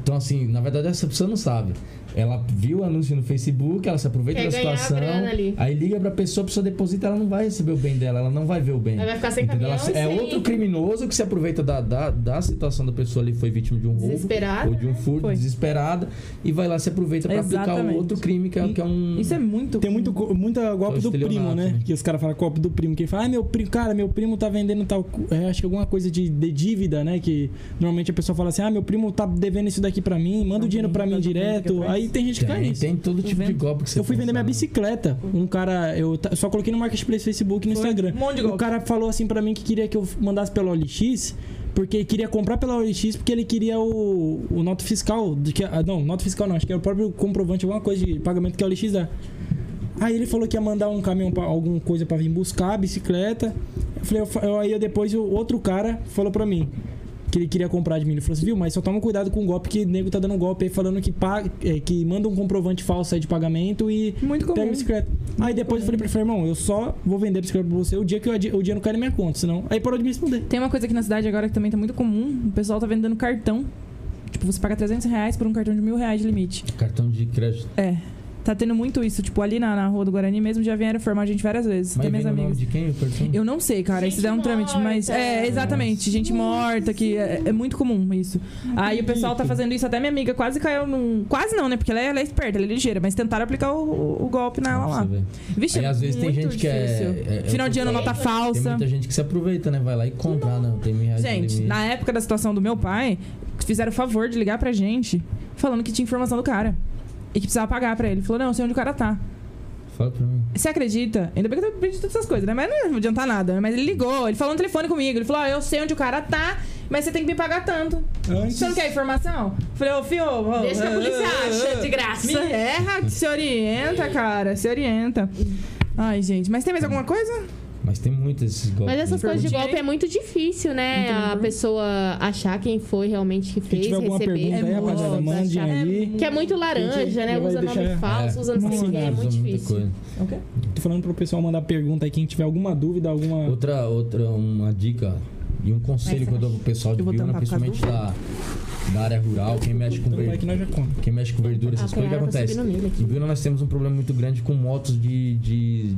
B: Então, assim, na verdade, essa pessoa não sabe. Ela viu o anúncio no Facebook, ela se aproveita
D: Quer
B: da
D: ganhar a
B: situação.
D: grana ali.
B: Aí liga pra pessoa, a pessoa deposita, ela não vai receber o bem dela, ela não vai ver o bem.
D: Ela vai ficar sem
B: Entendeu? Ela-
D: caminhão e
B: é
D: sem-
B: outro criminoso que se aproveita da, da, da situação da pessoa ali, foi vítima de um roubo.
D: Desesperada, né?
B: Ou de um furto,
A: Foi.
B: desesperada, e vai lá se aproveita pra aplicar o
A: Exatamente.
B: outro crime, que é, que é um.
A: Isso é muito.
C: Tem muito, go- muita golpe do primo,
B: estelionato,
C: né?
B: né?
C: Que os caras falam golpe do primo. Que fala, ah, meu primo, cara, meu primo tá vendendo tal. co- é, acho que alguma coisa de, de dívida, né? Que normalmente a pessoa fala assim, ah, meu primo tá devendo isso daqui pra mim, manda o
A: Não,
C: dinheiro
A: não
C: pra
A: dá
C: mim
A: pra
C: direto.
A: conta que
C: Aí
A: faz.
C: tem gente que cai
B: Tem,
C: nisso.
B: tem todo tipo de
A: é vendo?
B: golpe que você
C: Eu fui vender minha
B: pensar, né?
C: bicicleta. Um cara, eu ta- só coloquei no Marketplace Facebook e no
A: Foi.
C: Instagram.
A: Um monte de
C: O
A: golpe.
C: cara falou assim pra mim que queria que eu mandasse pela OLX, porque queria comprar pela OLX porque ele queria o, o nota fiscal. De que, ah, não, nota fiscal não, acho que era o próprio comprovante, alguma coisa de pagamento que a OLX dá. Aí ele falou que ia mandar um caminhão, pra, alguma coisa pra vir buscar, a bicicleta. Eu falei, eu fa- eu, aí depois o outro cara falou pra mim que ele queria comprar de mim. Ele falou assim, viu, mas só toma cuidado com o golpe, que o nego tá dando um golpe aí falando que, paga, é, que manda um comprovante falso aí de pagamento e
A: Muito comum.
C: pega a bicicleta. Aí depois eu falei pra ele, falei, irmão, eu só vou vender a bicicleta pra você o dia que eu adi- o dinheiro cair na minha conta, senão... Aí parou de me responder.
A: Tem uma coisa aqui na cidade agora que também tá muito comum. O pessoal tá vendendo cartão. Tipo, você paga 300 reais por um cartão de mil reais de limite.
B: Cartão de crédito.
A: É. Tá tendo muito isso. Tipo, ali na, na Rua do Guarani mesmo já vieram formar a gente várias vezes.
B: Mas
A: tem minhas
B: vem no nome
A: amigas.
B: de quem o cartão?
A: Eu não sei, cara.
D: Gente
A: isso dá um trâmite, mas. É,
D: morta.
A: exatamente. Gente morta, que é, é muito comum isso. Aí o pessoal tá fazendo isso. Até minha amiga quase caiu num. Quase não, né? Porque ela é, ela é esperta, ela é ligeira. Mas tentaram aplicar o, o- o golpe nela
B: Nossa,
A: lá.
B: velho.
A: Vixe,
B: Aí, às vezes, tem
A: muito
B: gente que é-
A: difícil.
B: é- é
A: Final de ano,
B: outro
A: nota
D: golpe.
B: Tem
A: falsa.
B: muita gente que se aproveita, né? Vai lá e compra, não, tem mil reais de
A: Gente,
B: limite.
A: na época da situação do meu pai, fizeram o favor de ligar pra gente falando que tinha informação do cara. E que precisava pagar pra ele. Falou, não, eu sei onde o cara tá.
B: Fala pra mim.
A: Você acredita? Ainda bem que eu acredito todas essas coisas, né? Mas não ia adiantar nada. né? Mas ele ligou, ele falou no telefone comigo. Ele falou, ó, eu sei onde o cara tá, mas você tem que me pagar tanto.
C: Antes...
A: Você não quer informação? Falei, ô, fio... ô,
D: Deixa que a polícia
A: [laughs]
D: acha, de
A: Me
D: graça.
A: erra, que se orienta, cara. Se orienta. Ai, gente. Mas tem mais alguma coisa?
B: Mas tem muitos esses golpes.
D: Mas essas
B: né?
D: coisas de
A: Perguntinha,
D: golpe é
A: hein?
D: muito difícil, né?
B: Uhum.
A: Muito
D: A
A: bem.
D: pessoa achar quem foi realmente que
C: Quem
D: fez,
C: tiver alguma
D: receber.
C: pergunta aí,
A: É
C: rapaziada, um
A: muito,
C: mandem
D: achar-
C: aí.
D: Que é muito laranja,
C: Gente,
D: né?
C: vai
D: Usa nome
C: deixar-
D: falso,
B: É.
D: usa não sei o
A: Nossa,
D: que. É muito
B: Usa muita
D: difícil.
B: coisa.
A: É o
D: [laughs]
A: quê?
C: Tô falando pro pessoal mandar pergunta aí, quem tiver alguma dúvida, alguma...
B: Outra, outra uma dica e um conselho que eu dou pro pessoal de
A: Eu vou
B: Biúna,
A: tampar por causa
B: principalmente da, da área rural, quem mexe com
C: Então vai que
B: verdura.
C: nós já conta.
B: Quem mexe com verdura,
D: A
B: essas coisas, o que
D: Clara tá
B: acontece?
D: subindo nele aqui.
B: Em Biúna nós temos um problema muito grande com motos de, de,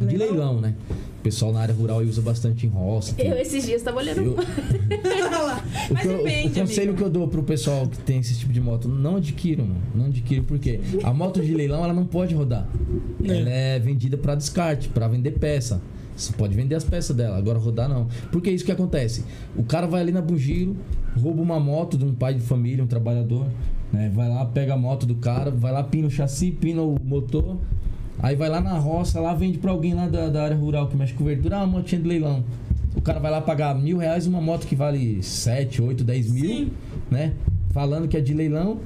B: de leilão, né? O pessoal na área rural aí usa bastante em roça. tem-
D: Eu esses dias tava olhando.
B: Eu-
D: uma.
B: O
A: Mas
B: que eu-
A: depende,
B: o conselho
A: amigo.
B: que eu dou pro pessoal que tem esse tipo de moto, não adquiram, mano. não adquiram, por quê? A moto de leilão, ela não pode rodar. Ela é vendida pra descarte, pra vender peça. Você pode vender as peças dela, agora rodar não. Porque é isso que acontece. O cara vai ali na Bugiro, rouba uma moto de um pai de família, um trabalhador, né? Vai lá, pega a moto do cara, vai lá, pina o chassi, pina o motor. Aí vai lá na roça, lá vende pra alguém lá da, da área rural que mexe com verdura, ah, uma motinha de leilão. O cara vai lá pagar mil reais uma moto que vale 7, 8, 10 mil, né? Falando que é de leilão.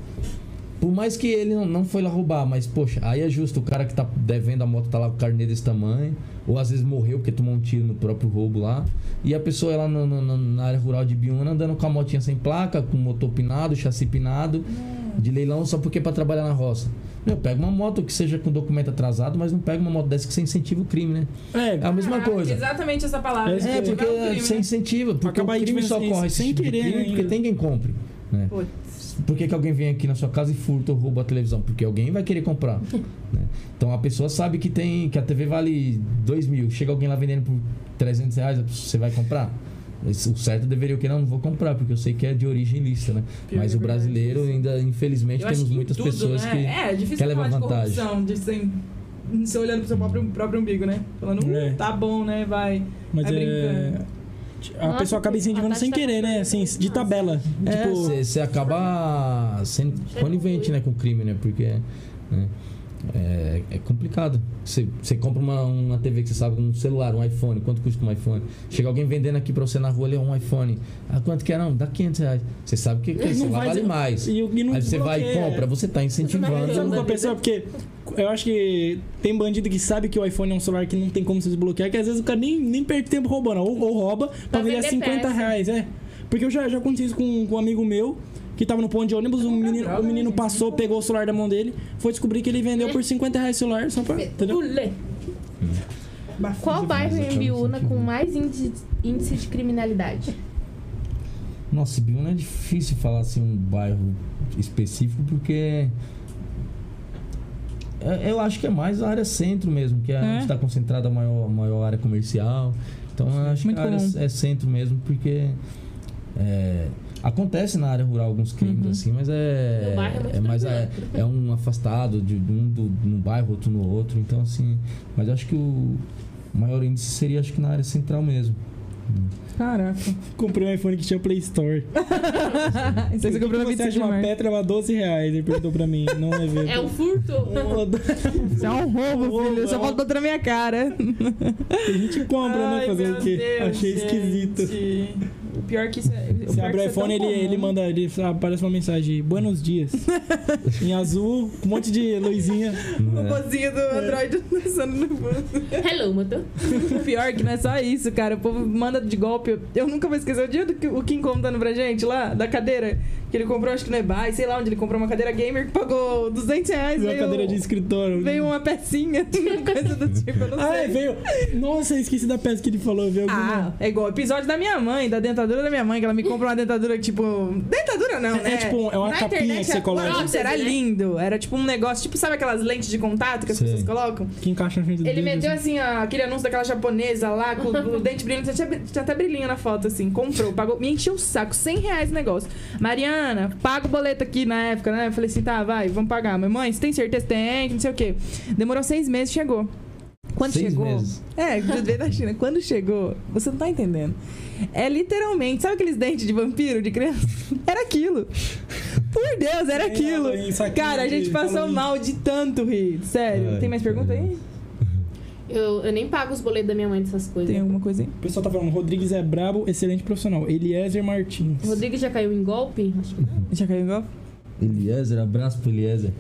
B: Por mais que ele não, não foi lá roubar, mas, poxa, aí é justo. O cara que tá devendo a moto tá lá com o carnê desse tamanho. Ou às vezes morreu porque tomou um tiro no próprio roubo lá. E a pessoa é lá no- no- no- na área rural de Biúna andando com a motinha sem placa, com motor pinado, chassi pinado, de leilão, só porque é pra trabalhar na roça. Meu, pega uma moto que seja com documento atrasado, mas não pega uma moto dessa que você incentiva o crime, né? É a
C: É,
B: mesma
A: Caraca,
B: coisa.
A: Ah, Exatamente essa palavra.
C: É,
B: É,
A: incentivar
B: porque
A: o crime,
B: você
A: né?
B: incentiva. Porque
C: Acaba
B: o
C: aí
B: crime só
C: diminuindo,
B: ocorre
C: sem
B: sem
C: querer,
B: querer,
C: né,
B: porque
C: ainda.
B: tem quem compre. Né?
A: Putz.
B: Por que, que alguém vem aqui na sua casa e furta ou rouba a televisão? Porque alguém vai querer comprar.
A: [laughs]
B: né? Então a pessoa sabe que tem que a TV vale 2 mil. Chega alguém lá vendendo por 300 reais, você vai comprar? Esse- O certo deveria o que não, não vou comprar, porque eu sei que é de origem lícita, né?
A: Pior
B: Mas
A: que é
B: o
A: verdade
B: brasileiro
A: isso.
B: ainda, infelizmente,
A: Eu acho
B: temos
A: que em
B: muitas
A: tudo,
B: pessoas
A: né?
B: que.
A: É, é difícil
B: quer levar
A: falar de
B: vantagem.
A: corrupção, de sem, você olhando pro seu próprio, próprio umbigo, né? Falando, "Hum,
C: É.
A: tá bom, né? Vai.
C: mas
A: vai
C: é.
A: brincando.
C: A
D: Nossa,
C: pessoa acaba
D: a
C: incentivando
D: taxa
C: sem
D: tá
C: querer, né? Assim,
D: crescendo.
C: de tabela.
B: É,
C: tipo,
B: você acaba sendo
D: Chega
B: conivente
D: a
B: né, com o crime, né? Porque né, é, é complicado. Você, você compra uma, uma TV que você sabe, um celular, um iPhone, quanto custa um iPhone? Chega alguém vendendo aqui pra você na rua, ali é um iPhone. Ah, quanto que é? Não, dá 500 reais. Você sabe que aquele
C: Não
B: celular
C: vai-
B: vale mais.
C: e o- e é, não
B: Aí você vai e
C: bloqueia.
B: compra, você tá
C: Sabe o que
B: incentivando.
C: eu pensei? Porque eu acho que tem bandido que sabe que o iPhone é um celular que não tem como se desbloquear, que às vezes o cara nem, nem perde tempo roubando, ou, ou rouba pra
D: Pra
C: vender a
D: vender
C: 50
D: peça.
C: reais, é. Porque eu já, já aconteci isso com, com um amigo meu, que tava no ponto de ônibus,
D: É
C: um menino, o
D: né?
C: menino passou, pegou o celular da mão dele, foi descobrir que ele vendeu por 50 reais o celular, só pra. Entendeu?
D: Ulê. Qual bairro é em Biúna com mais índice, índice de criminalidade?
B: Nossa, Biúna é difícil falar assim um bairro específico, porque. é- Eu acho que é mais a área centro mesmo, que é,
A: É?
B: onde está concentrada a maior, maior área comercial. Então eu acho
A: Muito
B: que a área
A: comum.
B: é centro mesmo, porque. é, acontece na área rural alguns crimes
A: Uhum.
B: assim, mas é.
D: No bairro é muito
B: mais a- é um afastado de um do, num bairro, outro no outro. Então, assim. Mas eu acho que o maior índice seria acho que na área
A: [laughs]
B: central mesmo.
A: Caraca.
C: Comprei um iPhone que tinha Play Store.
A: Isso aí [laughs]
C: O
A: você
C: que
A: comprou né? na
C: que você
A: pizza
C: acha de uma
A: Mar.
C: Petra a 12 reais? Ele perguntou pra mim, não levei.
D: [laughs] [laughs] É um furto?
A: Isso é um roubo, filho. Só
C: Roubo,
A: faltou na minha cara.
C: A gente compra, né?
A: Ai,
C: um Fazer
A: meu
C: o quê?
A: Deus,
C: Achei
A: gente.
C: esquisito.
A: O pior que isso é.
C: Você abre o iPhone, ele, ele manda, ele aparece uma mensagem,
A: [laughs]
C: buenos dias. em azul, um monte de luzinha.
A: O
B: né?
A: bozinho do
C: É.
A: Android [laughs] tá dançando no fundo.
D: Hello, motor.
A: O pior é que não é só isso, cara. O povo manda de golpe. Eu nunca vou esquecer o dia do que o Kim contando pra gente lá, da cadeira. Que ele comprou, acho que no Ebay, sei lá onde ele comprou uma cadeira gamer que pagou 200 reais.
C: Uma
A: veio- um-
C: cadeira de escritório.
A: Veio uma pecinha, [laughs] coisa do tipo, eu não
C: Ah,
A: sei.
C: é, né? veio. Nossa, eu esqueci da peça que ele falou, veio
A: Ah,
C: alguma.
A: é igual o episódio da minha mãe, da dentadura da minha mãe, que ela me comprou uma dentadura que, tipo. Dentadura não,
C: É,
A: né?
C: tipo, é uma
A: Na
C: capinha
A: internet
C: que você
A: era-
C: coloca.
A: Nossa, era
D: Prótese, né?
A: lindo. Era tipo um negócio, tipo, sabe aquelas lentes de contato que as
B: Sei.
A: pessoas colocam?
C: Que encaixa na frente do
A: Ele
C: dedo,
A: meteu
C: assim.
A: assim, ó, aquele anúncio daquela japonesa lá,
B: [laughs]
A: com o dente brilhante. Tinha, tinha até brilhinho na foto, assim. Comprou, pagou. Me encheu o saco, 100 reais o negócio. Mariana, paga o boleto aqui na época, né? Eu falei assim, tá, vai, vamos pagar. Minha mãe, você tem certeza? Tem, que não sei o quê. Demorou seis meses, chegou. Quando
B: Seis
A: chegou.
B: meses.
A: É, veio da China. Quando chegou, você não tá entendendo. É literalmente, sabe aqueles dentes de vampiro de criança? [laughs] Era aquilo. Por Deus, era
C: Ganhava
A: aquilo.
C: em saquinho
A: Cara, a
C: de
A: gente passou
C: Halloween.
A: mal de tanto rir. Sério.
B: Ai,
A: Tem mais
B: cara.
A: pergunta aí?
D: Eu, eu nem pago os boletos da minha mãe dessas coisas.
A: Tem um- alguma coisa aí?
C: O pessoal tá falando, Rodrigues é brabo, excelente profissional. Eliezer Martins.
D: O Rodrigo já caiu em golpe? Acho que não.
A: Já caiu em golpe?
B: Eliezer, abraço pro Eliezer.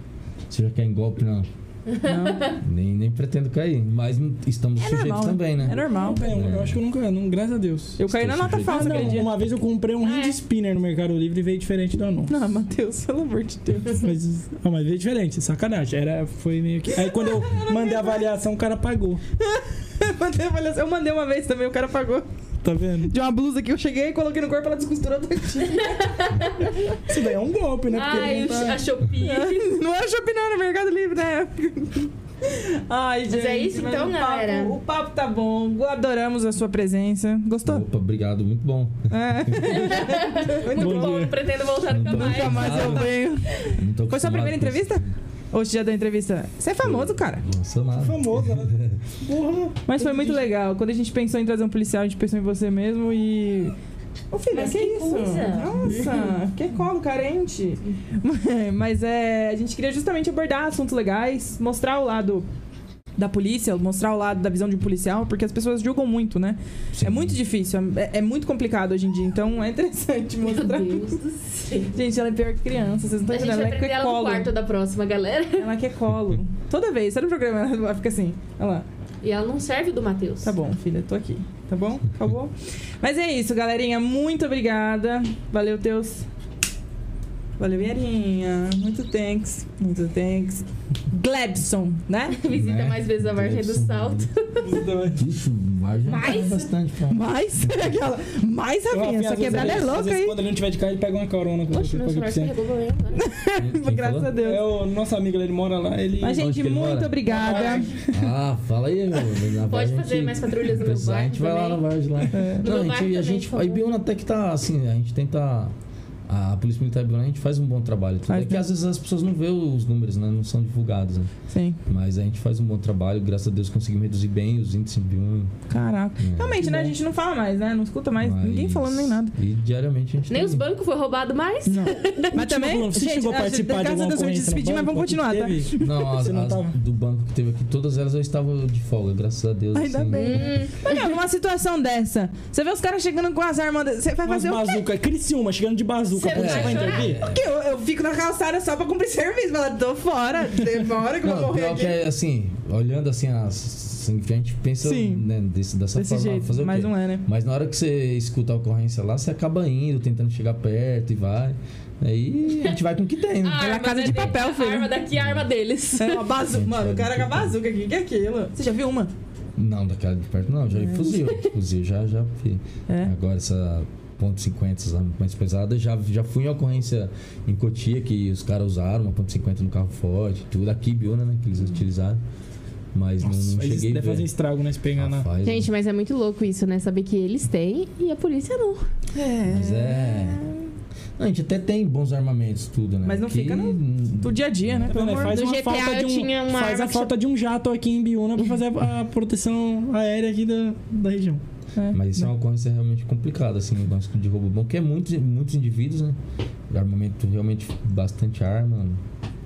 B: Você já quer em golpe, não?
A: [laughs] Não.
B: Nem, nem pretendo cair, mas estamos
A: É
B: sujeitos
A: normal,
B: também, né?
A: É normal.
C: É, eu, eu acho que eu nunca, não, graças a Deus.
A: Eu Ah, caí na
B: Estou
A: nota
B: sujeito.
A: falsa
C: Ah,
A: aquele
C: não,
A: dia.
C: uma vez eu comprei um hand
D: É.
C: spinner no Mercado Livre e veio diferente do anúncio.
A: Não, Matheus, pelo amor de [laughs] Deus.
C: Mas, ah, mas veio diferente, sacanagem. Era, foi meio que. Aí
A: [laughs]
C: quando eu mandei a avaliação, o cara pagou.
A: Eu mandei, eu falei assim, eu mandei uma vez também, o cara pagou.
C: Tá vendo?
A: De uma blusa que eu cheguei, coloquei no corpo, ela descosturou. do dia.
C: Isso daí é um golpe, né? Porque
D: Ai,
C: ele
D: o-
C: não tá-
D: a Shopee.
A: [laughs] Não é shopping, não, era Mercado Livre né? na época. [laughs] Ai, gente.
D: Mas é isso então,
A: o papo-
D: galera.
A: O papo tá bom. Adoramos a sua presença. Gostou?
B: Opa, obrigado, muito bom.
A: É. Muito
C: Bom
A: bom.
C: dia.
D: Não pretendo voltar nunca
B: Nunca
D: mais.
A: Mas eu venho.
B: Não tô
A: Foi sua
B: acostumado
A: primeira
B: com esse-
A: entrevista? Hoje já deu entrevista. Você é famoso, cara.
B: Não sou nada.
C: Famosa, né? Porra.
A: Mas foi muito legal. Quando a gente pensou em trazer um policial, a gente pensou em você mesmo e. Ô filha,
F: Mas
A: que,
F: que
A: isso?
F: coisa.
A: Nossa, que colo carente. [laughs] Mas é, a gente queria justamente abordar assuntos legais, mostrar o lado da polícia, mostrar o lado da visão de um policial, porque as pessoas julgam muito, né?
B: Sim.
A: É muito difícil, é, é muito complicado hoje em dia, então é interessante
F: Meu
A: mostrar.
F: Deus do céu.
A: Gente, ela é pior que criança, vocês não
F: A
A: estão
F: gente vai
A: entendendo. Ela é
F: prender
A: quer
F: ela no
A: colo.
F: quarto da próxima, galera.
A: Ela quer colo. Toda vez, todo programa ela fica assim. Olha lá.
F: E ela não serve do Matheus.
A: Tá bom, filha, tô aqui. Tá bom? Acabou? Mas é isso, galerinha. Muito obrigada. Valeu, teus. Valeu, Verinha. Muito thanks. Muito thanks. Glebson, né?
F: Visita
B: Né?
F: mais vezes a margem do
B: Glebson.
F: salto.
B: Ixi, margem
F: Mais?
B: bastante, cara.
A: Mais aquela. Mais
C: Ô, Rafinha,
A: Rafinha. Essa
C: às vezes
A: quebrada
C: ele-
A: é
C: às
A: louca,
C: vezes
A: hein?
C: Quando ele não tiver de carro, ele pega uma carona com
D: Oxe,
C: você.
D: meu
C: paga pra
D: celular
C: você.
D: carregou bem agora.
B: Quem-
A: [laughs]
B: quem
A: Graças a
B: falou?
A: Deus.
C: É o nosso amigo, ele mora lá. Ele...
A: Mas,
B: Onde
A: gente,
B: que ele
A: muito
B: mora?
A: obrigada.
B: Ah, fala aí, meu.
F: Pode
B: Na Vargem a
F: fazer
B: gente-
F: mais patrulhas
B: [laughs]
F: no meu
B: Pois é, A
F: bairro
B: gente vai lá na
F: também.
B: Vargem lá.
A: É.
F: No
B: Não,
F: meu
B: a gente,
F: bairro
B: a gente,
F: também,
B: a
F: por favor.
B: Ibiúna até que tá assim, a gente tenta. A Polícia Militar Ibiúna, a gente faz um bom trabalho. Tudo.
A: Faz
B: É que
A: mesmo.
B: às vezes as pessoas não vê os números, né? Não são divulgados, né?
A: Sim.
B: Mas a gente faz um bom trabalho, graças a Deus conseguimos reduzir bem os índices em Ibiúna.
A: Caraca.
B: né?
A: Realmente, né? A gente não fala mais, né? Não escuta mais
B: Mas-
A: ninguém falando nem nada.
B: E diariamente a gente
F: Nem
B: tem-
F: os bancos foi roubado mais.
A: Não. Mas também.
C: tipo, Bruno, você
A: gente,
C: chegou a
A: acho-
C: participar de
A: graças
C: alguma
A: a Deus eu me
C: ocorrência no
A: despedi, mas vamos
C: banco que
A: continuar, tá?
C: teve?
B: Não,
A: [laughs]
B: as,
C: Você não
B: as
C: tava?
B: do banco que teve aqui, todas elas eu estava de folga, graças a Deus.
A: Ainda
B: assim.
A: bem.
F: Hum,
A: Mas, meu, numa situação dessa, você vê os caras chegando com as armas. de- Você vai
C: Umas
A: fazer o quê?
C: bazuca. é Criciúma, chegando de bazuca.
F: Você
C: a polícia
F: vai
C: vai
F: chorar.
C: intervir?
A: Porque eu, eu fico na calçada só pra cumprir serviço. Fala, tô fora, demora que eu vou
B: Não,
A: morrer
B: pior
A: aqui.
B: que é assim, olhando assim, as, assim, que a gente pensa
A: Sim.
B: né, desse, dessa
A: Desse
B: forma,
A: jeito,
B: fazer o
A: mas
B: quê?
A: não
B: [laughs]
A: é, né?
B: Mas na hora que você escuta a ocorrência lá, você acaba indo, tentando chegar perto e vai. Aí a gente vai com o que tem, né?
F: a
A: é
F: Ah, arma
A: casa de
F: da-
A: papel,
F: A
A: filho.
F: arma daqui é a arma deles.
A: É uma bazuca. Mano, o cara com a bazuca aqui, que é aquilo? Você já viu uma?
B: Não, daquela de perto não, já fuzil. Fuzil já, já. fui.
C: Né?
A: É.
B: Agora essa ponto .50 lá, mais pesada, já, já fui em ocorrência em Cotia, que os caras usaram uma ponto .50 no carro forte, tudo. Aqui, Biona, né, que eles utilizaram. Mas não-
C: Nossa,
B: não,
C: mas isso
B: cheguei a
C: deve fazer
B: ver.
C: estrago, né? Se pegar
B: Ah,
C: na...
B: faz, né?
D: Gente, mas é muito louco isso, né? Saber que eles têm e a polícia não.
A: É.
B: Mas é. Não, a gente até tem bons armamentos, tudo, né?
A: Mas não fica no-
B: hum,
A: Do dia a dia, né?
C: Tá
A: Pelo
C: vendo?
A: amor
C: Faz
D: do
C: uma
D: GTA
C: falta de
D: eu
C: um,
D: tinha uma
C: faz
D: arma
C: a
D: que
C: falta de um jato aqui em Biúna pra fazer a, a proteção aérea aqui da, da região. né?
A: É.
B: Mas isso é uma ocorrência realmente complicada, assim, o lance de roubo bom, que é muitos, muitos indivíduos, né? Armamento realmente bastante arma,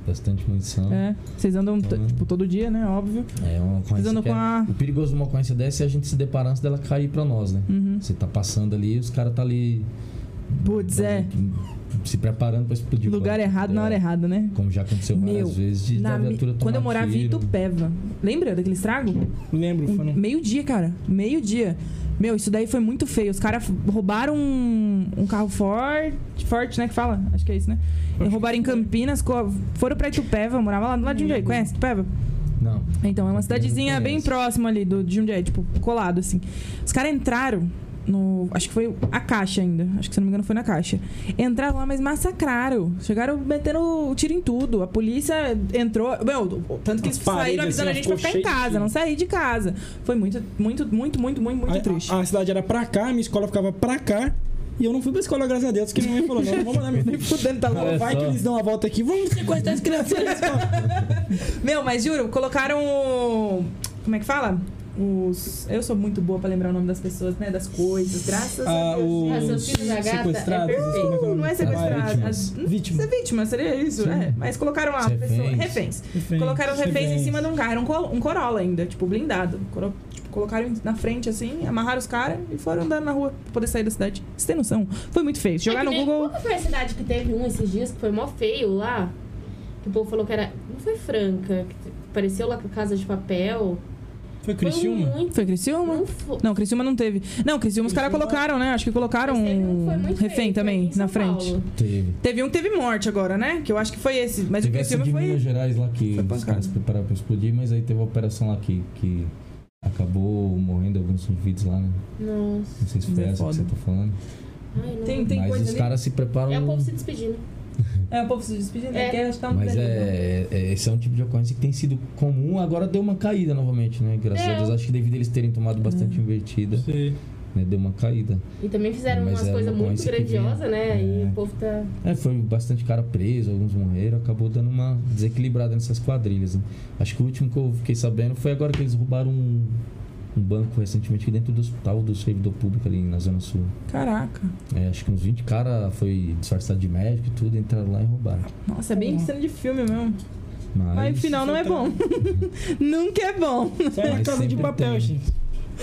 B: bastante munição. É,
A: É, vocês andam, t-
B: Então-
A: tipo, todo dia, né? Óbvio.
B: uma
A: Vocês
B: ocorrência.
A: andam
B: que
A: com
B: é-
A: a.
B: O perigoso de uma ocorrência dessa é a gente se deparar antes dela cair pra nós, né?
A: Uhum.
B: Você tá passando ali e os caras tá ali.
A: Putz, é.
B: Se preparando pra explodir. o
A: Lugar
B: banco.
A: errado na hora
B: É,
A: errada, né?
B: Como já aconteceu
A: Meu,
B: várias vezes de
A: Na
B: da
A: mi-
B: viatura tomar um
A: Quando eu morava em
B: tiro.
A: Itupeva. Lembra daquele estrago?
C: Lembro, foi no...
A: Meio-dia, cara. Meio-dia. Meu, isso daí foi muito feio. Os caras roubaram um, um carro forte, forte, né? Que fala? Acho que é isso, né? E roubaram em Campinas, co- foram pra Itupeva, eu morava lá do lado de Jundiaí. Conhece Itupeva?
B: Não.
A: Então, é uma
B: Não
A: cidadezinha bem
B: conheço.
A: próxima ali do, de Jundiaí, tipo, colado, assim. Os caras entraram no... Acho que foi a Caixa ainda. Acho que, se não me engano, foi na Caixa. Entraram lá, mas massacraram. Chegaram metendo o tiro em tudo. A polícia entrou... Meu, tanto que eles
C: As paredes,
A: saíram avisando
C: assim,
A: a gente pra
C: ficou
A: ficar em
C: cheio de
A: casa.
C: tiro.
A: Não sair de casa. Foi muito, muito, muito, muito, muito, muito
C: A-
A: triste.
C: a, a cidade era pra cá, minha escola ficava pra cá. E eu não fui pra escola, graças a Deus, que minha mãe falou, não, não vou mandar minha filha.
A: Fudendo, tá louco.
B: Olha
C: Vai
B: só.
C: que eles dão a volta aqui, vamos sequestrar as crianças na escola.
A: Meu, mas juro, colocaram. o- Como é que fala? Os. Eu sou muito boa pra lembrar o nome das pessoas, né? Das coisas, graças a
C: [laughs] Ah,
A: Deus.
C: o
F: Raciocínio da gata é
C: sequestrados,
F: perfeito.
C: como é que é o nome?
A: Não é
B: Ah,
A: sequestrado.
B: vítimas.
A: As- não,
C: Vítima.
A: Ser vítima, seria isso,
B: Sim.
A: é. Mas colocaram lá
B: Reféns.
A: pessoa- reféns.
C: Reféns,
A: Colocaram os reféns em
C: reféns.
A: cima de um carro, era um, col- um Corolla ainda, tipo, blindado. Coro- tipo, colocaram na frente assim, amarraram os caras e foram andando na rua pra poder sair da cidade. Você tem noção? Foi muito feio. Se
F: É
A: Jogar
F: que
A: no
F: nem-
A: Google.
F: Qual que foi a cidade que teve um esses dias que foi mó feio lá? Que o povo falou que era. Não foi Franca, que apareceu lá com Casa de Papel.
C: Foi
F: Foi
C: Criciúma?
F: muito.
A: Foi Criciúma?
F: Não foi.
A: Não, Criciúma não teve. Não, Criciúma os caras
C: Criciúma-
A: colocaram, né? Acho que colocaram
F: Mas teve um que foi
A: um
F: muito
A: refém
F: feio,
A: também
F: foi em São
A: na frente.
F: Paulo.
B: Teve.
A: Teve um que teve morte agora, né? Que eu acho que foi esse. Mas
B: teve
A: o
B: essa
A: Criciúma
B: de
A: foi.
B: Minas Gerais lá que
A: foi
B: os
A: pancada.
B: caras se prepararam pra explodir, mas aí teve a operação lá que, que acabou morrendo alguns indivíduos lá, né?
F: Nossa.
B: Não sei se
A: Mas
B: foi
A: é
B: essa que você
A: foda.
B: tá falando.
F: Ai, não.
A: Tem, tem
B: mas
A: coisa
B: os
A: ali.
B: caras se preparam.
F: É o povo se despedindo.
A: É, o povo se despedindo, né?
F: É.
A: Quer achar um
B: Mas
A: prédio, né?
B: é, é- esse é um tipo de ocorrência que tem sido comum, agora deu uma caída novamente, né? Graças a
F: Deu.
A: É.
B: Deus. Acho que devido a eles terem tomado bastante invertida.
C: Sei.
B: né? Deu uma caída.
F: E também fizeram
B: Mas
F: umas
B: é
F: coisas
A: um
B: uma
F: muito
B: coisa que vem.
F: grandiosas, né? E
B: É.
F: o povo tá.
B: É, foi bastante cara preso, alguns morreram, acabou dando uma desequilibrada nessas quadrilhas. né? Acho que o último que eu fiquei sabendo foi agora que eles roubaram um, um banco recentemente aqui dentro do hospital do servidor público ali na Zona Sul.
A: Caraca.
B: É, acho que uns 20 caras foi disfarçado de médico e tudo, entraram lá e roubaram.
A: Nossa, é bem cena de filme mesmo.
B: Mas,
A: Mas o final
C: tá-
A: não é bom. [laughs] Nunca é bom.
C: Sai na
B: Mas
C: casa de
B: sempre
C: papel,
B: tem.
C: gente.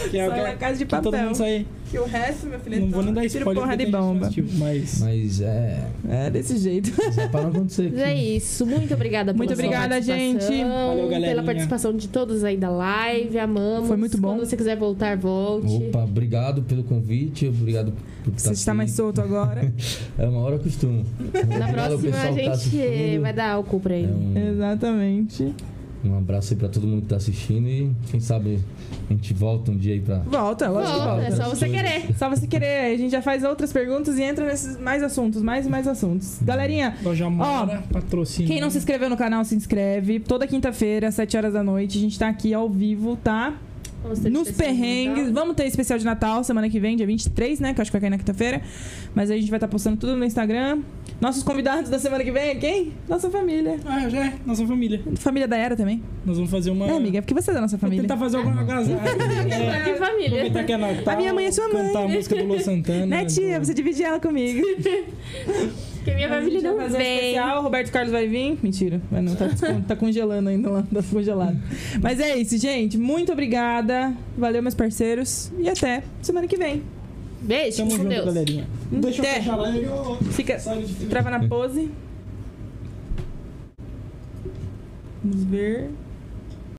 C: Que é o
A: Só na
C: que,
A: casa de
C: que todo
A: papel.
C: mundo sai.
A: Que o resto, meu filho,
C: Não
A: então,
C: vou nem dar
A: tiro
C: spoiler
A: porra
C: porque
A: de
C: tem gente Tá que
A: bomba.
C: assistiu, Mas.
B: mas é.
A: É desse jeito.
B: Isso é pra não
A: [laughs]
B: acontecer.
D: Mas é isso. Muito obrigada pela
A: Muito
D: sua
A: obrigada,
D: participação,
A: gente.
C: Valeu, galerinha.
D: pela participação de todos aí da live. Amamos.
A: Foi muito bom.
D: Quando você quiser voltar, volte.
B: Opa, obrigado pelo convite, obrigado por
A: Você está
B: aqui.
A: mais solto
C: [laughs]
A: agora.
B: É uma hora eu costumo.
D: Na próxima a gente vai dar álcool pra ele.
B: tá um,
A: Exatamente.
B: um abraço aí pra todo mundo que tá assistindo e quem sabe a gente volta um dia aí pra.
A: Volta, lógico que
D: Volta,
A: volta.
D: é só você querer.
A: Só você querer, aí a gente já faz outras perguntas e entra nesses mais assuntos, mais e mais assuntos. Galerinha,
C: Loja Mora, patrocínio.
A: quem não se inscreveu no canal, se inscreve. Toda quinta-feira, às 7 horas da noite, a gente tá aqui ao vivo, tá?
F: Vamos ter
A: Nos
F: especial então. de
A: perrengues.
F: Natal.
A: Vamos ter especial de Natal semana que vem, dia 23, né? Que eu acho que vai cair na quinta-feira. Mas aí a gente vai estar postando tudo no Instagram. Nossos convidados da semana que vem é quem? Nossa família.
C: Ah, já é, nossa família.
A: Família da Era também.
C: Nós vamos fazer uma.
A: É, amiga, é porque você é da nossa
C: Vou
A: família.
C: tentar fazer
A: [laughs]
C: alguma agasalho. é,
F: Que família.
C: aproveitar que é Natal.
A: A minha mãe é sua mãe.
C: Cantar a música do Lu Santana.
A: Né, tia? Você divide ela comigo.
F: Porque minha
A: A gente
F: família
A: vai
F: não
A: fazer um
F: vem.
A: especial, o Roberto Carlos vai vir. Mentira, vai não, tá, descon- tá congelando ainda lá, tá congelado. Mas é isso, gente. Muito obrigada. Valeu, meus parceiros. E até semana que vem.
D: Beijo,
C: Tamo
D: com
C: junto,
D: Deus.
C: galerinha. Deixa eu
A: Até.
C: fechar a live. ô, ô,
A: Fica.
C: saio de-
A: Trava na pose. Vamos ver.